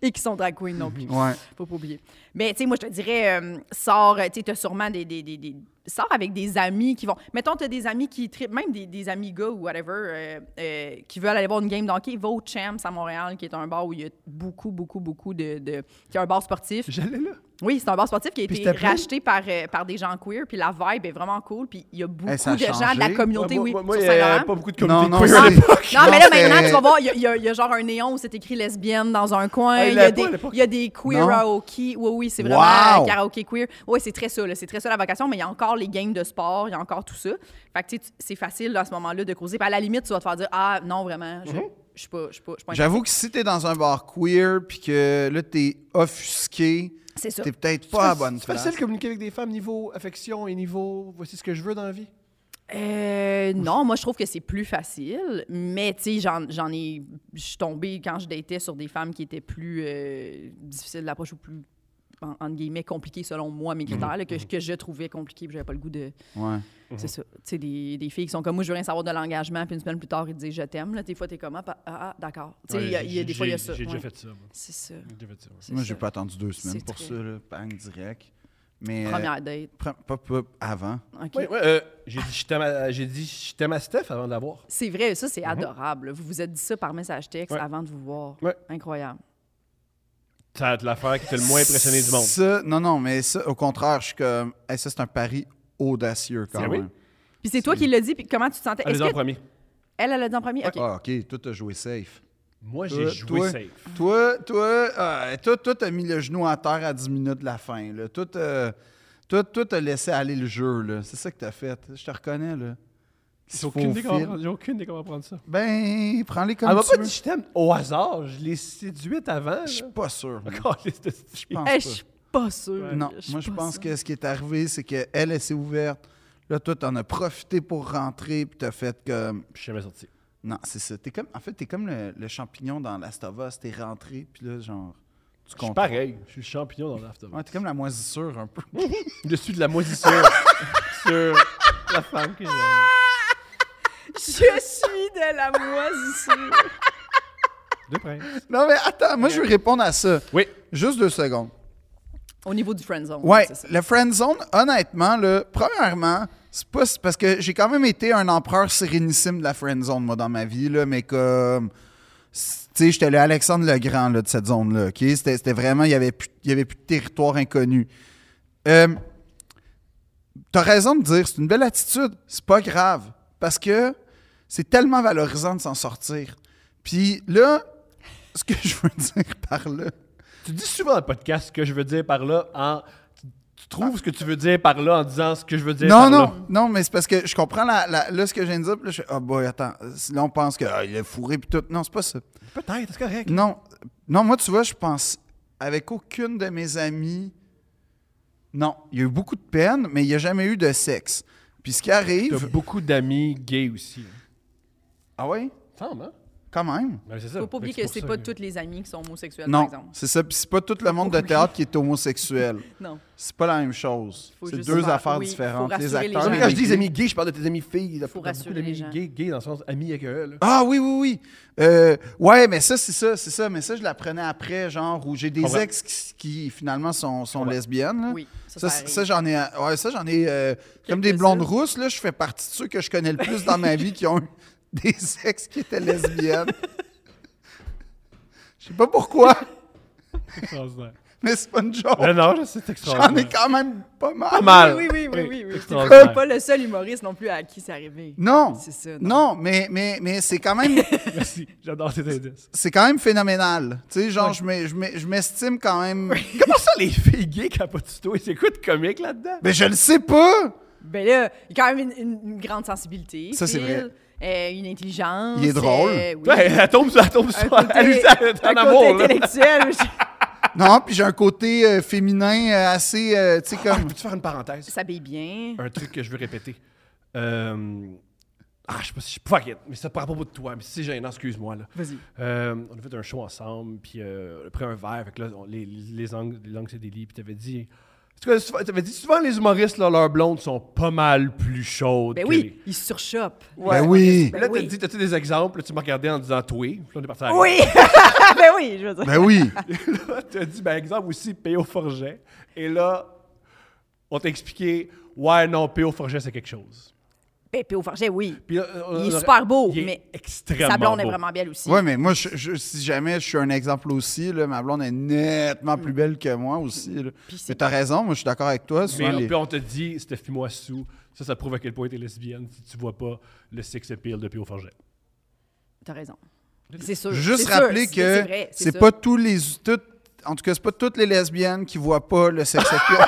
[SPEAKER 2] et qui sont drag queen non plus
[SPEAKER 1] <laughs> Ouais.
[SPEAKER 2] faut pas oublier. Mais tu sais, moi, je te dirais, euh, sors, euh, tu sais, t'as sûrement des, des, des, des- Sors avec des amis qui vont. Mettons, t'as des amis qui trippent, même des, des amis gars ou whatever, euh, euh, qui veulent aller voir une game d'hockey. Va au Champs à Montréal, qui est un bar où il y a beaucoup, beaucoup, beaucoup de. de- qui est un bar sportif.
[SPEAKER 3] J'allais là.
[SPEAKER 2] Oui, c'est un bar sportif qui a
[SPEAKER 1] Puis
[SPEAKER 2] été
[SPEAKER 1] c'était plein?
[SPEAKER 2] racheté par, euh, par des gens queer, puis la vibe est vraiment cool, puis il y a beaucoup
[SPEAKER 1] Eh, ça a
[SPEAKER 2] de gens
[SPEAKER 1] changé.
[SPEAKER 2] de la communauté,
[SPEAKER 3] moi,
[SPEAKER 2] oui.
[SPEAKER 3] moi, moi, euh,
[SPEAKER 2] sur
[SPEAKER 3] il y a
[SPEAKER 2] Saint-Laurent.
[SPEAKER 3] pas beaucoup de
[SPEAKER 1] Non,
[SPEAKER 3] communautés
[SPEAKER 1] non,
[SPEAKER 3] queer
[SPEAKER 1] c'est-
[SPEAKER 3] à l'époque.
[SPEAKER 2] Non, mais là, maintenant,
[SPEAKER 1] c'est-
[SPEAKER 2] tu vas voir, il y a- il y, a- il y a genre un néon où c'était écrit lesbienne dans un coin.
[SPEAKER 3] Ah, il
[SPEAKER 2] Il y,
[SPEAKER 3] l'avait
[SPEAKER 2] a
[SPEAKER 3] pas
[SPEAKER 2] des-
[SPEAKER 3] à l'époque.
[SPEAKER 2] il y a des queer
[SPEAKER 1] Non.
[SPEAKER 2] karaoke. Oui, oui, c'est vraiment euh,
[SPEAKER 1] Wow!
[SPEAKER 2] karaoké queer. Oui, c'est très ça, là, c'est très ça la vocation, mais il y a encore les games de sport, il y a encore tout ça. Fait que, tu sais, tu- c'est facile là, à ce moment-là de causer. Puis à la limite, tu vas te faire dire Ah, non, vraiment, je je suis pas, je suis pas, je suis pas
[SPEAKER 1] Mhm. J'avoue que si t'es dans un bar queer puis que là t'es offusqué,
[SPEAKER 2] C'est ça.
[SPEAKER 1] t'es peut-être pas à bonne
[SPEAKER 3] C'est
[SPEAKER 1] place.
[SPEAKER 3] facile de communiquer avec des femmes niveau affection et niveau voici ce que je veux dans la vie.
[SPEAKER 2] Euh, non, moi, je trouve que c'est plus facile, mais tu sais, j'en, j'en ai. Je suis tombée quand je datais sur des femmes qui étaient plus euh, difficiles d'approche ou plus, en, entre guillemets, compliquées selon moi, mes
[SPEAKER 3] Mhm.
[SPEAKER 2] critères, là, que, je- que je trouvais compliquées, puis j'avais pas le goût de.
[SPEAKER 1] Ouais.
[SPEAKER 2] C'est ça. Tu sais, des, des filles qui sont comme moi, je veux rien savoir de l'engagement, puis une semaine plus tard, ils te disent je t'aime. Là, des fois, t'es comme ah, pa- ah, ah, d'accord. Tu sais, il y a- il y a des fois, il y a ça.
[SPEAKER 3] J'ai
[SPEAKER 2] ouais.
[SPEAKER 3] déjà fait ça. moi.
[SPEAKER 2] C'est ça.
[SPEAKER 3] J'ai déjà fait ça, ouais.
[SPEAKER 2] c'est
[SPEAKER 1] Moi
[SPEAKER 2] ça.
[SPEAKER 1] j'ai pas attendu deux semaines
[SPEAKER 2] C'est
[SPEAKER 1] pour
[SPEAKER 2] très-
[SPEAKER 1] ça, là, bang direct. Mais euh,
[SPEAKER 2] Première date.
[SPEAKER 1] pre- pas, pas avant.
[SPEAKER 2] OK.
[SPEAKER 3] Ouais, ouais, euh, j'ai dit je t'aime à- j'ai dit je t'aime à Steph avant de l'avoir.
[SPEAKER 2] C'est vrai, ça, c'est adorable. là. Vous vous êtes dit ça par message texte
[SPEAKER 3] Mhm. Ouais.
[SPEAKER 2] avant de vous voir.
[SPEAKER 3] Ouais.
[SPEAKER 2] Incroyable.
[SPEAKER 3] Ça a été l'affaire qui t'a le moins impressionné du monde.
[SPEAKER 1] Ça, non non, mais ça au contraire, je suis comme hey, ça c'est un pari audacieux quand
[SPEAKER 3] Ah oui?
[SPEAKER 1] même.
[SPEAKER 2] Puis c'est toi qui l'as dit, puis comment tu te sentais? Est-ce
[SPEAKER 3] Allez
[SPEAKER 2] que
[SPEAKER 3] en premier.
[SPEAKER 2] Elle, elle a dit en premier? OK.
[SPEAKER 1] Ah OK, toi t'as joué safe.
[SPEAKER 3] Moi, j'ai
[SPEAKER 1] Toi,
[SPEAKER 3] joué
[SPEAKER 1] Euh, toi,
[SPEAKER 3] safe.
[SPEAKER 1] toi, toi, ah, toi, toi, t'as mis le genou à terre à 10 minutes de la fin. Là. Toi, t'as- toi, toi, t'as laissé aller le jeu. là. C'est ça que t'as fait. Je te reconnais. là. Qui se
[SPEAKER 3] J'ai aucune idée
[SPEAKER 1] faufile.
[SPEAKER 3] comment- j'ai aucune idée comment prendre ça.
[SPEAKER 1] Ben, prends-les comme
[SPEAKER 3] Elle m'a
[SPEAKER 1] tu
[SPEAKER 3] pas
[SPEAKER 1] veux.
[SPEAKER 3] dit je t'aime au hasard. Je l'ai séduite avant. <laughs>
[SPEAKER 1] Je suis pas sûr. moi.
[SPEAKER 3] Encore les
[SPEAKER 1] Ah, pense
[SPEAKER 2] Eh,
[SPEAKER 1] pas.
[SPEAKER 2] je pas sûre.
[SPEAKER 1] Non,
[SPEAKER 2] Je suis
[SPEAKER 1] moi je
[SPEAKER 2] pas
[SPEAKER 1] pense
[SPEAKER 2] sûre.
[SPEAKER 1] que ce qui est arrivé, c'est qu'elle, elle s'est ouverte. Là, toi, t'en as profité pour rentrer, puis t'as fait comme.
[SPEAKER 3] Je suis jamais sorti.
[SPEAKER 1] Non, c'est ça. T'es comme... En fait, t'es comme le, le champignon dans l'Astovas. T'es rentré, puis là, genre. Tu
[SPEAKER 3] Je suis
[SPEAKER 1] comptes.
[SPEAKER 3] pareil. Je suis le champignon dans l'after.
[SPEAKER 1] Ouais, t'es comme la moisissure un peu.
[SPEAKER 3] Je suis de la moisissure <laughs> sur la femme que j'aime.
[SPEAKER 2] Je suis de la moisissure.
[SPEAKER 3] De prince.
[SPEAKER 1] non, mais attends, moi je veux répondre à ça.
[SPEAKER 3] Oui.
[SPEAKER 1] Juste deux secondes.
[SPEAKER 2] Au niveau du friendzone.
[SPEAKER 1] Ouais,
[SPEAKER 2] c'est ça.
[SPEAKER 1] le friend zone, honnêtement, là, premièrement, c'est pas c'est parce que j'ai quand même été un empereur sérénissime de la friend zone, moi, dans ma vie, là, mais comme. c'est- Tu sais, j'étais le Alexandre le Grand là, de cette zone-là, OK? C'était c'était vraiment, il n'y avait, plus- il y avait plus de territoire inconnu. Euh, T'as raison de dire, c'est une belle attitude, c'est pas grave, parce que c'est tellement valorisant de s'en sortir. Puis là, ce que <laughs> je veux dire par là,
[SPEAKER 3] Tu dis souvent dans le podcast ce que je veux dire par là en. tu- Tu trouves ce que tu veux dire par là en disant ce que je veux dire
[SPEAKER 1] Non,
[SPEAKER 3] par là.
[SPEAKER 1] non, non, mais c'est parce que je comprends la, la- là ce que je viens de dire. puis Là, je fais, ah, boy, attends. Là, on pense que ah, il est fourré puis tout. Non, c'est pas ça.
[SPEAKER 3] Peut-être, c'est correct.
[SPEAKER 1] Non, non, moi, tu vois, je pense avec aucune de mes amies. Non, il y a eu beaucoup de peine, mais il n'y a jamais eu de sexe. Puis ce qui
[SPEAKER 3] T'as
[SPEAKER 1] arrive.
[SPEAKER 3] beaucoup d'amis gays aussi.
[SPEAKER 1] Ah ouais,
[SPEAKER 3] Semble, hein?
[SPEAKER 1] quand même.
[SPEAKER 3] Ben, c'est ça.
[SPEAKER 2] Faut pas oublier
[SPEAKER 3] Fait
[SPEAKER 2] que
[SPEAKER 3] pour
[SPEAKER 2] c'est
[SPEAKER 3] ça
[SPEAKER 2] pas
[SPEAKER 3] que-
[SPEAKER 2] toutes les amies qui sont homosexuelles,
[SPEAKER 1] Non,
[SPEAKER 2] par exemple.
[SPEAKER 1] c'est ça. Puis c'est pas tout le monde de théâtre qui est homosexuel.
[SPEAKER 2] Non.
[SPEAKER 1] C'est pas la même chose.
[SPEAKER 2] Faut
[SPEAKER 1] C'est
[SPEAKER 2] juste
[SPEAKER 1] deux
[SPEAKER 2] faire-
[SPEAKER 1] affaires
[SPEAKER 2] oui, faut
[SPEAKER 1] différentes. Les
[SPEAKER 2] rassurer les
[SPEAKER 1] acteurs.
[SPEAKER 2] gens.
[SPEAKER 3] Mais quand je dis amis gays, je parle de tes amis filles. Là,
[SPEAKER 2] Faut
[SPEAKER 3] t'as
[SPEAKER 2] rassurer
[SPEAKER 3] beaucoup d'amis
[SPEAKER 2] les gens.
[SPEAKER 3] Gays, gays dans le sens amis avec eux. Là.
[SPEAKER 1] Ah oui, oui, oui. Euh, ouais, mais ça, c'est ça, c'est ça. Mais ça, je l'apprenais après, genre, où j'ai des
[SPEAKER 3] Comprends.
[SPEAKER 1] ex qui, qui, finalement sont, sont
[SPEAKER 3] Comprends.
[SPEAKER 1] lesbiennes. là.
[SPEAKER 2] Oui,
[SPEAKER 1] Ça,
[SPEAKER 2] ça, ça
[SPEAKER 1] c'est-
[SPEAKER 2] arrive.
[SPEAKER 1] ça, j'en ai. Ouais, ça, j'en ai. euh, comme des
[SPEAKER 2] Quelques-unes.
[SPEAKER 1] blondes rousses, là, je fais partie de ceux que je connais le plus dans ma vie qui ont eu <laughs> des ex qui étaient lesbiennes. Je sais pas pourquoi, <laughs>
[SPEAKER 3] Extraordinaire.
[SPEAKER 1] mais c'est pas une joke.
[SPEAKER 3] Ben non, je sais, c'est
[SPEAKER 1] J'en ai
[SPEAKER 3] extraordinaire.
[SPEAKER 1] quand même pas mal.
[SPEAKER 3] Pas mal.
[SPEAKER 2] Oui, oui, oui, oui, oui. oui. T'es
[SPEAKER 3] Extraordinaire.
[SPEAKER 2] pas le seul humoriste non plus à qui c'est arrivé.
[SPEAKER 1] Non.
[SPEAKER 2] C'est ça,
[SPEAKER 1] Non, mais, mais, mais c'est quand
[SPEAKER 2] <laughs>
[SPEAKER 1] même
[SPEAKER 3] Merci, j'adore tes indices.
[SPEAKER 1] c'est quand même phénoménal. Tu sais, genre, je m'e- je m'e- je m'estime quand même.
[SPEAKER 3] Comment ça, les filles gays, Capotito, ils s'écoutent comique là-dedans?
[SPEAKER 1] Mais je le sais pas!
[SPEAKER 2] Ben là, il y a quand même une, une- une grande sensibilité.
[SPEAKER 1] Ça, c'est
[SPEAKER 2] Phil. Euh, une intelligence.
[SPEAKER 1] Il est drôle.
[SPEAKER 2] euh, oui.
[SPEAKER 3] Ouais, elle tombe sur, elle tombe <laughs>
[SPEAKER 2] Un
[SPEAKER 3] sur,
[SPEAKER 2] côté,
[SPEAKER 3] elle est en
[SPEAKER 2] un côté
[SPEAKER 3] amour, là.
[SPEAKER 2] intellectuel. je-
[SPEAKER 1] Non, puis j'ai un côté euh, féminin euh, assez, euh, tu sais,
[SPEAKER 3] Ah,
[SPEAKER 1] comme...
[SPEAKER 3] Peux-tu faire une parenthèse? <laughs>
[SPEAKER 2] S'habille bien.
[SPEAKER 3] un truc que je veux répéter. Euh, Ah, je sais pas si je. Fuck it, mais c'est pas à propos de toi, mais c'est gênant, excuse-moi. là.
[SPEAKER 2] Vas-y.
[SPEAKER 3] Euh, on a fait un show ensemble, puis euh, on a pris un verre, fait que là, on- les, les, angles- les langues, c'est des lits, puis t'avais dit. En tout cas, souvent- T'avais dit souvent les humoristes, là, leurs blondes sont pas mal plus chaudes.
[SPEAKER 2] Ben
[SPEAKER 3] que
[SPEAKER 2] oui, il se surchoppe.
[SPEAKER 1] Ben oui!
[SPEAKER 3] les-
[SPEAKER 2] Ben
[SPEAKER 3] Là, t'as
[SPEAKER 2] oui.
[SPEAKER 3] dit, t'as-tu des exemples? Là, tu m'as regardé en disant toi, puis là, on est parti à la
[SPEAKER 2] Oui! <laughs> ben oui, je veux dire.
[SPEAKER 1] <laughs> Ben oui!
[SPEAKER 3] <laughs> Là, t'as dit, par exemple, aussi P.O. Forget. Et là, on t'a expliqué, ouais, non, P.O. Forget, c'est quelque chose.
[SPEAKER 2] Pépé Ben, au forget, oui.
[SPEAKER 3] Puis là, on-
[SPEAKER 2] Il est
[SPEAKER 3] on-
[SPEAKER 2] super beau,
[SPEAKER 3] il est
[SPEAKER 2] mais
[SPEAKER 3] extrêmement
[SPEAKER 2] Sa blonde est
[SPEAKER 3] beau.
[SPEAKER 2] vraiment belle aussi.
[SPEAKER 1] Ouais, mais moi, je, je- si jamais je suis un exemple aussi, là, ma blonde est nettement plus belle que moi aussi. Là.
[SPEAKER 2] Puis c'est-
[SPEAKER 1] Mais t'as raison, moi, je suis d'accord avec toi.
[SPEAKER 3] Mais
[SPEAKER 1] souvent,
[SPEAKER 3] là,
[SPEAKER 1] les-
[SPEAKER 3] puis on te dit, Stéphie Moissou, ça, ça prouve à quel point t'es lesbienne si tu vois pas le sex appeal de P.O. Forget.
[SPEAKER 2] T'as raison. C'est sûr.
[SPEAKER 1] Juste
[SPEAKER 2] c'est sûr,
[SPEAKER 1] rappeler
[SPEAKER 2] c'est- c'est
[SPEAKER 1] que
[SPEAKER 2] vrai,
[SPEAKER 1] c'est
[SPEAKER 2] ça.
[SPEAKER 1] pas tous les... tout- en tout cas, c'est pas toutes les lesbiennes qui voient pas le sexe <laughs> appeal.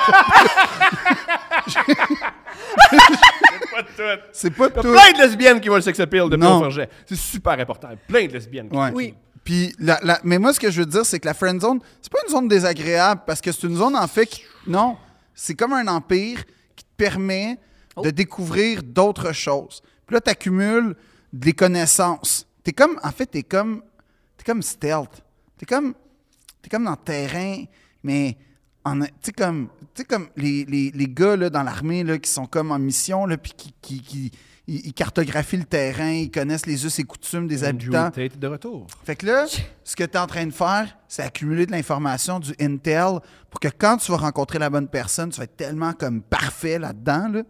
[SPEAKER 1] c'est pas
[SPEAKER 3] T'as
[SPEAKER 1] toutes.
[SPEAKER 3] plein de lesbiennes qui voient le sex appeal de
[SPEAKER 1] Non.
[SPEAKER 3] P.O. Forget. C'est super important. Plein de lesbiennes. qui-
[SPEAKER 1] Ouais.
[SPEAKER 2] Oui.
[SPEAKER 1] Puis la- la- mais moi, ce que je veux dire, c'est que la friend zone, c'est pas une zone désagréable parce que c'est une zone en fait qui- non, c'est comme un empire qui te permet de
[SPEAKER 2] Oh.
[SPEAKER 1] découvrir d'autres choses. Puis là, t'accumules des connaissances. T'es comme, en fait, t'es comme, t'es comme stealth. T'es comme, t'es comme dans le terrain, mais en, tu sais comme, tu sais comme les, les, les gars là, dans l'armée là, qui sont comme en mission là, puis qui, qui, qui- ils ils cartographient le terrain, ils connaissent les us et coutumes des
[SPEAKER 3] Andrew
[SPEAKER 1] habitants.
[SPEAKER 3] Tate est de retour.
[SPEAKER 1] Fait que là, ce que tu es en train de faire, c'est accumuler de l'information, du intel, pour que quand tu vas rencontrer la bonne personne, tu vas être tellement comme parfait là-dedans. là.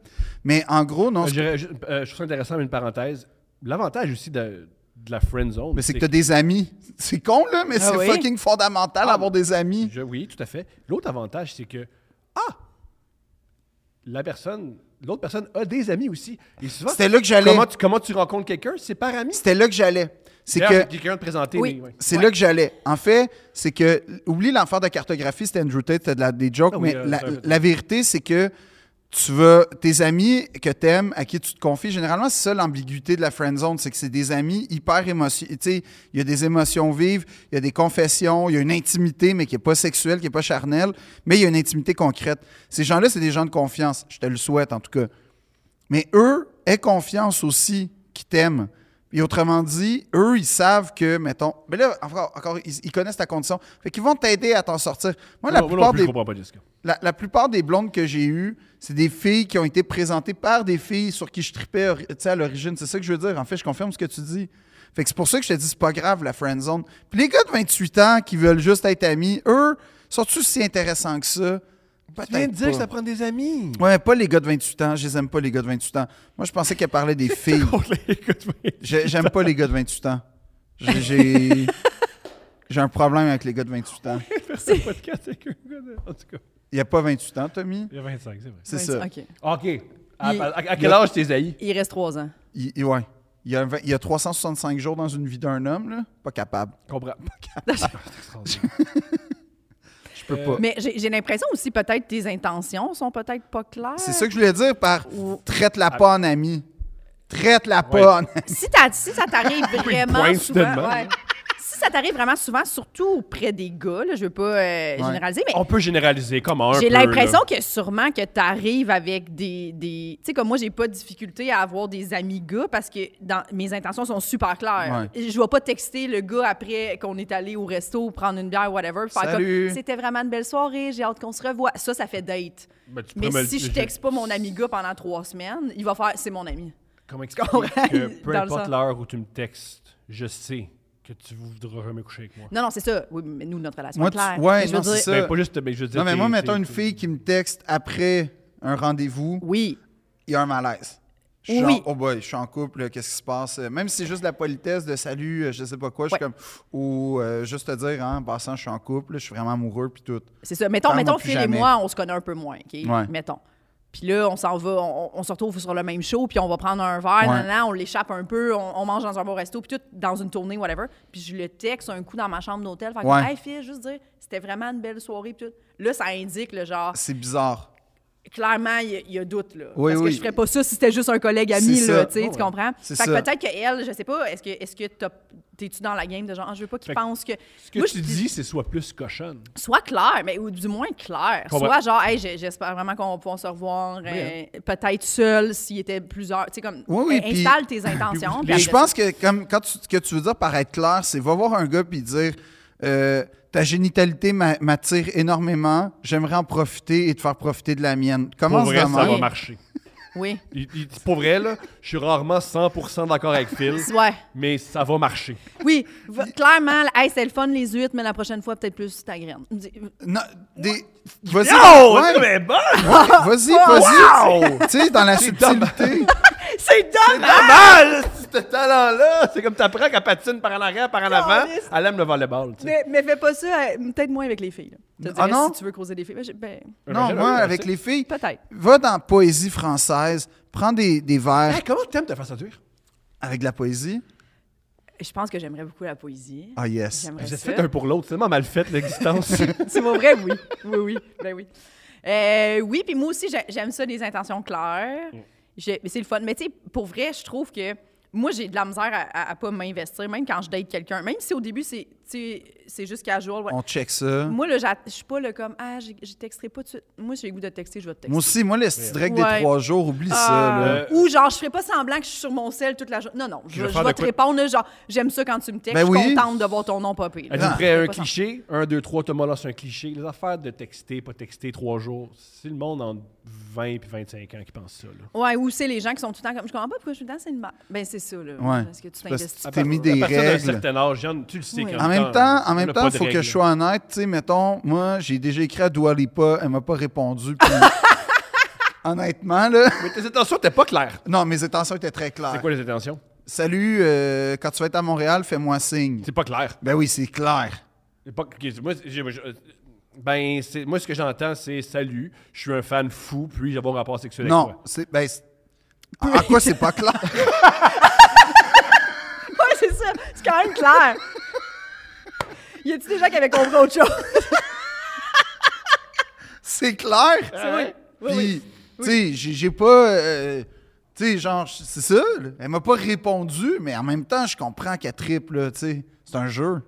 [SPEAKER 1] Mais en gros, non,
[SPEAKER 3] Euh, je,
[SPEAKER 1] c'est-
[SPEAKER 3] dirais ju- euh, je trouve ça intéressant, mais une parenthèse. L'avantage aussi de, de la friend zone.
[SPEAKER 1] mais c'est que tu as des amis. C'est con, là, mais
[SPEAKER 2] Ah
[SPEAKER 1] c'est
[SPEAKER 2] oui? Ah.
[SPEAKER 1] fucking fondamental avoir des amis.
[SPEAKER 3] Je- oui, tout à fait. L'autre avantage, c'est que ah, la personne, l'autre personne a des amis aussi. Et souvent,
[SPEAKER 1] C'était là que j'allais.
[SPEAKER 3] Comment tu, comment tu rencontres quelqu'un, c'est par ami.
[SPEAKER 1] C'était là que j'allais. C'est
[SPEAKER 3] D'ailleurs,
[SPEAKER 1] que.
[SPEAKER 3] quelqu'un de présenté.
[SPEAKER 2] Oui.
[SPEAKER 3] mais ouais.
[SPEAKER 1] C'est là que j'allais. En fait, c'est que. Oublie l'enfer de cartographie, c'était Andrew Tate, c'était de la- des jokes,
[SPEAKER 3] Ah oui,
[SPEAKER 1] mais
[SPEAKER 3] euh,
[SPEAKER 1] la,
[SPEAKER 3] ça-
[SPEAKER 1] la vérité, c'est que tu veux tes amis que t'aimes, à qui tu te confies. Généralement, c'est ça l'ambiguïté de la friend zone, c'est que c'est des amis hyper émotionnels. Tu sais, il y a des émotions vives, il y a des confessions, il y a une intimité, mais qui est pas sexuelle, qui est pas charnelle, mais il y a une intimité concrète. Ces gens-là, c'est des gens de confiance. Je te le souhaite, en tout cas. Mais eux, aient confiance aussi qu'ils t'aiment. Et autrement dit, eux, ils savent que, mettons, mais là, encore, encore, ils, ils connaissent ta condition. Fait qu'ils vont t'aider à t'en sortir. Moi, la
[SPEAKER 3] Moi non
[SPEAKER 1] plupart
[SPEAKER 3] plus,
[SPEAKER 1] des
[SPEAKER 3] je comprends pas, Jessica.
[SPEAKER 1] la, la plupart des blondes que j'ai eues, c'est des filles qui ont été présentées par des filles sur qui je tripais ori- tu sais, à l'origine. C'est ça que je veux dire. En fait, je confirme ce que tu dis. Fait que c'est pour ça que je te dis, c'est pas grave, la friend zone. Puis les gars de 28 ans qui veulent juste être amis, eux, sont-ils si intéressants que ça? Peut-être pas.
[SPEAKER 3] prend des <laughs> amis.
[SPEAKER 1] Ouais, mais pas les gars de 28 ans. Je les aime pas, les gars de 28 ans. Moi, je pensais qu'elle parlait
[SPEAKER 2] <laughs>
[SPEAKER 1] des filles. J'ai- J'aime pas les gars de 28 ans. J'ai-
[SPEAKER 2] <laughs>
[SPEAKER 1] J'ai j'ai un problème avec les gars de 28 ans.
[SPEAKER 3] C'est podcast avec un gars de- En tout cas,
[SPEAKER 1] Il y a pas 28 ans, Tommy.
[SPEAKER 3] il y a 25, c'est vrai.
[SPEAKER 1] C'est ça.
[SPEAKER 2] OK.
[SPEAKER 3] OK.
[SPEAKER 2] À- Il- à-
[SPEAKER 1] quel
[SPEAKER 3] âge t'es haï?
[SPEAKER 2] Il reste trois ans.
[SPEAKER 1] Il, il- ouais. Il y, a, vingt- il y a 365 jours dans une vie d'un homme, là. Pas capable.
[SPEAKER 3] Comprends.
[SPEAKER 2] <laughs>
[SPEAKER 1] Je peux pas.
[SPEAKER 2] Mais j'ai j'ai l'impression aussi, peut-être, tes intentions sont peut-être pas claires.
[SPEAKER 1] C'est ça que je voulais dire par
[SPEAKER 2] Ou- Ah.
[SPEAKER 1] traite-la pas en ami. Traite-la
[SPEAKER 3] Ouais.
[SPEAKER 1] pas en ami.
[SPEAKER 2] Si, t'as- si ça <laughs> t'arrive vraiment
[SPEAKER 3] pointe soudainement,
[SPEAKER 2] souvent... ouais. Si ça t'arrive vraiment souvent, surtout auprès des gars, là, je veux pas euh, généraliser, mais
[SPEAKER 3] On peut généraliser comme un
[SPEAKER 2] J'ai
[SPEAKER 3] peu, là.
[SPEAKER 2] l'impression que sûrement que tu arrives avec des. des tu sais, comme moi, j'ai pas de difficulté à avoir des amis gars parce que dans, mes intentions sont super claires. Je vais pas texter le gars après qu'on est allé au resto ou prendre une bière, whatever. puis faire
[SPEAKER 1] Salut.
[SPEAKER 2] comme, C'était vraiment une belle soirée, j'ai hâte qu'on se revoie. Ça, ça fait date.
[SPEAKER 3] Ben, tu
[SPEAKER 2] Mais
[SPEAKER 3] pourrais me
[SPEAKER 2] si
[SPEAKER 3] le-
[SPEAKER 2] je texte pas mon ami gars pendant trois semaines, il va faire c'est mon ami.
[SPEAKER 1] <laughs>
[SPEAKER 3] Comment expliquer
[SPEAKER 2] Comprends-
[SPEAKER 3] que peu
[SPEAKER 2] dans le
[SPEAKER 3] importe
[SPEAKER 2] sens.
[SPEAKER 3] l'heure où tu me textes, je sais que tu voudras jamais coucher avec moi.
[SPEAKER 2] Non, non, c'est ça. Oui, mais nous, notre relation
[SPEAKER 1] Moi,
[SPEAKER 2] est claire.
[SPEAKER 1] tu- ouais,
[SPEAKER 2] Mais je veux
[SPEAKER 1] non, c'est
[SPEAKER 2] dire-
[SPEAKER 1] ça.
[SPEAKER 3] Ben, pas juste, mais je veux dire,
[SPEAKER 1] <laughs> Non, mais
[SPEAKER 3] t'es-
[SPEAKER 1] moi, mettons
[SPEAKER 3] t'es-
[SPEAKER 1] une
[SPEAKER 3] t'es-
[SPEAKER 1] fille qui me texte après un rendez-vous,
[SPEAKER 2] Oui.
[SPEAKER 1] il y a un malaise. Je suis
[SPEAKER 2] Oui.
[SPEAKER 1] genre, oh boy, je suis en couple, qu'est-ce qui se passe? Même si c'est juste la politesse de salut, euh, je sais pas quoi, je suis
[SPEAKER 2] Ouais.
[SPEAKER 1] comme, ou euh, juste te dire, hein, en passant, je suis en couple, je suis vraiment amoureux, puis tout.
[SPEAKER 2] C'est ça. Mettons,
[SPEAKER 1] Parle-moi
[SPEAKER 2] mettons
[SPEAKER 1] plus
[SPEAKER 2] Phil
[SPEAKER 1] jamais.
[SPEAKER 2] et moi, on se connaît un peu moins, OK?
[SPEAKER 1] Ouais.
[SPEAKER 2] Mettons. Puis là, on s'en va, on, on se retrouve sur le même show, puis on va prendre un verre,
[SPEAKER 1] Ouais.
[SPEAKER 2] nanana, on l'échappe un peu, on, on mange dans un bon resto, puis tout, dans une tournée, whatever. Puis je le texte un coup dans ma chambre d'hôtel, fait que,
[SPEAKER 1] Ouais.
[SPEAKER 2] hey Phil, juste dire, c'était vraiment une belle soirée, puis tout. Là, ça indique, le genre,
[SPEAKER 1] C'est bizarre.
[SPEAKER 2] clairement, il y a- il y, a doute, là.
[SPEAKER 1] Oui,
[SPEAKER 2] parce
[SPEAKER 1] oui.
[SPEAKER 2] que je ferais pas ça si c'était juste un collègue ami,
[SPEAKER 1] C'est ça.
[SPEAKER 2] là, tu sais,
[SPEAKER 3] Ouais,
[SPEAKER 2] tu
[SPEAKER 3] ouais.
[SPEAKER 2] comprends?
[SPEAKER 1] C'est
[SPEAKER 2] Fait que
[SPEAKER 1] ça.
[SPEAKER 2] peut-être que elle, je sais pas, est-ce que, est-ce que t'as- t'es-tu dans la game de genre, Ah, je veux pas
[SPEAKER 3] Fait
[SPEAKER 2] qu'il
[SPEAKER 3] que
[SPEAKER 2] pense que.
[SPEAKER 3] Ce que
[SPEAKER 2] Moi,
[SPEAKER 3] tu
[SPEAKER 2] je-
[SPEAKER 3] dis, c'est soit plus cochonne.
[SPEAKER 2] soit clair, mais ou du moins clair.
[SPEAKER 3] Comprends.
[SPEAKER 2] Soit genre, hey, j'ai- j'espère vraiment qu'on va pouvoir se revoir,
[SPEAKER 3] Oui,
[SPEAKER 2] euh, peut-être seul s'il était plusieurs. Tu sais, comme,
[SPEAKER 1] Oui, oui,
[SPEAKER 2] in-
[SPEAKER 1] puis-
[SPEAKER 2] installe tes
[SPEAKER 1] <laughs>
[SPEAKER 2] intentions.
[SPEAKER 1] Mais
[SPEAKER 2] puis
[SPEAKER 1] je
[SPEAKER 2] après
[SPEAKER 1] pense que comme quand tu, que tu veux dire par être clair, c'est va voir un gars puis dire euh, ta génitalité m'a- m'attire énormément, j'aimerais en profiter et te faire profiter de la mienne.
[SPEAKER 3] Pour
[SPEAKER 1] Comment
[SPEAKER 3] vrai, ça
[SPEAKER 2] demander.
[SPEAKER 3] va marcher.
[SPEAKER 2] ça- Oui.
[SPEAKER 3] Il- il- Pour vrai, là, je suis rarement 100% d'accord avec Phil,
[SPEAKER 2] <laughs> Ouais.
[SPEAKER 3] mais ça va marcher.
[SPEAKER 2] Oui. Va- clairement, là, hey, c'est le fun les huîtres, mais la prochaine fois, peut-être plus ta graine. Dis- <laughs>
[SPEAKER 1] des... Vas-y,
[SPEAKER 3] c'est
[SPEAKER 1] ouais,
[SPEAKER 3] mais bon!
[SPEAKER 1] vas-y, vas-y.
[SPEAKER 3] Wow!
[SPEAKER 1] Tu sais, dans
[SPEAKER 2] <laughs>
[SPEAKER 1] la subtilité.
[SPEAKER 2] C'est dingue!
[SPEAKER 3] Ah, mal! Ce talent-là! C'est comme t'apprends qu'elle patine par en arrière, par en avant.
[SPEAKER 2] lisse.
[SPEAKER 3] Elle aime le volleyball, tu sais.
[SPEAKER 2] Mais, mais fais pas ça, euh, peut-être moins avec les filles. là. Je te
[SPEAKER 1] Ah
[SPEAKER 2] dirais,
[SPEAKER 1] non?
[SPEAKER 2] Si tu veux causer des filles. Ben, j'ai- ben,
[SPEAKER 1] non, moi, avec les filles,
[SPEAKER 2] peut-être.
[SPEAKER 1] va dans Poésie française, prends des, des vers
[SPEAKER 3] Hey, comment t'aimes te faire séduire?
[SPEAKER 1] avec de la poésie.
[SPEAKER 2] Je pense que j'aimerais beaucoup la poésie.
[SPEAKER 1] Ah, yes.
[SPEAKER 2] J'aimerais
[SPEAKER 3] Vous êtes
[SPEAKER 2] ça.
[SPEAKER 3] fait un pour l'autre, c'est tellement mal fait l'existence.
[SPEAKER 1] <laughs>
[SPEAKER 2] <laughs> C'est pas vrai, oui. Oui, oui. Ben oui. Euh, oui, puis moi aussi, j'ai- j'aime ça, les intentions claires.
[SPEAKER 3] Mm.
[SPEAKER 2] J'ai- mais c'est le fun. Mais tu sais, pour vrai, je trouve que moi, j'ai de la misère à, à- à pas m'investir, même quand je date quelqu'un. Même si au début, c'est tu sais, c'est juste casual. ouais.
[SPEAKER 1] On check ça.
[SPEAKER 2] Moi, là, j'a- je suis pas le comme, ah, j'ai- je texterai pas tout de suite. Moi, j'ai le goût de texter, je vais te texter.
[SPEAKER 1] Moi aussi, moi, les petits règles des
[SPEAKER 2] Ouais.
[SPEAKER 1] trois jours, oublie ça.
[SPEAKER 2] Ah,
[SPEAKER 1] Là.
[SPEAKER 3] là.
[SPEAKER 2] Ou genre, je ferai pas semblant que je suis sur mon sel toute la journée. Non, non,
[SPEAKER 3] Euh,
[SPEAKER 2] je,
[SPEAKER 3] Je vais
[SPEAKER 2] je
[SPEAKER 3] faire
[SPEAKER 2] vais
[SPEAKER 3] de
[SPEAKER 2] te
[SPEAKER 3] quoi-
[SPEAKER 2] répondre. là, Genre, j'aime ça quand tu me textes.
[SPEAKER 1] Ben
[SPEAKER 2] je suis
[SPEAKER 1] oui.
[SPEAKER 2] contente de voir ton nom popper.
[SPEAKER 3] Elle
[SPEAKER 2] Non,
[SPEAKER 3] près
[SPEAKER 2] je
[SPEAKER 3] un
[SPEAKER 2] fais pas ça.
[SPEAKER 3] cliché, un, deux, trois, Thomas lance un cliché. Les affaires de texter, pas texter, trois jours. C'est le monde en 20 et 25 ans qui pense ça, là.
[SPEAKER 2] Ouais, ou c'est les gens qui sont tout le temps comme je comprends pas pourquoi je suis tout le temps c'est une marque. Ben c'est ça là.
[SPEAKER 1] Ouais.
[SPEAKER 2] Parce que tu
[SPEAKER 1] C'est parce que
[SPEAKER 2] t'investis.
[SPEAKER 1] tu
[SPEAKER 2] pas.
[SPEAKER 1] t'es mis des
[SPEAKER 3] à partir d'un
[SPEAKER 1] règles.
[SPEAKER 3] certain âge, Yann, tu le sais.
[SPEAKER 2] Oui.
[SPEAKER 3] qu'en
[SPEAKER 1] En même temps, en
[SPEAKER 3] on
[SPEAKER 1] même
[SPEAKER 3] n'a
[SPEAKER 1] temps,
[SPEAKER 3] pas
[SPEAKER 1] il
[SPEAKER 3] de
[SPEAKER 1] faut que
[SPEAKER 3] règles.
[SPEAKER 1] je sois honnête. Tu sais, mettons, moi, j'ai déjà écrit à Dua Lipa, elle m'a pas répondu.
[SPEAKER 2] <laughs>
[SPEAKER 1] puis- Honnêtement, là.
[SPEAKER 3] Mais tes intentions, t'es pas clair.
[SPEAKER 1] Non, mes intentions étaient très claires.
[SPEAKER 3] C'est quoi les intentions?
[SPEAKER 1] Salut, euh, quand tu vas être à Montréal, fais-moi signe.
[SPEAKER 3] C'est pas clair.
[SPEAKER 1] Ben oui, c'est clair.
[SPEAKER 3] C'est pas- ok, moi, j'ai- moi, je- euh, ben, c'est- moi, ce que j'entends, c'est salut, je suis un fan fou, puis j'avais un rapport sexuel avec
[SPEAKER 1] Non,
[SPEAKER 3] toi.
[SPEAKER 1] c'est. Ben, c'est- en quoi c'est pas clair? <laughs>
[SPEAKER 2] Ouais, c'est ça. C'est quand même clair. y a-tu des gens qui avaient compris autre chose
[SPEAKER 1] C'est clair!
[SPEAKER 2] Oui.
[SPEAKER 3] Ah
[SPEAKER 1] Puis,
[SPEAKER 2] Oui, oui.
[SPEAKER 1] Tu sais, j'ai j'ai pas. euh, tu sais, genre, c'est ça. là. Elle m'a pas répondu, mais en même temps, je comprends qu'elle triple, là, tu sais. C'est un jeu.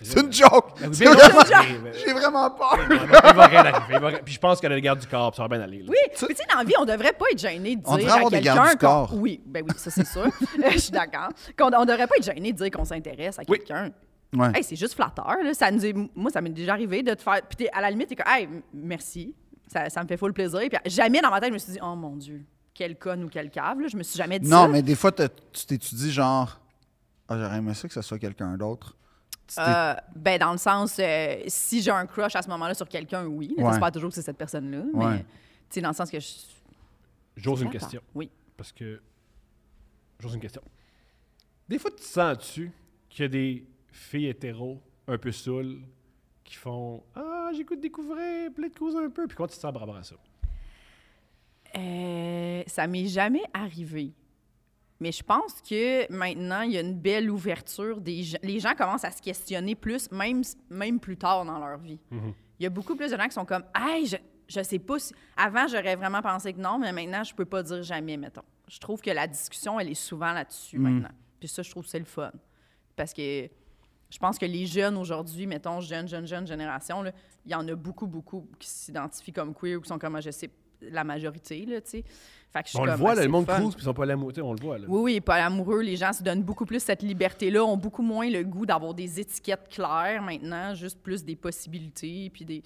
[SPEAKER 1] C'est une joke. C'est
[SPEAKER 3] mais non,
[SPEAKER 1] vraiment-
[SPEAKER 3] mais- mais-
[SPEAKER 1] J'ai vraiment peur.
[SPEAKER 3] Il va rien arriver. il va rien- Puis je pense qu'elle a le garde du corps, puis ça va bien aller. là.
[SPEAKER 2] Oui, mais tu sais, dans la vie, on devrait pas être gêné de
[SPEAKER 1] On devrait
[SPEAKER 2] dire à
[SPEAKER 1] avoir des gardes
[SPEAKER 2] quelqu'un
[SPEAKER 1] du
[SPEAKER 2] qu'on...
[SPEAKER 1] corps.
[SPEAKER 2] Oui, ben oui, ça
[SPEAKER 1] <laughs>
[SPEAKER 2] c'est sûr. Je suis d'accord. Qu'on on devrait pas être gêné de dire qu'on s'intéresse à
[SPEAKER 3] Oui.
[SPEAKER 2] quelqu'un.
[SPEAKER 1] Ouais.
[SPEAKER 2] Hey, c'est juste flatteur. Là. Ça nous est- Moi, ça m'est déjà arrivé de te faire. Puis t'es- à la limite, t'es comme, hey, m- merci. Ça, ça me fait full plaisir. Puis jamais dans ma tête, je me suis dit, oh mon Dieu, quel conne ou quel cave. Là. Je me suis jamais dit
[SPEAKER 1] Non,
[SPEAKER 2] ça.
[SPEAKER 1] mais des fois, t'as- tu t'étudies genre. Ah, j'aurais aimé ça que ce soit quelqu'un d'autre. Tu t'es-
[SPEAKER 2] Euh, ben, dans le sens, euh, si j'ai un crush à ce moment-là sur quelqu'un, oui.
[SPEAKER 1] Ouais.
[SPEAKER 2] J'espère toujours que c'est cette personne-là. Mais,
[SPEAKER 1] Ouais.
[SPEAKER 2] tu sais, dans le sens que je.
[SPEAKER 3] J'ose une
[SPEAKER 2] D'accord.
[SPEAKER 3] question.
[SPEAKER 2] Oui.
[SPEAKER 3] Parce que. J'ose une question. Des fois, tu te sens-tu qu'il y a des filles hétéros un peu saoules qui font Ah, j'écoute découvrir, puis là, de cause un peu. Puis comment tu te sens par rapport à ça?
[SPEAKER 2] Euh, ça m'est jamais arrivé. Mais je pense que maintenant, il y a une belle ouverture. Des gens- les gens commencent à se questionner plus, même, s- même plus tard dans leur vie. Il y a beaucoup plus de gens qui sont comme Hey, je, je sais pas si. Avant, j'aurais vraiment pensé que non, mais maintenant, je peux pas dire jamais, mettons. Je trouve que la discussion, elle est souvent là-dessus maintenant. Puis ça, je trouve que c'est le fun. Parce que je pense que les jeunes aujourd'hui, mettons, jeune, jeune, jeune génération, là, il y en a beaucoup, beaucoup qui s'identifient comme queer ou qui sont comme, ah, je sais, la majorité, là, tu sais. Fait que je suis
[SPEAKER 3] on le
[SPEAKER 2] comme,
[SPEAKER 3] voit,
[SPEAKER 2] ah,
[SPEAKER 3] là, le
[SPEAKER 2] c'est
[SPEAKER 3] monde
[SPEAKER 2] fun.
[SPEAKER 3] cruise, puis ils sont pas l'amour. tu sais, On le voit. Là.
[SPEAKER 2] Oui, oui, pas amoureux. Les gens se donnent beaucoup plus cette liberté-là, ont beaucoup moins le goût d'avoir des étiquettes claires maintenant, juste plus des possibilités, puis des...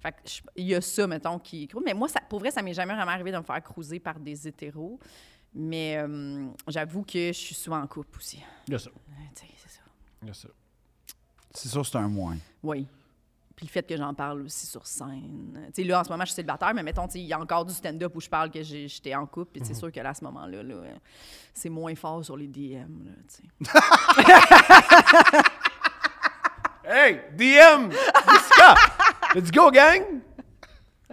[SPEAKER 2] Fait que je- il y a ça, mettons, qui... Mais moi, ça, pour vrai, ça m'est jamais vraiment arrivé de me faire cruiser par des hétéros. Mais euh, j'avoue que je suis souvent en couple aussi.
[SPEAKER 3] Il y a ça.
[SPEAKER 2] Euh, tu sais, c'est ça.
[SPEAKER 3] Il y a ça.
[SPEAKER 1] C'est sûr, c'est un moins.
[SPEAKER 2] Oui. Puis le fait que j'en parle aussi sur scène. Tu sais, là, en ce moment, je suis célibataire, mais mettons, tu sais, il y a encore du stand-up où je parle que j'ai- j'étais en couple. Puis c'est
[SPEAKER 3] Mhm.
[SPEAKER 2] sûr que là, à ce moment-là, là, euh, c'est moins fort sur les DM. Là, tu sais.
[SPEAKER 3] Hey,
[SPEAKER 2] <laughs>
[SPEAKER 3] DM! Jessica! Let's go, gang!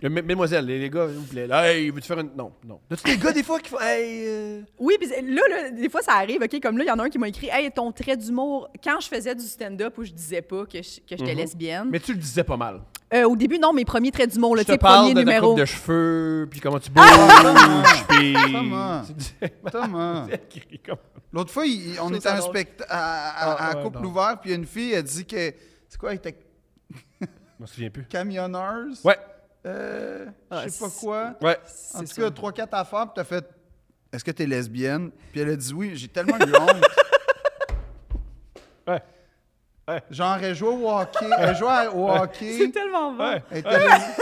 [SPEAKER 3] Le- mes- Mesdemoiselles, les, les gars, s'il vous plaît. là, hey, veux-tu faire une. Non, non. Là, tous les gars, des fois, qui font. Hey. euh,
[SPEAKER 2] Oui, puis c'est- là, là, des fois, ça arrive, OK? Comme là, il y en a un qui m'a écrit « Hey, ton trait d'humour... » Quand je faisais du stand-up où je disais pas que je- que j'étais lesbienne...
[SPEAKER 3] Mhm. Mais tu le disais pas mal.
[SPEAKER 2] Euh, au début, non, mes premiers traits d'humour, là,
[SPEAKER 3] je
[SPEAKER 2] tu
[SPEAKER 3] te
[SPEAKER 2] sais,
[SPEAKER 3] parle
[SPEAKER 2] premier
[SPEAKER 3] de ta
[SPEAKER 2] numéro. Ah!
[SPEAKER 3] coupe de cheveux, puis comment tu bouges, puis...
[SPEAKER 1] <laughs> Thomas.
[SPEAKER 3] Tu disais-
[SPEAKER 1] Thomas.
[SPEAKER 3] <laughs> Elle crie comme-
[SPEAKER 1] L'autre fois, il- on
[SPEAKER 3] trouve
[SPEAKER 1] était à
[SPEAKER 3] ça
[SPEAKER 1] un
[SPEAKER 3] drôle.
[SPEAKER 1] spectacle à, à-
[SPEAKER 3] Ah,
[SPEAKER 1] à
[SPEAKER 3] ouais,
[SPEAKER 1] couple
[SPEAKER 3] non.
[SPEAKER 1] ouvert, puis il y a une fille, elle dit que. C'est quoi, elle était
[SPEAKER 3] Je me souviens plus.
[SPEAKER 1] camionneuse?
[SPEAKER 3] Ouais,
[SPEAKER 1] Euh,
[SPEAKER 2] Ah,
[SPEAKER 1] je sais pas
[SPEAKER 2] c'est-
[SPEAKER 1] quoi.
[SPEAKER 3] ouais.
[SPEAKER 1] En tout
[SPEAKER 2] C'est
[SPEAKER 1] cas,
[SPEAKER 2] ça.
[SPEAKER 1] trois, quatre affaires, puis t'as fait Est-ce que t'es lesbienne? Puis elle a dit oui, j'ai tellement eu
[SPEAKER 3] <laughs>
[SPEAKER 1] honte.
[SPEAKER 3] Ouais.
[SPEAKER 1] Genre, elle jouait au hockey. Elle jouait au hockey.
[SPEAKER 2] C'est tellement bon.
[SPEAKER 3] Ouais.
[SPEAKER 1] Elle était,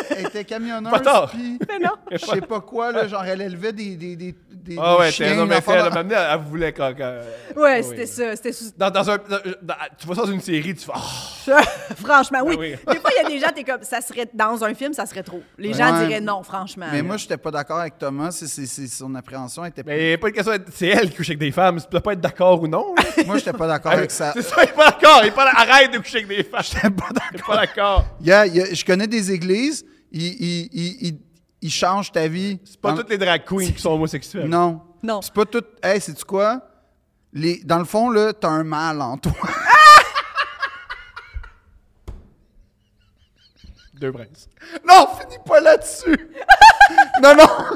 [SPEAKER 1] elle était camionneuse,
[SPEAKER 3] Pas tard.
[SPEAKER 1] puis
[SPEAKER 2] Mais non.
[SPEAKER 1] je sais pas quoi, là, genre elle élevait des, des, des, des,
[SPEAKER 3] Ah
[SPEAKER 1] des
[SPEAKER 3] ouais,
[SPEAKER 1] chiens,
[SPEAKER 3] t'es un homme
[SPEAKER 1] une
[SPEAKER 3] effet, elle
[SPEAKER 1] affaire
[SPEAKER 3] m'a amené, elle elle voulait quand... quand-
[SPEAKER 2] Ouais,
[SPEAKER 3] Ah oui,
[SPEAKER 2] c'était
[SPEAKER 3] oui.
[SPEAKER 2] ça. C'était sous- <laughs>
[SPEAKER 3] Dans, dans un... dans- dans- tu vois ça dans une série, tu fais... Ah,
[SPEAKER 2] Franchement, oui.
[SPEAKER 3] oui.
[SPEAKER 2] Des fois, il y a des gens, t'es comme... Ça serait... Dans un film, ça serait trop. Les gens
[SPEAKER 1] Ouais.
[SPEAKER 2] diraient non, franchement.
[SPEAKER 1] Mais
[SPEAKER 2] là.
[SPEAKER 1] moi, j'étais pas d'accord avec Thomas. C'est, c'est- c'est- son appréhension était pas.
[SPEAKER 3] Mais il a pas une question... d'être- C'est elle qui couche avec des femmes, tu peux pas être d'accord ou
[SPEAKER 1] <laughs>
[SPEAKER 3] non. là.
[SPEAKER 1] Moi, j'étais
[SPEAKER 3] <laughs>
[SPEAKER 1] pas d'accord avec ça.
[SPEAKER 3] Ah, C'est ça, il est pas d'accord. Il est pas... Arrête de coucher avec des femmes. Je
[SPEAKER 1] <laughs> pas
[SPEAKER 3] suis pas d'accord.
[SPEAKER 1] Il y a- il y a- je connais des églises, ils, ils, ils- ils- ils changent ta vie.
[SPEAKER 3] C'est pas
[SPEAKER 1] Dans-
[SPEAKER 3] toutes les drag queens qui sont homosexuelles.
[SPEAKER 1] Non.
[SPEAKER 2] Non.
[SPEAKER 1] C'est pas tout. Hey, c'est-tu quoi? Les... Dans le fond, là, t'as un mal en toi. <laughs>
[SPEAKER 3] Deux princes.
[SPEAKER 1] non, finis pas là-dessus! non, non!